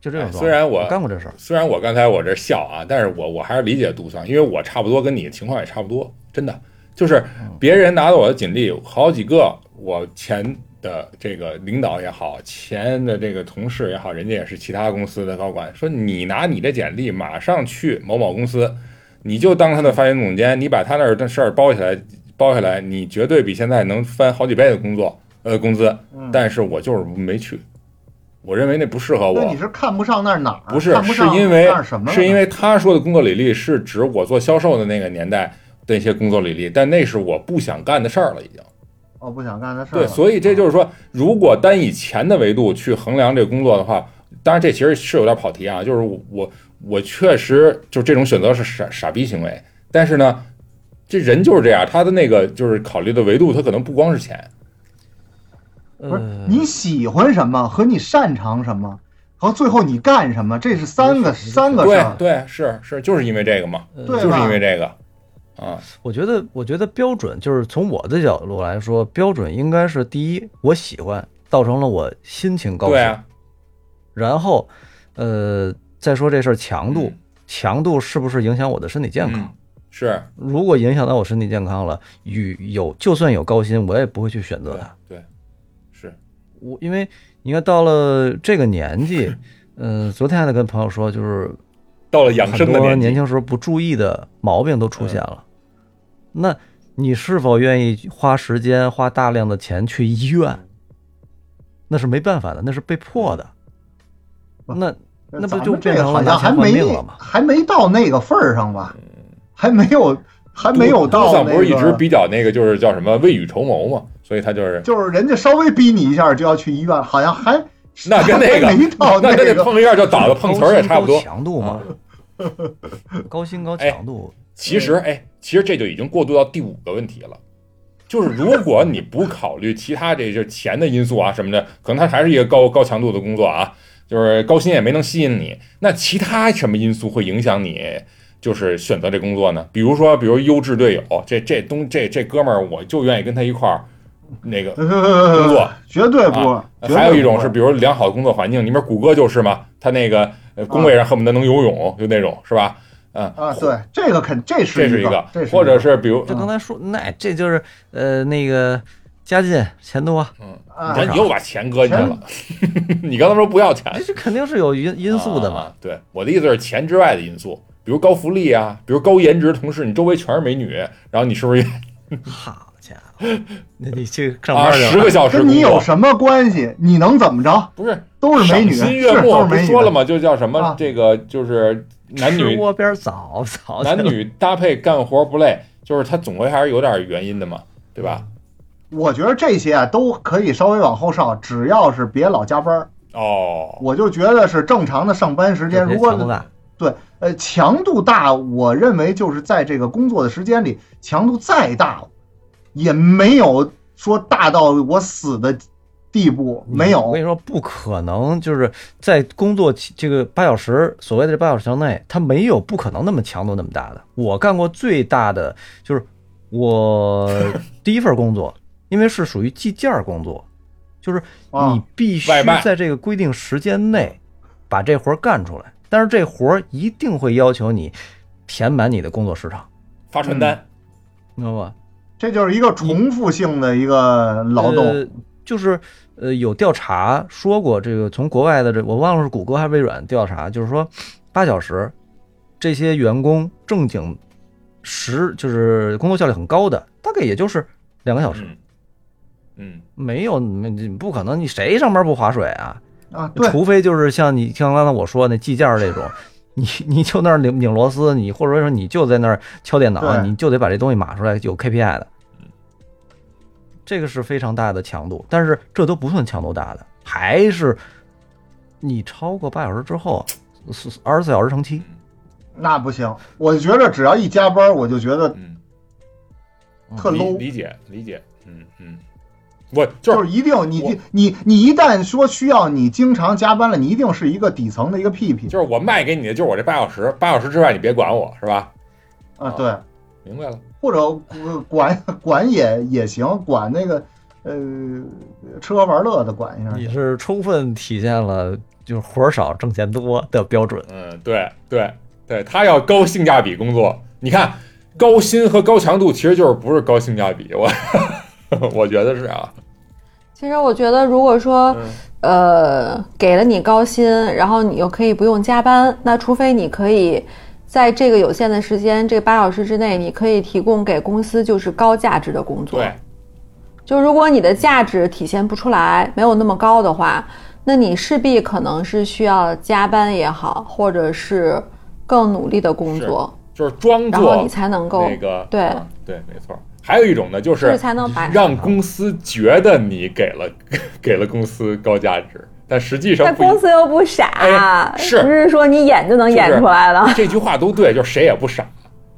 Speaker 5: 就这种
Speaker 6: 哎
Speaker 5: 状态。
Speaker 6: 虽然我
Speaker 5: 我干过这事儿，
Speaker 6: 虽然我刚才我这笑啊，但是我我还是理解杜桑，因为我差不多跟你情况也差不多，真的就是
Speaker 8: 嗯
Speaker 6: 别人拿到我的锦鲤，好几个我前的这个领导也好，前的这个同事也好，人家也是其他公司的高管，说你拿你的简历马上去某某公司，你就当他的发言总监，你把他那儿的事儿包起来，包下来，你绝对比现在能翻好几倍的工作呃工资，
Speaker 8: 嗯
Speaker 6: 但是我就是没去。我认为那不适合我。
Speaker 8: 那你是看不上那儿哪儿？
Speaker 6: 啊不是
Speaker 8: 看，不
Speaker 6: 是
Speaker 8: 上
Speaker 6: 因为
Speaker 8: 那儿什么了呢？
Speaker 6: 是因为他说的工作履历是指我做销售的那个年代的一些工作履历，但那是我不想干的事儿了，已经。
Speaker 8: 我哦不想干的事儿
Speaker 6: 对，
Speaker 8: 了。
Speaker 6: 所以这就是说，如果单以钱的维度去衡量这个工作的话，当然这其实是有点跑题啊。就是我我我确实就这种选择是傻傻逼行为，但是呢，这人就是这样，他的那个就是考虑的维度，他可能不光是钱。
Speaker 8: 不是
Speaker 5: 呃，
Speaker 8: 你喜欢什么和你擅长什么，和最后你干什么，这是三个三个事
Speaker 6: 对
Speaker 8: 儿。
Speaker 6: 对，是是，就是因为这个嘛，
Speaker 5: 嗯
Speaker 8: 对
Speaker 6: 就是
Speaker 8: 吧
Speaker 6: 因为这个啊，
Speaker 5: 我觉得我觉得标准就是从我的角度来说，标准应该是第一，我喜欢，造成了我心情高兴，
Speaker 6: 对啊，
Speaker 5: 然后呃再说这事儿强度，
Speaker 6: 嗯
Speaker 5: 强度是不是影响我的身体健康？
Speaker 6: 嗯，是
Speaker 5: 如果影响到我身体健康了，与有就算有高薪，我也不会去选择
Speaker 6: 对
Speaker 5: 它。
Speaker 6: 对是。
Speaker 5: 我因为你看到了这个
Speaker 6: <laughs>
Speaker 5: 年纪，嗯、昨天还在跟朋友说，就是
Speaker 6: 到了养
Speaker 5: 很
Speaker 6: 生的
Speaker 5: 多年
Speaker 6: 纪，
Speaker 5: 轻时候不注意的毛病都出现了。
Speaker 6: 嗯
Speaker 5: 那你是否愿意花时间、花大量的钱去医院？那是没办法的，那是被迫的。
Speaker 6: 嗯
Speaker 5: 那那不
Speaker 8: 咱
Speaker 5: 就
Speaker 8: 们这
Speaker 5: 变
Speaker 8: 个
Speaker 5: 成
Speaker 8: 好
Speaker 5: 了
Speaker 8: 像
Speaker 5: 拿
Speaker 8: 还
Speaker 5: 钱换
Speaker 8: 没
Speaker 5: 命了吗？
Speaker 8: 还没到那个份儿上吧？还没有还没有
Speaker 6: 杜
Speaker 8: 到
Speaker 6: 桑
Speaker 8: 那
Speaker 6: 不
Speaker 8: 个，
Speaker 6: 是一直比较那个，就是叫什么未雨绸缪嘛，所以
Speaker 8: <laughs>
Speaker 6: 他就是
Speaker 8: 就是人家稍微逼你一下就要去医院，好像还
Speaker 6: 那跟那
Speaker 8: 还没到
Speaker 6: 个，那跟
Speaker 8: 个
Speaker 6: 那碰一下就倒了，碰瓷儿也差不
Speaker 5: 高
Speaker 6: 多
Speaker 5: 薪高。强度嘛，
Speaker 6: <laughs>
Speaker 5: 高薪高
Speaker 6: 哎
Speaker 5: 强度。
Speaker 6: 其实，哎，其实这就已经过渡到第五个问题了，就是如果你不考虑其他这就是钱的因素啊什么的，可能它还是一个高高强度的工作啊，就是高薪也没能吸引你。那其他什么因素会影响你？就是选择这工作呢，比如说，比如优质队友，这这东这这哥们儿，我就愿意跟他一块儿，那个工作
Speaker 8: 呃， <laughs> 绝对不，
Speaker 6: 啊
Speaker 8: 绝对
Speaker 6: 还有一种
Speaker 8: 不
Speaker 6: 是，比如良好的工作环境，你比如谷歌就是嘛，他那个呃工位上恨不得能游泳，就那种是吧？啊，
Speaker 8: 啊，对，这个肯这
Speaker 6: 这
Speaker 8: 是
Speaker 6: 是
Speaker 8: 一
Speaker 6: 一个
Speaker 8: 这，
Speaker 6: 或者
Speaker 8: 是
Speaker 6: 是比如
Speaker 5: 这刚才说，那这就是呃那个加进钱多，
Speaker 6: 你看
Speaker 8: 啊
Speaker 6: 你又把钱搁进去了， <laughs> 你刚才说不要钱
Speaker 5: 这，这肯定是有因因素的嘛。
Speaker 6: 啊对，我的意思是钱之外的因素，比如高福利啊，比如高颜值同事，你周围全是美女，然后你是不是
Speaker 5: <laughs>
Speaker 6: 也
Speaker 5: 好家伙， <laughs> 那你去上
Speaker 6: 啊
Speaker 5: 班去
Speaker 6: 十
Speaker 5: 了。
Speaker 6: 个小时
Speaker 8: 跟你
Speaker 6: 工
Speaker 8: 有
Speaker 6: 作
Speaker 8: 什么关系？你能怎么着？
Speaker 6: 不是
Speaker 8: 都是美女，
Speaker 6: 赏心
Speaker 8: 是
Speaker 6: 悦目，
Speaker 8: 都是
Speaker 6: 不
Speaker 8: 美女。
Speaker 6: 说了吗？就叫什么、
Speaker 8: 啊
Speaker 6: 这个就是男
Speaker 5: 吃
Speaker 6: 女
Speaker 5: 窝边早早
Speaker 6: 男女搭配干活不累，就是它总归还是有点原因的嘛，对吧？
Speaker 8: 我觉得这些啊都可以稍微往后稍，只要是别老加班儿，
Speaker 6: 哦，
Speaker 8: 我就觉得是正常的上班时间。如果
Speaker 5: 大，
Speaker 8: 呃强度大，我认为就是在这个工作的时间里，强度再大，也没有说大到我死的地步，嗯没有。
Speaker 5: 我跟你说，不可能，就是在工作期这个八小时，所谓的这八小时内，它没有不可能那么强度那么大的。我干过最大的就是我第一份工
Speaker 8: 嗯
Speaker 5: 作，因为是属于计件儿工作，就是
Speaker 8: 啊
Speaker 5: 你必须
Speaker 6: 外卖
Speaker 5: 在这个规定时间内把这活儿干出来，但是这活儿一定会要求你填满你的工作时长，
Speaker 6: 发传单，
Speaker 5: 你知道吧？
Speaker 8: 这就是一个重复性的一个劳动
Speaker 5: 呃，就是呃有调查说过，这个从国外的这我忘了是谷歌还是微软调查，就是说八小时，这些员工正经时就是工作效率很高的，大概也就是两个小时，
Speaker 6: 嗯嗯，
Speaker 5: 没有没你不可能，你谁上班不划水啊？
Speaker 8: 啊，对，
Speaker 5: 除非就是像你像刚才我说那计件儿这种。 <laughs> 你你就那儿拧拧螺丝，你或者说你就在那儿敲电脑，
Speaker 8: 对
Speaker 5: 你就得把这东西码出来，有 KPI 的，这个是非常大的强度。但是这都不算强度大的，还是你超过八小时之后，二十四小时乘七，
Speaker 8: 那不行。我觉得只要一加班，我就觉得
Speaker 6: 嗯，
Speaker 5: 嗯
Speaker 8: 特
Speaker 6: 理
Speaker 8: low，
Speaker 6: 理解理解，嗯嗯，我就
Speaker 8: 就是是一定
Speaker 6: 我
Speaker 8: 你你你一旦说需要你经常加班了，你一定是一个底层的一个屁屁
Speaker 6: 就是我卖给你的就是我这八小时，八小时之外你别管我是吧？
Speaker 8: 啊，对，
Speaker 6: 明白了，
Speaker 8: 或者呃管 <laughs> 管也也行，管那个呃吃喝玩乐的管一下。
Speaker 5: 也是充分体现了就是活儿少挣钱多的标准。
Speaker 6: 嗯，对对对，他要高性价比工作，你看高薪和高强度其实就是不是高性价比，我 <laughs> 我觉得是啊，
Speaker 4: 其实我觉得，如果说，
Speaker 6: 嗯
Speaker 4: 呃，给了你高薪，然后你又可以不用加班，那除非你可以在这个有限的时间，这八小时之内，你可以提供给公司就是高价值的工作。
Speaker 6: 对，
Speaker 4: 就如果你的价值体现不出来，没有那么高的话，那你势必可能是需要加班也好，或者是更努力的工作，
Speaker 6: 就是装
Speaker 4: 然后
Speaker 6: 作
Speaker 4: 你才能够、
Speaker 6: 那个
Speaker 4: 对。
Speaker 6: 啊对，没错。还有一种呢，就
Speaker 4: 就是
Speaker 6: 是
Speaker 4: 才能把
Speaker 6: 让公司觉得你给了 <laughs> 给了公司高价值，但实际
Speaker 4: 那
Speaker 6: 上不一
Speaker 4: 公司又不傻，
Speaker 6: 哎是
Speaker 4: 不是说你演就能演出来了？
Speaker 6: 这句话都对，就是谁也不傻。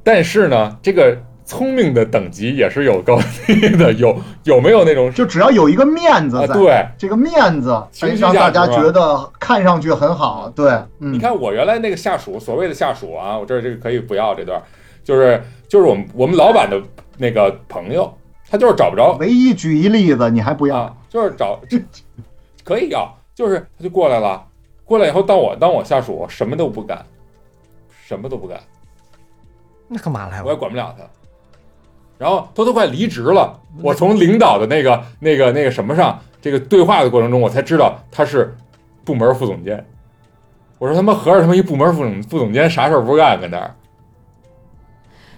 Speaker 6: 但是呢，这个聪明的等级也是有高低的， <laughs> 有有没有那种
Speaker 8: 就只要有一个面子
Speaker 6: 啊？
Speaker 8: 在，
Speaker 6: 对，
Speaker 8: 这个面子哎
Speaker 6: 情绪
Speaker 8: 让
Speaker 6: 价
Speaker 8: 大
Speaker 6: 值
Speaker 8: 家
Speaker 6: 吧
Speaker 8: 觉得看上去很好。对，嗯
Speaker 6: 你，看我原来那个下属，所谓的下属啊，我这这个可以不要这段，就是就是我们我们老板的那个朋友，他就是找不着
Speaker 8: 唯一举一例子，你还不要
Speaker 6: 啊，就是找这可以要，就是他就过来了，过来以后当我当我下属，什么都不干，什么都不干，
Speaker 5: 那干嘛来
Speaker 6: 我也
Speaker 5: 我？
Speaker 6: 管不了他。然后他都快离职了，我从领导的那个那个那个什么上这个对话的过程中，我才知道他是部门副总监。我说他妈合着他妈一部门副总副总监啥事儿不干，搁那儿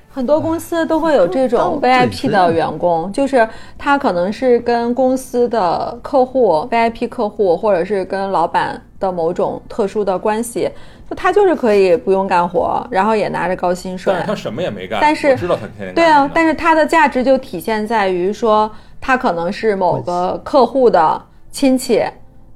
Speaker 4: 很多公司都会有这种
Speaker 5: 都都对
Speaker 4: VIP 的员工，就是他可能是跟公司的客户、VIP 客户，或者是跟老板的某种特殊的关系，就他就是可以不用干活，然后也拿着高薪水
Speaker 6: 但。是他什么也没干。
Speaker 4: 但是
Speaker 6: 我知道他天天干
Speaker 4: 对啊
Speaker 6: 什，么
Speaker 4: 但是它的价值就体现在于说，他可能是某个客户的亲戚，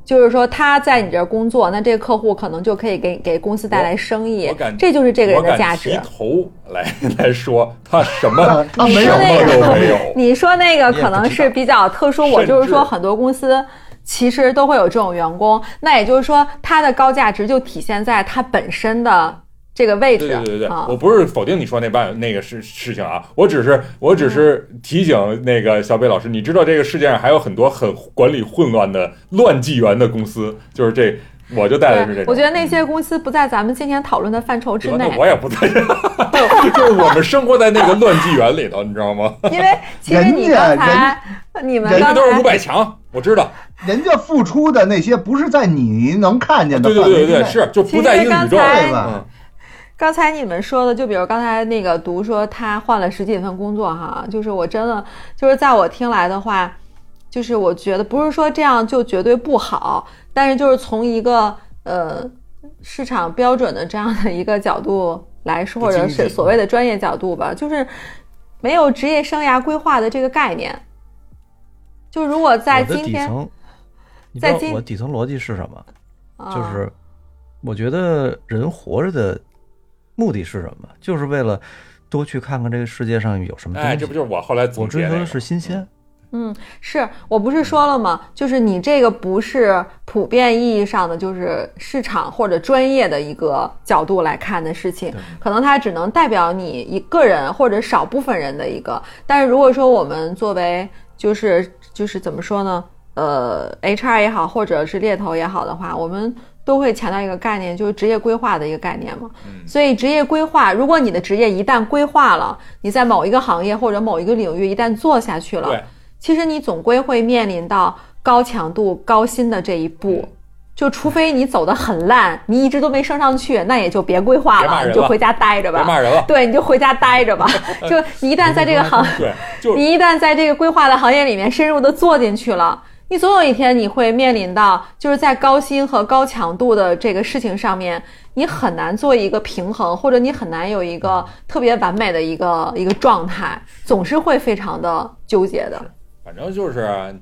Speaker 4: 就是说他在你这儿工作，那这个客户可能就可以给给公司带来生意
Speaker 6: 我敢，
Speaker 4: 这就是这个人
Speaker 6: 我
Speaker 4: 的
Speaker 6: 敢
Speaker 4: 价值
Speaker 6: 提。
Speaker 4: 哦
Speaker 6: 头来来说，他什么
Speaker 8: 他没有
Speaker 6: 什么都没有。
Speaker 4: 你说那个
Speaker 5: 你也
Speaker 4: 可能是比较特殊，
Speaker 6: 甚
Speaker 4: 我
Speaker 6: 至
Speaker 4: 就是说很多公司。其实都会有这种员工，那也就是说，他的高价值就体现在他本身的这个位置。
Speaker 6: 对对对对，
Speaker 4: 啊
Speaker 6: 我不是否定你说那办那个事事情啊，我只是我只是
Speaker 4: 嗯
Speaker 6: 提醒那个小北老师，你知道这个世界上还有很多很管理混乱的乱纪元的公司，就是这我就带的是这种。
Speaker 4: 我觉得那些公司不在咱们今天讨论的范畴之
Speaker 6: 得
Speaker 4: 内
Speaker 6: 那，我也不在，
Speaker 4: <laughs>
Speaker 6: 就是我们生活在那个乱纪元里头，你知道
Speaker 4: <laughs>
Speaker 6: 吗？ <laughs>
Speaker 4: 因为其实你
Speaker 8: 人家
Speaker 4: 刚才你们
Speaker 8: 人
Speaker 6: 人
Speaker 4: 刚
Speaker 6: 家
Speaker 4: 才
Speaker 6: 都是五百强，我知道。
Speaker 8: 人家付出的那些不是在你能看见的
Speaker 6: 对
Speaker 8: 范
Speaker 6: 对
Speaker 8: 围
Speaker 6: 对
Speaker 8: 之内
Speaker 6: 对，是就
Speaker 4: 其
Speaker 6: 不
Speaker 4: 实
Speaker 6: 在一个宇宙
Speaker 4: 刚才
Speaker 6: 里
Speaker 8: 对吧
Speaker 6: 嗯，
Speaker 4: 刚才你们说的，就比如刚才那个读说他换了十几份工作哈，就是我真的就是在我听来的话，就是我觉得不是说这样就绝对不好，但是就是从一个呃市场标准的这样的一个角度来说，
Speaker 6: 不
Speaker 4: 或者
Speaker 6: 经济
Speaker 4: 是所谓的专业角度吧，就是没有职业生涯规划的这个概念。就如果在
Speaker 5: 我的
Speaker 4: 今
Speaker 5: 底
Speaker 4: 天，
Speaker 5: 层，你知
Speaker 4: 在
Speaker 5: 道
Speaker 4: 今
Speaker 5: 我底层逻辑是什么？
Speaker 4: 啊
Speaker 5: 就是我觉得人活着的目的是什么？就是为了多去看看这个世界上有什么东西。
Speaker 6: 哎，这不就是我后来
Speaker 5: 我
Speaker 6: 总
Speaker 5: 追
Speaker 6: 结
Speaker 5: 求
Speaker 6: 那个
Speaker 5: 的是
Speaker 6: 吗？
Speaker 5: 新鲜。
Speaker 4: 嗯，是我不是说了吗？就是你这个不是普遍意义上的，就是市场或者专业的一个角度来看的事情，可能它只能代表你一个人或者少部分人的一个。但是如果说我们作为就是就是怎么说呢？呃，HR 也好，或者是猎头也好的话，我们都会强调一个概念，就是职业规划的一个概念嘛。所以职业规划，如果你的职业一旦规划了，你在某一个行业或者某一个领域一旦做下去了，
Speaker 6: 对，
Speaker 4: 其实你总归会面临到高强度、高薪的这一
Speaker 6: 嗯
Speaker 4: 步。就除非你走得很烂，你一直都没升上去，那也就别规划
Speaker 6: 别骂
Speaker 4: 了，
Speaker 6: 人
Speaker 4: 你就
Speaker 6: 了
Speaker 4: 回家待着
Speaker 6: 别骂
Speaker 4: 吧。 <laughs>
Speaker 6: 人了。
Speaker 4: 对，你就回家
Speaker 6: <laughs>
Speaker 4: 待着吧。就你一旦在这个行，
Speaker 5: <laughs>
Speaker 6: 对，就
Speaker 4: 你一旦在这个规划的行业里面深入的做进去了，你总有一天你会面临到，就是在高薪和高强度的这个事情上面，你很难做一个平衡，或者你很难有一个特别完美的一个一个状态，总是会非常的纠结的。
Speaker 6: 反正就是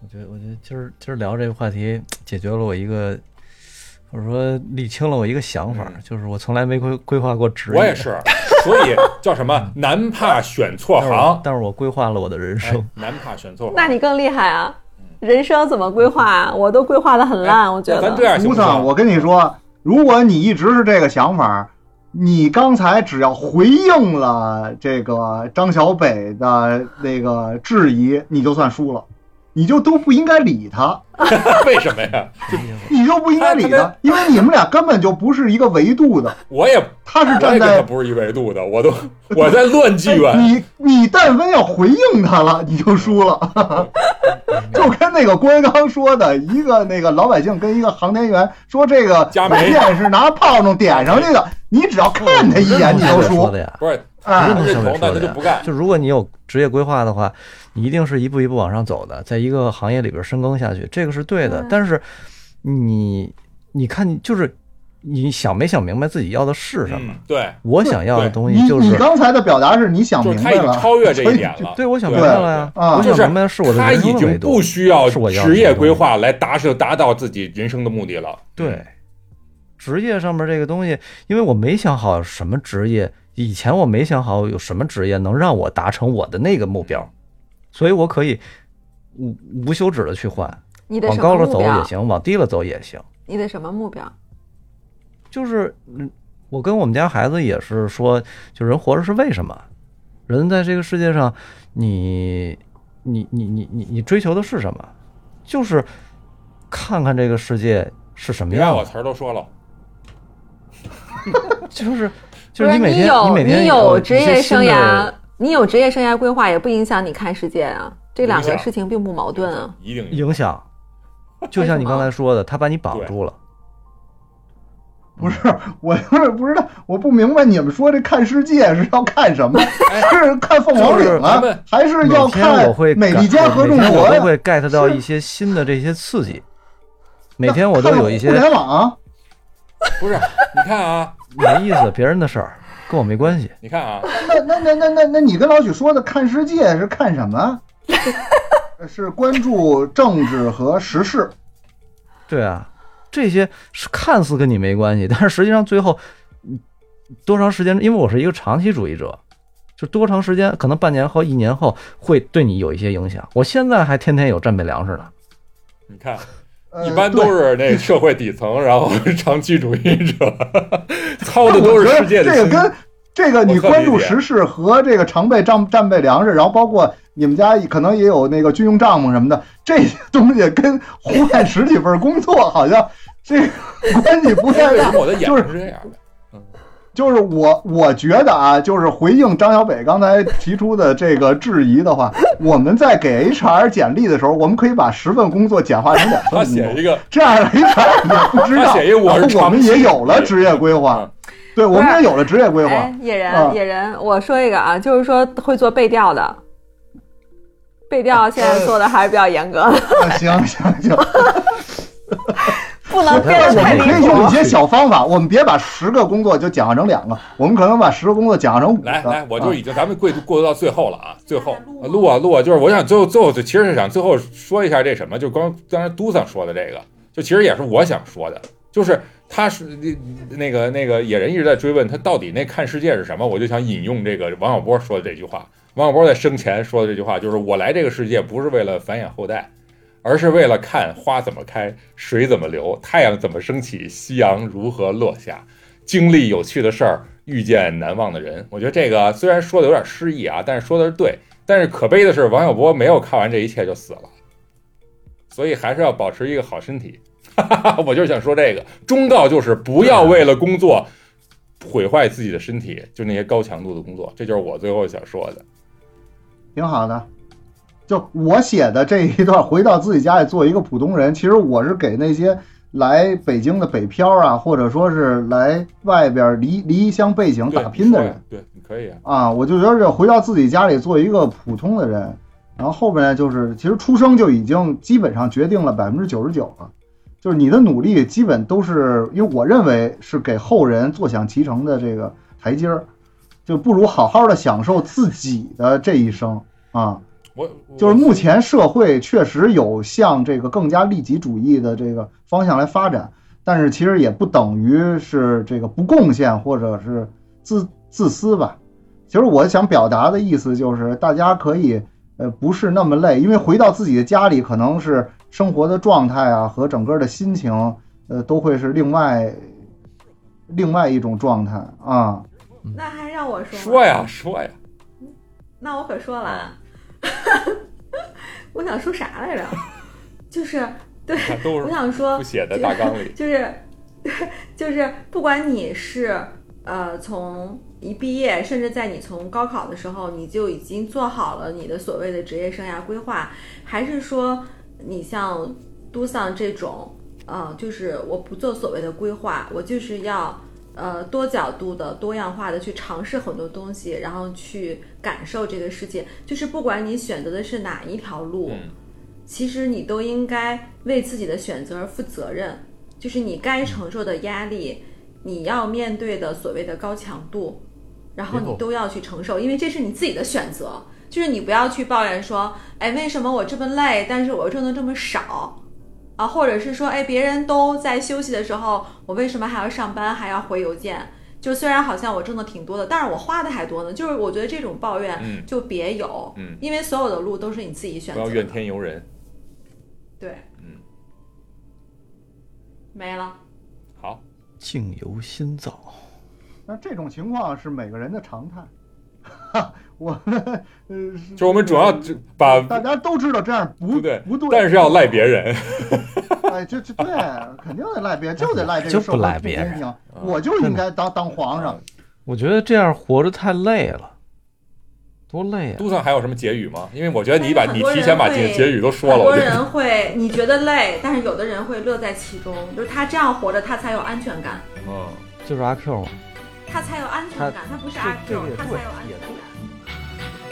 Speaker 5: 我
Speaker 6: 嗯
Speaker 5: 觉得，我觉得今儿今儿聊这个话题，解决了我一个，或者说理清了我一个想法，就是我从来没规规划过职
Speaker 6: 嗯
Speaker 5: 业。
Speaker 6: 我也是，所以叫什 <laughs>
Speaker 5: 嗯
Speaker 6: 么？男怕选错
Speaker 5: 但是我，
Speaker 6: 行，
Speaker 5: 但是我规划了我的人生。
Speaker 6: 哎男怕选错行。
Speaker 4: 那你更厉害啊！
Speaker 5: 嗯
Speaker 4: 人生怎么规划啊？我都规划的很
Speaker 5: 哎
Speaker 4: 烂，我觉
Speaker 6: 哎那咱这
Speaker 5: 啊
Speaker 6: 样
Speaker 4: 得。
Speaker 6: 行
Speaker 8: 吴
Speaker 6: 不
Speaker 8: 桑，
Speaker 6: 行？
Speaker 8: 我跟你说，如果你一直是这个想法，你刚才只要回应了这个张小北的那个质疑，你就算输了，你就都不应该理他，
Speaker 6: <laughs> 为什么呀？
Speaker 8: 你就不应该理
Speaker 6: 他
Speaker 8: 他，因为你们俩根本就不是一个维度的，
Speaker 6: 我也
Speaker 8: 他是
Speaker 6: 我也
Speaker 8: 站
Speaker 6: 跟他
Speaker 8: 在。
Speaker 6: 不是一维度的，我
Speaker 5: <laughs>
Speaker 6: 都我在乱纪
Speaker 5: 哎
Speaker 6: 元。
Speaker 8: 你你但凡要回应他了，你就输了，就跟那个郭德纲说的，一个那个老百姓跟一个航天员说这个
Speaker 6: 加煤
Speaker 8: 火箭是拿炮仗点上去的，你只要看
Speaker 6: 哎
Speaker 8: 他一眼你
Speaker 5: 小
Speaker 8: 就
Speaker 5: 伟说
Speaker 8: 输
Speaker 5: 的，呀，
Speaker 6: 不是，
Speaker 8: 哎
Speaker 5: 不
Speaker 6: 他
Speaker 5: 是
Speaker 6: 认同
Speaker 5: 啊小
Speaker 6: 那
Speaker 5: 伟，说
Speaker 6: 他
Speaker 5: 的
Speaker 6: 就
Speaker 5: 呀
Speaker 6: 不干。
Speaker 5: 就如果你有职业规划的话，你一定是一步一步往上走的，在一个行业里边深耕下去，这个是对的
Speaker 4: 对。
Speaker 5: 但是你，你看，就是你想没想明白自己要的是什么啊
Speaker 6: 嗯？，对，
Speaker 5: 我想要的
Speaker 6: 对
Speaker 5: 东
Speaker 8: 你
Speaker 5: 西就
Speaker 8: 你
Speaker 5: 是，
Speaker 8: 刚才的表达是你想
Speaker 6: 就
Speaker 8: 明
Speaker 6: 是他
Speaker 8: 白
Speaker 6: 已经
Speaker 8: 了，
Speaker 6: 超越这一点
Speaker 8: 所以
Speaker 6: 了。
Speaker 5: 对我想
Speaker 6: 对
Speaker 5: 明白了呀，
Speaker 8: 啊
Speaker 5: 我
Speaker 6: 就是
Speaker 5: 想明白是我的
Speaker 6: 他
Speaker 5: 人
Speaker 6: 已
Speaker 5: 生的维
Speaker 6: 经
Speaker 5: 度
Speaker 6: 不，需要
Speaker 5: 是我要的
Speaker 6: 职业
Speaker 5: 那个
Speaker 6: 规划来达是达到自己人生的目的了。
Speaker 5: 对，职业上面这个东西，因为我没想好什么职业，以前我没想好有什么职业能让我达成我的那个目标，所以我可以无无休止的去换，
Speaker 4: 你的
Speaker 5: 往
Speaker 4: 什
Speaker 5: 高
Speaker 4: 么
Speaker 5: 了
Speaker 4: 目
Speaker 5: 走也
Speaker 4: 标？
Speaker 5: 行，往低了走也行。
Speaker 4: 你的什么目标？
Speaker 5: 就是，嗯，我跟我们家孩子也是说，就人活着是为什么？人在这个世界上，你你你你你你追求的是什么？就是看看这个世界是什么
Speaker 6: 你看
Speaker 5: 样
Speaker 6: 我
Speaker 5: 的，
Speaker 6: 词儿都说了，
Speaker 5: 就是
Speaker 4: 不
Speaker 5: 就是是你每天
Speaker 4: 有
Speaker 5: 每天
Speaker 4: 有
Speaker 5: 有
Speaker 4: 职
Speaker 5: 一些
Speaker 4: 业
Speaker 5: 新
Speaker 4: 生
Speaker 5: 的
Speaker 4: 涯，你有职业生涯规划，也不影响你看世界啊。这两
Speaker 6: 影
Speaker 4: 个
Speaker 6: 响
Speaker 4: 事情并不矛盾啊。
Speaker 6: 一定有
Speaker 5: 影响，
Speaker 4: <laughs>
Speaker 5: 就像你刚才说的，他把你绑住了。
Speaker 8: 不是，我就是不知道，我不明白你们说这看世界是要看什么？是看凤凰
Speaker 5: 就
Speaker 8: 岭
Speaker 5: 是
Speaker 8: 啊
Speaker 6: 咱们，
Speaker 8: 还是
Speaker 5: 每
Speaker 8: 要
Speaker 5: 天
Speaker 8: 看
Speaker 5: 我会
Speaker 8: 美利
Speaker 5: 感
Speaker 8: 坚
Speaker 5: 我
Speaker 8: 合众
Speaker 5: 每天
Speaker 8: 国
Speaker 5: 我
Speaker 8: 呀
Speaker 5: 都？会 get 到一些新的这些刺激。每天我都有一些
Speaker 8: 互联网啊，
Speaker 6: 不是？你看啊，
Speaker 5: 没意思，别人的事儿跟我没关系。
Speaker 6: 你看啊，
Speaker 8: 那那那那那那你跟老许说的看世界是看什么？是关注政治和时事，
Speaker 5: 对啊，这些是看似跟你没关系， <laughs> 但是实际上最后，嗯，多长时间？因为我是一个长期主义者，就多长时间，可能半年后、一年后会对你有一些影响。我现在还天天有战备粮食呢。
Speaker 6: 你看，
Speaker 8: 呃
Speaker 6: 一般都
Speaker 8: 对
Speaker 6: 是那社会底层，然后是长期主义者， <laughs> 操
Speaker 8: 那
Speaker 6: 的都
Speaker 8: 我
Speaker 6: 是
Speaker 8: 觉
Speaker 6: 世
Speaker 8: 得
Speaker 6: 界的
Speaker 8: 这个
Speaker 6: 心。
Speaker 8: 跟这个你
Speaker 6: 我特
Speaker 8: 关注
Speaker 6: 理解
Speaker 8: 时事和这个常备战战备粮食，然后包括你们家可能也有那个军用帐篷什么的，这些东西跟换十几份工作好像这个关系不太
Speaker 6: 为什
Speaker 8: 大
Speaker 6: 么。我的眼
Speaker 8: 就
Speaker 6: 睛
Speaker 8: 是
Speaker 6: 是这样的？
Speaker 8: 就是我我觉得啊，就是回应张小北刚才提出的这个质疑的话，我们在给 HR 简历的时候，我们可以把十份工作简化成两份
Speaker 6: 他
Speaker 8: 工
Speaker 6: 写
Speaker 8: 作，
Speaker 6: 一个
Speaker 8: 这样 HR 也不知
Speaker 6: 他
Speaker 8: 道，
Speaker 6: 写一我
Speaker 8: 然后我
Speaker 6: 是
Speaker 8: 们
Speaker 6: 长期
Speaker 8: 也有了职业规划
Speaker 6: 嗯，
Speaker 8: 对，我们也有了职业规划
Speaker 4: 哎，，野
Speaker 8: 啊
Speaker 4: 人，野人，我说一个啊，就是说会做背调的，背
Speaker 5: 哎
Speaker 4: 调现在做的还是比较严格的，
Speaker 8: 啊行行行，
Speaker 4: 不能变
Speaker 8: 但是哎我
Speaker 4: 得太
Speaker 8: 们
Speaker 4: 离
Speaker 8: 可以
Speaker 4: 谱
Speaker 8: 用一。些小方法，我们别把十个工作简化成两个，我们可能把十个工作简化成五个。
Speaker 6: 来来，我就
Speaker 8: 啊
Speaker 6: 已经咱们过过渡到最后了啊，最后啊录啊录啊，就是我想最后最后其实是想最后说一下这什么，就刚刚才都桑说的这个，就其实也是我想说的，就是他是那个那个野人一直在追问他到底那看世界是什么，我就想引用这个王小波说的这句话，王小波在生前说的这句话就是我来这个世界不是为了繁衍后代。而是为了看花怎么开，水怎么流，太阳怎么升起，夕阳如何落下，经历有趣的事儿，遇见难忘的人。我觉得这个虽然说的有点诗意啊，但是说的是对。但是可悲的是，王小波没有看完这一切就死了，所以还是要保持一个好身体。 <laughs> 我就是想说这个忠告，就是不要为了工作毁坏自己的身体，就那些高强度的工作，这就是我最后想说的。
Speaker 8: 挺好的。就我写的这一段，回到自己家里做一个普通人，其实我是给那些来北京的北漂啊，或者说是来外边离离乡背景
Speaker 6: 对
Speaker 8: 打拼的人，
Speaker 6: 对，你可以啊。
Speaker 8: 啊，我就觉得回到自己家里做一个普通的人，然后后边呢就是，其实出生就已经基本上决定了百分之九十九了，就是你的努力基本都是，因为我认为是给后人坐享其成的这个台阶儿，就不如好好的享受自己的这一生啊。
Speaker 6: 我我
Speaker 8: 就是目前社会确实有向这个更加利己主义的这个方向来发展，但是其实也不等于是这个不贡献或者是自自私吧。其实我想表达的意思就是，大家可以呃不是那么累，因为回到自己的家里，可能是生活的状态啊和整个的心情，呃都会是另外另外一种状态啊。
Speaker 4: 那还让我说
Speaker 6: 说呀说呀，
Speaker 4: 那我可说了，啊，
Speaker 6: 嗯
Speaker 4: <laughs> 我想说啥来着？就是对
Speaker 6: 看都是
Speaker 4: 我想说
Speaker 6: <laughs> 不写的大纲里。
Speaker 4: 就是 <laughs> 就是不管你是呃从一毕业，甚至在你从高考的时候，你就已经做好了你的所谓的职业生涯规划，还是说你像都桑这种，呃，就是我不做所谓的规划，我就是要。呃，多角度的、多样化的去尝试很多东西，然后去感受这个世界。就是不管你选择的是哪一条路，
Speaker 6: 嗯
Speaker 4: 其实你都应该为自己的选择而负责任，就是你该承受的压力，你要面对的所谓的高强度，然后你都要去承受，因为这是你自己的选择。就是你不要去抱怨说，哎，为什么我这么累，但是我挣的这么少啊？或者是说，哎，别人都在休息的时候，我为什么还要上班，还要回邮件？就虽然好像我挣的挺多的，但是我花的还多呢。就是我觉得这种抱
Speaker 6: 嗯
Speaker 4: 怨就别有，
Speaker 6: 嗯
Speaker 4: 因为所有的路都是你自己选
Speaker 6: 不
Speaker 4: 择的。
Speaker 6: 要怨天尤人。
Speaker 4: 对，
Speaker 6: 嗯，
Speaker 4: 没了。
Speaker 6: 好，
Speaker 5: 境由心造。
Speaker 8: 那这种情况是每个人的常态。 <laughs> 哈，我们呃是
Speaker 6: 就是我们主要只把
Speaker 4: 嗯
Speaker 8: 大家都知道这样不
Speaker 6: 不对
Speaker 8: 不对，
Speaker 6: 但是要赖别人。
Speaker 8: 哎，这这对，肯定得赖别人，就得赖这个
Speaker 5: 就
Speaker 8: 社
Speaker 5: 不
Speaker 8: 会
Speaker 5: 赖
Speaker 8: 不
Speaker 5: 别
Speaker 8: 公
Speaker 5: 人啊
Speaker 8: 平啊我就应该当当皇上。
Speaker 5: 我觉得这样活着太累了，多累啊！
Speaker 6: 都上还有什么结语吗？因为我觉得你把
Speaker 4: 但
Speaker 6: 你
Speaker 4: 是很多人
Speaker 6: 提前把结
Speaker 4: 会
Speaker 6: 结语都说了，
Speaker 4: 很多
Speaker 6: 我觉得
Speaker 4: 人会 <laughs> 你觉得累，但是有的人会乐在其中，就是他这样活着，他才有安全感，
Speaker 6: 嗯，
Speaker 5: 就是阿 Q 嘛。
Speaker 4: 他才有安全感，他不是阿 Q，他才有安全感。